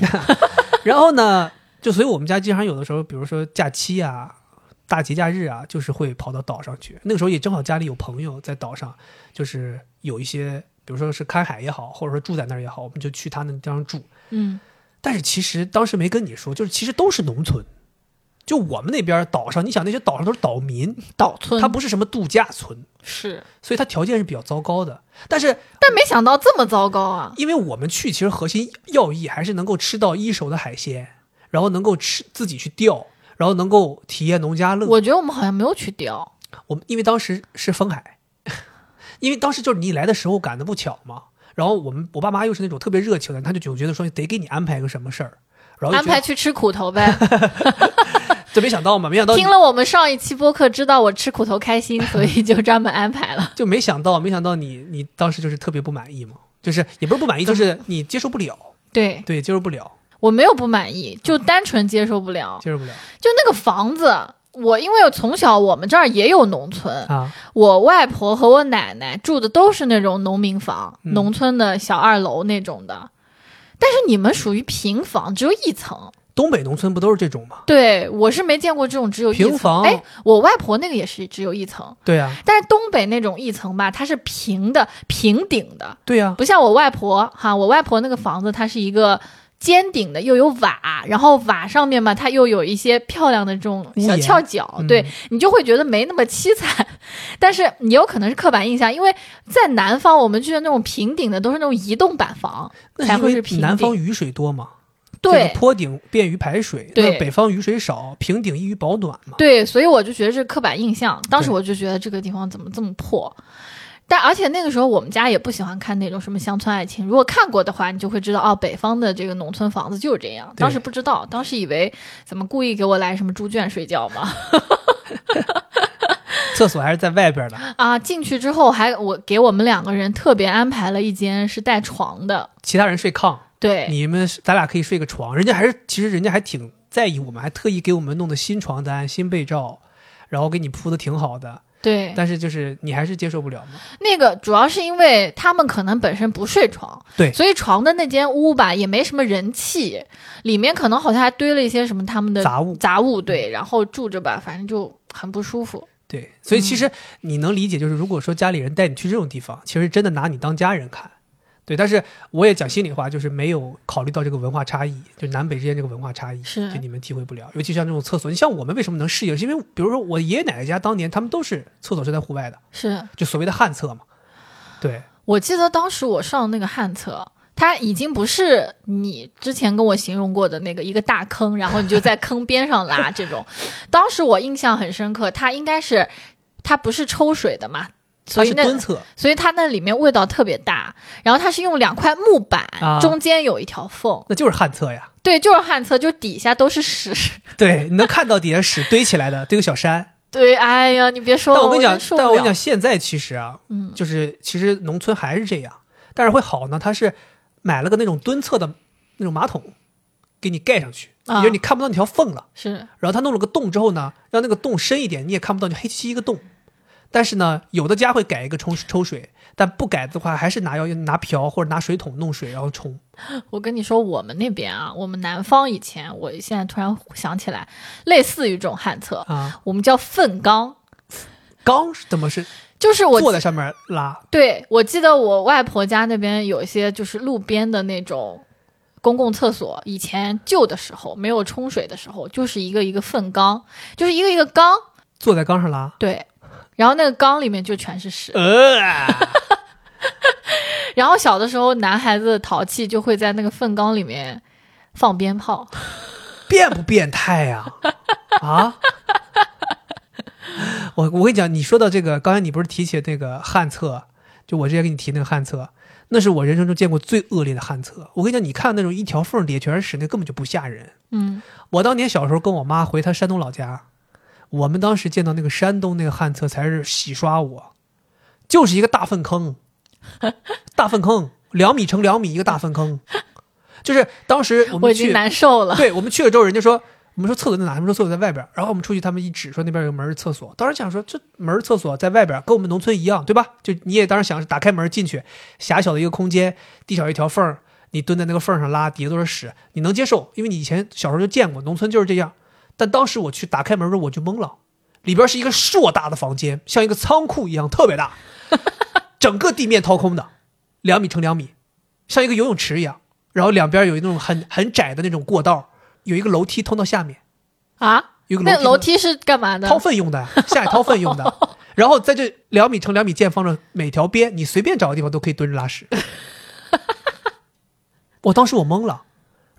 [SPEAKER 1] 然后呢，就所以我们家经常有的时候，比如说假期啊、大节假日啊，就是会跑到岛上去。那个时候也正好家里有朋友在岛上，就是有一些，比如说是看海也好，或者说住在那儿也好，我们就去他那地方住。
[SPEAKER 2] 嗯，
[SPEAKER 1] 但是其实当时没跟你说，就是其实都是农村。就我们那边岛上，你想那些岛上都是岛民，
[SPEAKER 2] 岛村
[SPEAKER 1] 它不是什么度假村，
[SPEAKER 2] 是，
[SPEAKER 1] 所以它条件是比较糟糕的。但是
[SPEAKER 2] 但没想到这么糟糕啊！
[SPEAKER 1] 因为我们去，其实核心要义还是能够吃到一手的海鲜，然后能够吃自己去钓，然后能够体验农家乐。我
[SPEAKER 2] 我觉得我们好像没有去钓，
[SPEAKER 1] 们因为当时是封海， 因为当时就是你来的时候赶得不巧嘛。然后我们我爸妈又是那种特别热情的，他就总觉得说得给你安排个什么事儿，然后
[SPEAKER 2] 安
[SPEAKER 1] 就觉
[SPEAKER 2] 排
[SPEAKER 1] 得
[SPEAKER 2] 去吃苦头呗。
[SPEAKER 1] 这没想到嘛，没想到你
[SPEAKER 2] 听了我们上一期播客，知道我吃苦头开心，所以就专门安排了。
[SPEAKER 1] 就没想到没想到你你当时就是特别不满意嘛，就是也不是不满意，就是你接受不了，
[SPEAKER 2] 对
[SPEAKER 1] 对，接受不了，
[SPEAKER 2] 我没有不满意，就单纯接受不了。
[SPEAKER 1] 接受不了
[SPEAKER 2] 就那个房子，我因为从小我们这儿也有农村，
[SPEAKER 1] 啊
[SPEAKER 2] 我外婆和我奶奶住的都是那种农民房，
[SPEAKER 1] 嗯
[SPEAKER 2] 农村的小二楼那种的。但是你们属于平房，只有一层。
[SPEAKER 1] 东北农村不都是这种吗？
[SPEAKER 2] 对我是没见过这种只有一层
[SPEAKER 1] 平房
[SPEAKER 2] 哎，我外婆那个也是只有一层，
[SPEAKER 1] 对呀、啊，
[SPEAKER 2] 但是东北那种一层吧，它是平的、平顶的，
[SPEAKER 1] 对啊呀、
[SPEAKER 2] 不像我外婆哈，我外婆那个房子它是一个尖顶的，又有瓦，然后瓦上面嘛，它又有一些漂亮的这种小翘角，
[SPEAKER 1] 嗯
[SPEAKER 2] 对你就会觉得没那么凄惨。 但是也有可能是刻板印象，因为在南方，我们去的那种平顶的都是那种移动板房，
[SPEAKER 1] 那
[SPEAKER 2] 才
[SPEAKER 1] 因
[SPEAKER 2] 会
[SPEAKER 1] 为
[SPEAKER 2] 是平
[SPEAKER 1] 南
[SPEAKER 2] 顶
[SPEAKER 1] 方雨水多嘛，这
[SPEAKER 2] 对
[SPEAKER 1] 个。坡顶便于排水，
[SPEAKER 2] 对
[SPEAKER 1] 那北方雨水少，平顶易于保暖嘛。
[SPEAKER 2] 对，所以我就觉得这是刻板印象。当时
[SPEAKER 1] 对
[SPEAKER 2] 我就觉得这个地方怎么这么破，但而且那个时候我们家也不喜欢看那种什么乡村爱情。如果看过的话，你就会知道哦，北方的这个农村房子就是这样。当时不知道，当时以为怎么故意给我来什么猪圈睡觉嘛
[SPEAKER 1] 厕所还是在外边的，
[SPEAKER 2] 啊！进去之后还我给我们两个人特别安排了一间是带床的，
[SPEAKER 1] 其他人睡炕，
[SPEAKER 2] 对
[SPEAKER 1] 你们咱俩可以睡个床。人家还是其实人家还挺在意我们，还特意给我们弄的新床单、新被罩，然后给你铺的挺好的。
[SPEAKER 2] 对，
[SPEAKER 1] 但是就是你还是接受不了嘛。
[SPEAKER 2] 那个主要是因为他们可能本身不睡床，
[SPEAKER 1] 对
[SPEAKER 2] 所以床的那间屋吧也没什么人气，里面可能好像还堆了一些什么他们的
[SPEAKER 1] 杂物
[SPEAKER 2] 杂物，对，然后住着吧，反正就很不舒服。
[SPEAKER 1] 对，所以
[SPEAKER 2] 嗯
[SPEAKER 1] 其实你能理解，就是如果说家里人带你去这种地方，其实真的拿你当家人看。对，但是我也讲心里话，就是没有考虑到这个文化差异，就南北之间这个文化差异，
[SPEAKER 2] 是
[SPEAKER 1] 就你们体会不了。尤其像这种厕所，你像我们为什么能适应，是因为比如说我爷爷奶奶家当年他们都是厕所是在户外的，
[SPEAKER 2] 是
[SPEAKER 1] 就所谓的旱厕嘛。对，
[SPEAKER 2] 我记得当时我上那个旱厕。它已经不是你之前跟我形容过的那个一个大坑，然后你就在坑边上拉 这种。当时我印象很深刻，它应该是它不是抽水的嘛，所
[SPEAKER 1] 它
[SPEAKER 2] 以
[SPEAKER 1] 是
[SPEAKER 2] 那
[SPEAKER 1] 蹲厕，
[SPEAKER 2] 所以它那里面味道特别大。然后它是用两块木板，
[SPEAKER 1] 啊
[SPEAKER 2] 中间有一条缝，
[SPEAKER 1] 那就是旱厕呀。
[SPEAKER 2] 对，就是旱厕，就底下都是屎。
[SPEAKER 1] 对，你能看到底下屎堆起来的，堆个小山。
[SPEAKER 2] 对，哎呀，你别说
[SPEAKER 1] 但
[SPEAKER 2] 了，
[SPEAKER 1] 我跟你讲
[SPEAKER 2] 真，受不
[SPEAKER 1] 但我跟
[SPEAKER 2] 了
[SPEAKER 1] 你讲，，现在其实啊，
[SPEAKER 2] 嗯
[SPEAKER 1] 就是其实农村还是这样，但是会好呢，它是买了个那种蹲厕的那种马桶，给你盖上去，也
[SPEAKER 2] 啊
[SPEAKER 1] 就是你看不到那条缝了。
[SPEAKER 2] 是
[SPEAKER 1] 然后他弄了个洞之后呢，让那个洞深一点，你也看不到，就黑漆漆一个洞。但是呢，有的家会改一个冲抽水，但不改的话，还是拿要拿瓢或者拿水桶弄水然后冲。
[SPEAKER 2] 我跟你说，我们那边啊，我们南方以前，我现在突然想起来，类似于这种旱厕，
[SPEAKER 1] 啊，
[SPEAKER 2] 我们叫粪缸，
[SPEAKER 1] 缸是怎么是
[SPEAKER 2] 就是我
[SPEAKER 1] 坐在上面拉？
[SPEAKER 2] 对，我记得我外婆家那边有一些就是路边的那种公共厕所，以前旧的时候没有冲水的时候，就是一个一个粪缸，就是一个一个缸，
[SPEAKER 1] 坐在缸上拉？
[SPEAKER 2] 对，然后那个缸里面就全是屎。
[SPEAKER 1] 呃，
[SPEAKER 2] 然后小的时候，男孩子淘气就会在那个粪缸里面放鞭炮，
[SPEAKER 1] 变不变态呀、啊？ 我我跟你讲，你说到这个，刚才你不是提起那个旱厕，就我之前给你提那个旱厕，那是我人生中见过最恶劣的旱厕。我跟你讲，你看那种一条缝里全是屎，那根本就不吓人。
[SPEAKER 2] 嗯，
[SPEAKER 1] 我当年小时候跟我妈回她山东老家，我们当时见到那个山东那个旱厕才是洗刷我，就是一个大粪 坑，大粪坑两米乘两米一个大粪坑，就是当时我
[SPEAKER 2] 我
[SPEAKER 1] 们
[SPEAKER 2] 已经
[SPEAKER 1] 去，
[SPEAKER 2] 难受了。
[SPEAKER 1] 对我们去了之后，人家说我们说厕所在哪？他们说厕所在外边儿，然后我们出去，他们一指说那边有个门儿是厕所，当时想说这门儿厕所在外边儿，跟我们农村一样，对吧？就你也当时想是打开门进去，狭小的一个空间，地上有一条缝儿，你蹲在那个缝儿上拉，底下都是屎，你能接受，因为你以前小时候就见过，农村就是这样。但当时我去打开门的时候，我就懵了，里边是一个硕大的房间，像一个仓库一样，特别大，整个地面掏空的，两米乘两米，像一个游泳池一样。然后两边有那种很很窄的那种过道，有一个楼梯通到下面，
[SPEAKER 2] 啊，
[SPEAKER 1] 有一个
[SPEAKER 2] 那
[SPEAKER 1] 楼
[SPEAKER 2] 楼梯是干嘛的？
[SPEAKER 1] 掏粪用 的，下来掏粪用的。然后在这两米乘两米见方的每条边，你随便找个地方都可以蹲着拉 屎。我当时我懵了，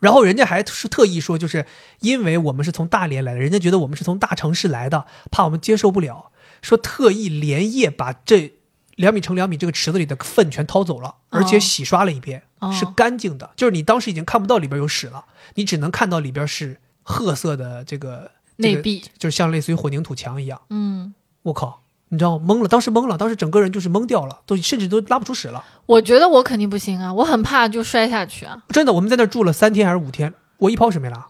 [SPEAKER 1] 然后人家还是特意说，就是因为我们是从大连来的，人家觉得我们是从大城市来的，怕我们接受不了，说特意连夜把这两米乘两米这个池子里的粪全掏走了，而且洗刷了一遍，
[SPEAKER 2] 哦
[SPEAKER 1] 是干净的，就是你当时已经看不到里边有屎了，你只能看到里边是褐色的这个
[SPEAKER 2] 内，
[SPEAKER 1] 这个
[SPEAKER 2] 壁。
[SPEAKER 1] 就是像类似于混凝土墙一样。
[SPEAKER 2] 嗯，
[SPEAKER 1] 我靠，你知道吗？懵了，当时懵了，当时整个人就是懵掉了，都甚至都拉不出屎了。
[SPEAKER 2] 我觉得我肯定不行啊，我很怕就摔下去啊，
[SPEAKER 1] 真的，我们在那儿住了三天还是五天，我一泡屎没拉，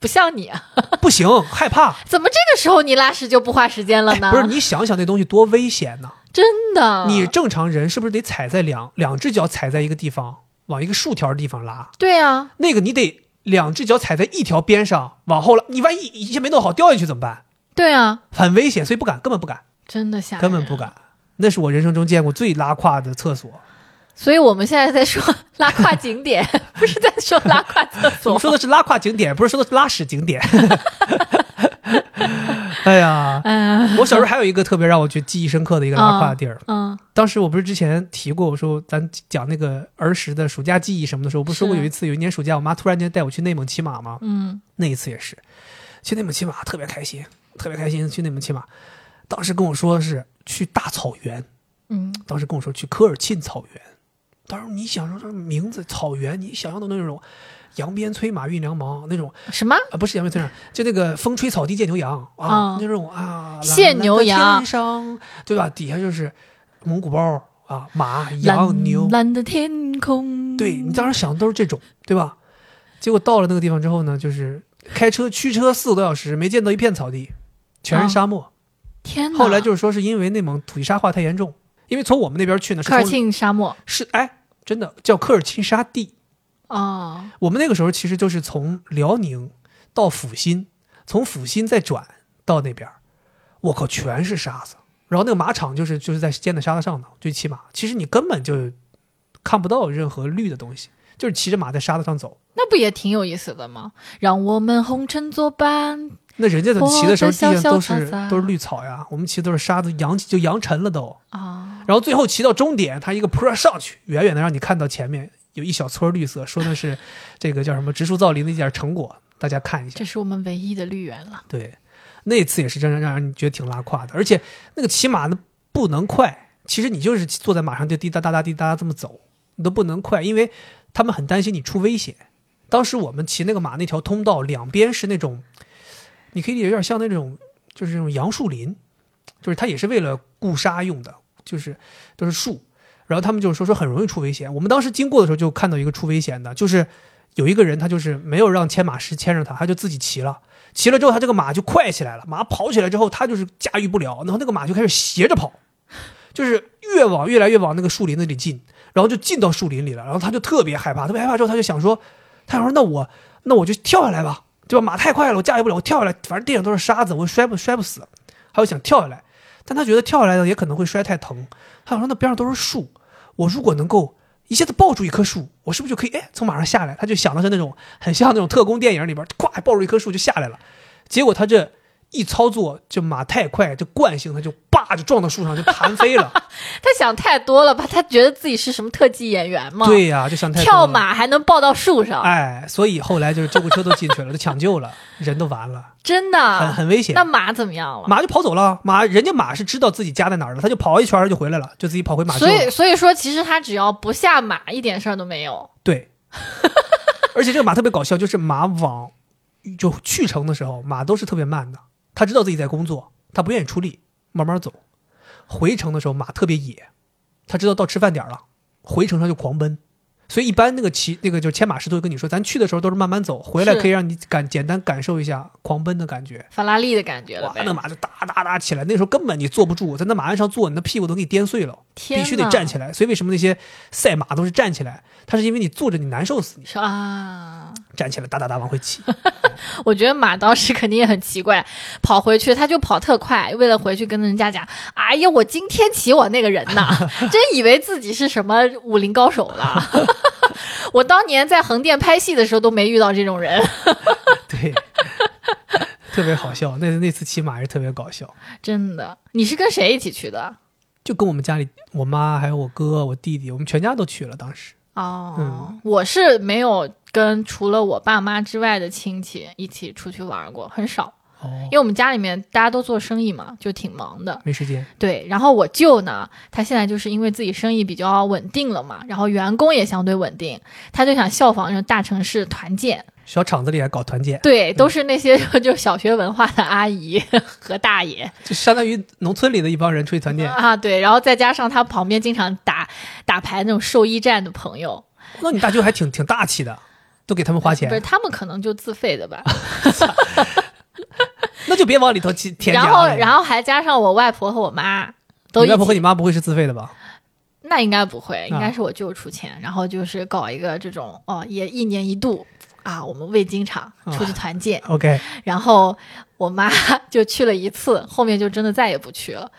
[SPEAKER 2] 不像你啊，
[SPEAKER 1] 不行，害怕。
[SPEAKER 2] 怎么这个时候你拉屎就不花时间了嗯呢？
[SPEAKER 1] 哎不是，你想想那东西多危险呐！
[SPEAKER 2] 真的，
[SPEAKER 1] 你正常人是不是得踩在两两只脚踩在一个地方，往一个竖条的地方拉？
[SPEAKER 2] 对啊，
[SPEAKER 1] 那个你得两只脚踩在一条边上往后拉，你万一一下没弄好掉下去怎么办？
[SPEAKER 2] 对啊，
[SPEAKER 1] 很危险，所以不敢，根本不敢，
[SPEAKER 2] 真的吓人，
[SPEAKER 1] 根本不。敢。那是我人生中见过最拉胯的厕所。
[SPEAKER 2] 所以我们现在在说拉胯景点， 不是在说拉胯厕
[SPEAKER 1] 我
[SPEAKER 2] 所
[SPEAKER 1] 们。说的是拉胯景点，不是说的是拉屎景点。 哎呀，
[SPEAKER 2] 嗯
[SPEAKER 1] 我小时候还有一个特别让我觉得记忆深刻的一个拉胯的地儿。
[SPEAKER 2] 嗯
[SPEAKER 1] 当时我不是之前提过，我说咱讲那个儿时的暑假记忆什么的时候，我不是说过
[SPEAKER 2] 是
[SPEAKER 1] 有一次有一年暑假，我妈突然间带我去内蒙骑马吗？
[SPEAKER 2] 嗯
[SPEAKER 1] 那一次也是，去内蒙骑马特别开心，特别开心去内蒙骑马。当时跟我说是去大草原，
[SPEAKER 2] 嗯，
[SPEAKER 1] 当时跟我说去科尔沁草原，当时你想说这名字草原，你想象的那种扬鞭催马运良忙那种
[SPEAKER 2] 什么？
[SPEAKER 1] 啊，不是扬鞭催马，就那个风吹草低见牛羊啊，
[SPEAKER 2] 啊
[SPEAKER 1] 那种啊，
[SPEAKER 2] 见牛羊
[SPEAKER 1] 蓝蓝的天上对吧？底下就是蒙古包啊，马、羊、牛，
[SPEAKER 2] 蓝蓝的天空。
[SPEAKER 1] 对你当时想的都是这种，对吧？结果到了那个地方之后呢，就是开车驱车四个多小时，没见到一片草地，全是
[SPEAKER 2] 啊
[SPEAKER 1] 沙漠。
[SPEAKER 2] 天哪！
[SPEAKER 1] 后来就是说是因为内蒙土地沙化太严重，因为从我们那边去呢是
[SPEAKER 2] 科尔
[SPEAKER 1] 从
[SPEAKER 2] 沁沙漠
[SPEAKER 1] 是哎，真的叫科尔沁沙地。
[SPEAKER 2] 哦，
[SPEAKER 1] 我们那个时候其实就是从辽宁到阜新，从阜新再转到那边儿，我靠，全是沙子。然后那个马场就是就是在建在沙子上的，最起码其实你根本就看不到任何绿的东西，就是骑着马在沙子上走。
[SPEAKER 2] 那不也挺有意思的吗？让我们红尘作伴。
[SPEAKER 1] 那人家怎么骑的时候，地
[SPEAKER 2] 活得
[SPEAKER 1] 上都
[SPEAKER 2] 潇潇
[SPEAKER 1] 是
[SPEAKER 2] 洒洒
[SPEAKER 1] 都是绿草呀，我们骑的都是沙子，扬起就扬尘了都。
[SPEAKER 2] 啊、
[SPEAKER 1] 然后最后骑到终点，它一个坡上去，远远的让你看到前面有一小撮绿色，说的是这个叫什么植树造林的一点成果，大家看一下。
[SPEAKER 2] 这是我们唯一的绿源了。
[SPEAKER 1] 对，那次也是真的让人觉得挺拉胯的，而且那个骑马的不能快，其实你就是坐在马上就滴答答答滴答答这么走，你都不能快，因为他们很担心你出危险。当时我们骑那个马那条通道，两边是那种，你可以理解有点像那种就是那种杨树林，就是它也是为了固沙用的，就是都是树。然后他们就说说很容易出危险。我们当时经过的时候就看到一个出危险的，就是有一个人他就是没有让牵马师牵着他，他就自己骑了。骑了之后，他这个马就快起来了。马跑起来之后，他就是驾驭不了，然后那个马就开始斜着跑，就是越往越来越往那个树林那里进，然后就进到树林里了。然后他就特别害怕，特别害怕之后，他就想说，他想说那我那我就跳下来吧，对吧？马太快了，我驾驭不了，我跳下来，反正地上都是沙子，我摔不摔不死。他就想跳下来，但他觉得跳下来呢也可能会摔太疼。他想说那边上都是树，我如果能够一下子抱住一棵树，我是不是就可以哎从马上下来？他就想的是那种很像那种特工电影里边，咵抱住一棵树就下来了。结果他这一操作，这马太快，这惯性他就叭就撞到树上，就弹飞 了。
[SPEAKER 2] 他想太多了吧？他觉得自己是什么特技演员吗？，
[SPEAKER 1] 对呀、就想太多
[SPEAKER 2] 跳
[SPEAKER 1] 了。
[SPEAKER 2] 马还能抱到树上，
[SPEAKER 1] 哎，所以后来就是救护车都进去了，都抢救了，人都完 了，
[SPEAKER 2] 真的、
[SPEAKER 1] 很很危险
[SPEAKER 2] 啊那。马怎么样了？
[SPEAKER 1] 马就跑走了，马人家马是知道自己家在哪儿了，他就跑一圈儿就回来了，就自己跑回马厩
[SPEAKER 2] 所
[SPEAKER 1] 了。
[SPEAKER 2] 以所以说，其实他只要不下马，一点事儿都没有。
[SPEAKER 1] 对， 而且这个马特别搞笑，就是马往就去程的时候，马都是特别慢的，他知道自己在工作，他不愿意出力，慢慢走。回程的时候，马特别野，他知道到吃饭点儿了，回程上就狂奔。所以一般那个骑那个就是牵马师都会跟你说，咱去的时候都是慢慢走，回来
[SPEAKER 2] 是
[SPEAKER 1] 可以让你感简单感受一下狂奔的感觉。
[SPEAKER 2] 法拉利的感觉了
[SPEAKER 1] 哇，
[SPEAKER 2] 呗
[SPEAKER 1] 那马就哒哒哒起来，那时候根本你坐不住，在那马鞍上坐，你的屁股都给你颠碎了，
[SPEAKER 2] 天
[SPEAKER 1] 必须得
[SPEAKER 2] 呐
[SPEAKER 1] 站起来。所以为什么那些赛马都是站起来？它是因为你坐着你难受死你。
[SPEAKER 2] 是啊，
[SPEAKER 1] 站起来哒哒哒往回骑。
[SPEAKER 2] 我觉得马当时肯定也很奇怪，跑回去他就跑特快，为了回去跟人家讲，哎呀，我今天骑我那个人呐， 真以为自己是什么武林高手了。 我当年在横店拍戏的时候都没遇到这种人，
[SPEAKER 1] 对， 特别好笑。那那次骑马是特别搞笑，
[SPEAKER 2] 真的。你是跟谁一起去的？
[SPEAKER 1] 就跟我们家里我妈还有我哥我弟弟，我们全家都去了。当时
[SPEAKER 2] 哦，
[SPEAKER 1] 嗯
[SPEAKER 2] 我是没有跟除了我爸妈之外的亲戚一起出去玩过，很少，
[SPEAKER 1] 哦
[SPEAKER 2] 因，为我们家里面大家都做生意嘛，就挺忙的。
[SPEAKER 1] 没时间。
[SPEAKER 2] 对，然后我舅呢，他现在就是因为自己生意比较稳定了嘛，然后员工也相对稳定，他就想效仿那种大城市团建，
[SPEAKER 1] 小厂子里还搞团建，
[SPEAKER 2] 对，都是那些就小学文化的阿姨 和大爷
[SPEAKER 1] 就相当于农村里的一帮人出去团 建。
[SPEAKER 2] 啊，对，然后再加上他旁边经常打打牌那种兽医站的朋友，
[SPEAKER 1] 那你大舅还挺挺大气的，都给他们花
[SPEAKER 2] 不是
[SPEAKER 1] 钱，
[SPEAKER 2] 他们可能就自费 的吧，
[SPEAKER 1] 那就别往里头去添加
[SPEAKER 2] 然
[SPEAKER 1] 了。
[SPEAKER 2] 后然后还加上我外婆和我妈都
[SPEAKER 1] 你外
[SPEAKER 2] 一
[SPEAKER 1] 婆和
[SPEAKER 2] 起
[SPEAKER 1] 你妈不会是自费的吧？
[SPEAKER 2] 那应该不会，应
[SPEAKER 1] 啊
[SPEAKER 2] 该是我舅出钱，然后就是搞一个这种哦，也一年一度啊，我们味精厂
[SPEAKER 1] 啊
[SPEAKER 2] 出去团建，
[SPEAKER 1] OK，
[SPEAKER 2] 然后我妈 就去了一次，后面就真的再也不去了，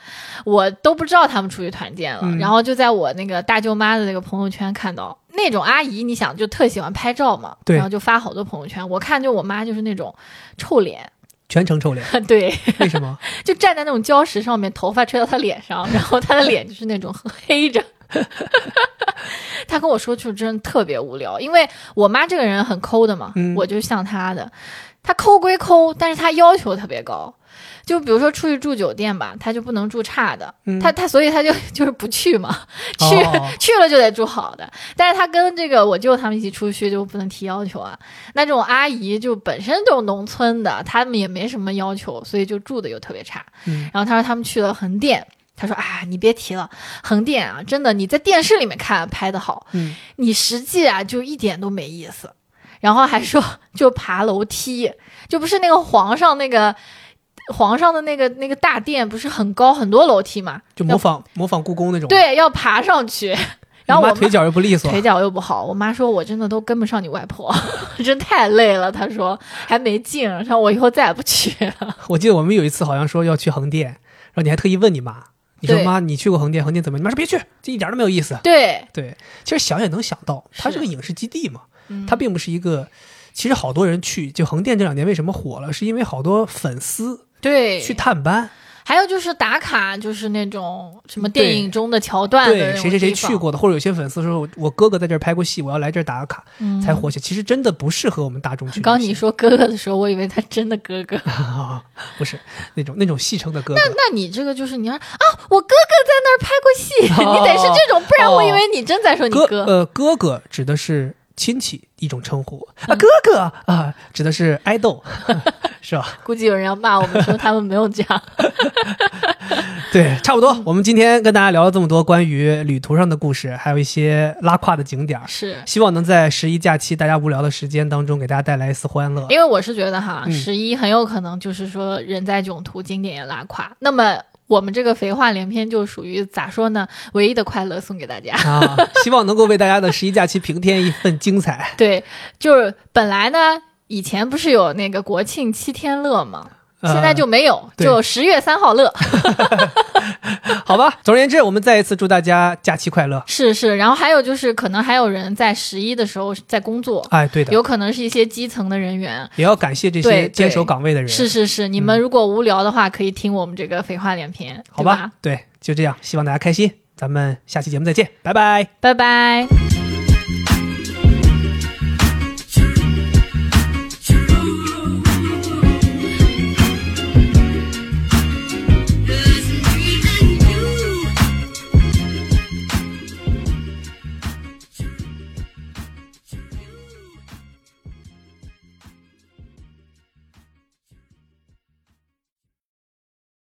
[SPEAKER 2] 我都不知道他们出去团建了，
[SPEAKER 1] 嗯
[SPEAKER 2] 然后就在我那个大舅妈的那个朋友圈看到那种阿姨，你想就特喜欢拍照嘛，
[SPEAKER 1] 对
[SPEAKER 2] 然后就发好多朋友圈，我看就我妈就是那种臭脸，
[SPEAKER 1] 全程臭脸，
[SPEAKER 2] 对，
[SPEAKER 1] 为什么？
[SPEAKER 2] 就站在那种礁石上面，头发吹到他脸上，然后他的脸就是那种黑着。 他跟我说，就真的特别无聊，因为我妈这个人很抠的嘛，
[SPEAKER 1] 嗯
[SPEAKER 2] 我就像她的，她抠归抠，但是她要求特别高。就比如说出去住酒店吧，她就不能住差的，
[SPEAKER 1] 嗯
[SPEAKER 2] 她她所以她就就是不去嘛， 去、
[SPEAKER 1] 哦
[SPEAKER 2] 去了就得住好的。但是她跟这个我舅他们一起出去就不能提要求啊，那这种阿姨就本身就是农村的，他们也没什么要求，所以就住的又特别差。
[SPEAKER 1] 嗯
[SPEAKER 2] 然后他说他们去了横店，他说啊，你别提了，横店啊，真的你在电视里面看拍的好，
[SPEAKER 1] 嗯，
[SPEAKER 2] 你实际啊就一点都没意思。然后还说 就爬楼梯，就不是那个皇上那个皇上的那个那个大殿不是很高很多楼梯嘛？
[SPEAKER 1] 就模仿模仿故宫那种。，
[SPEAKER 2] 对，要爬上去。然
[SPEAKER 1] 你
[SPEAKER 2] 后我
[SPEAKER 1] 妈腿脚又不利 索，
[SPEAKER 2] 腿脚又不好，我妈说我真的都跟不上你外婆， 真太累了。她说还没劲，她说我以后再也不去了。
[SPEAKER 1] 我记得我们有一次好像说要去横店，然后你还特意问你妈，你说
[SPEAKER 2] 对
[SPEAKER 1] 妈，你去过横店，横店怎么样？你妈说别去，这一点都没有意思。
[SPEAKER 2] 对，
[SPEAKER 1] 对，其实想也能想到，它是
[SPEAKER 2] 是
[SPEAKER 1] 个影视基地嘛，
[SPEAKER 2] 嗯
[SPEAKER 1] 它并不是一个。其实好多人去，就横店这两年为什么火了，是因为好多粉丝
[SPEAKER 2] 对
[SPEAKER 1] 去探班，
[SPEAKER 2] 还有就是打卡，就是那种什么
[SPEAKER 1] 对
[SPEAKER 2] 电影中的桥段的
[SPEAKER 1] 嗯
[SPEAKER 2] 那
[SPEAKER 1] 对
[SPEAKER 2] 种
[SPEAKER 1] 谁谁谁
[SPEAKER 2] 地方
[SPEAKER 1] 去，过的，或者有些粉丝说，我哥哥在这儿拍过戏，我要来这儿打个卡
[SPEAKER 2] 嗯
[SPEAKER 1] 才火起来。其实真的不适合我们大众去旅行。
[SPEAKER 2] 刚你说哥哥的时候，我以为他真的哥哥。
[SPEAKER 1] 不是那种那种戏称的哥哥，
[SPEAKER 2] 那你这个就是你要啊，我哥哥在那儿拍过 戏，
[SPEAKER 1] 哦
[SPEAKER 2] 你得是这种，不然
[SPEAKER 1] 哦
[SPEAKER 2] 我以为你真在说你
[SPEAKER 1] 哥
[SPEAKER 2] 哥。
[SPEAKER 1] 呃哥哥指的是亲戚一种称呼
[SPEAKER 2] 嗯
[SPEAKER 1] 啊，哥哥啊、指的是爱 豆，是吧？
[SPEAKER 2] 估计有人要骂我们说他们没有这 样。
[SPEAKER 1] 对，差不
[SPEAKER 2] 嗯
[SPEAKER 1] 多。我们今天跟大家聊了这么多关于旅途上的故事，还有一些拉胯的景点儿，
[SPEAKER 2] 是
[SPEAKER 1] 希望能在十一假期大家无聊的时间当中给大家带来一丝欢乐。
[SPEAKER 2] 因为我是觉得哈，
[SPEAKER 1] 嗯
[SPEAKER 2] 十一很有可能就是说人在囧途，经典也拉垮。那么我们这个肥话连篇就属于咋说呢？唯一的快乐送给 大家。
[SPEAKER 1] 啊，希望能够为大家的十一假期平添一份精彩。
[SPEAKER 2] 对，就是本来呢，以前不是有那个国庆七天乐吗？
[SPEAKER 1] 呃
[SPEAKER 2] 现在就没有，
[SPEAKER 1] 对
[SPEAKER 2] 就十月三号乐，
[SPEAKER 1] 好吧。总而言之，我们再一次祝大家假期快乐。
[SPEAKER 2] 是是。然后还有就是，可能还有人在十一的时候在工作，
[SPEAKER 1] 哎，对的，
[SPEAKER 2] 有可能是一些基层的人员。
[SPEAKER 1] 也要感谢这
[SPEAKER 2] 对
[SPEAKER 1] 些
[SPEAKER 2] 对
[SPEAKER 1] 坚守岗位的人。
[SPEAKER 2] 是是是，你们如果无聊的话，可以听我们这个废话连篇，
[SPEAKER 1] 嗯好
[SPEAKER 2] 对吧？
[SPEAKER 1] 吧，对，就这样，希望大家开心，咱们下期节目再见，拜拜。
[SPEAKER 2] 拜拜。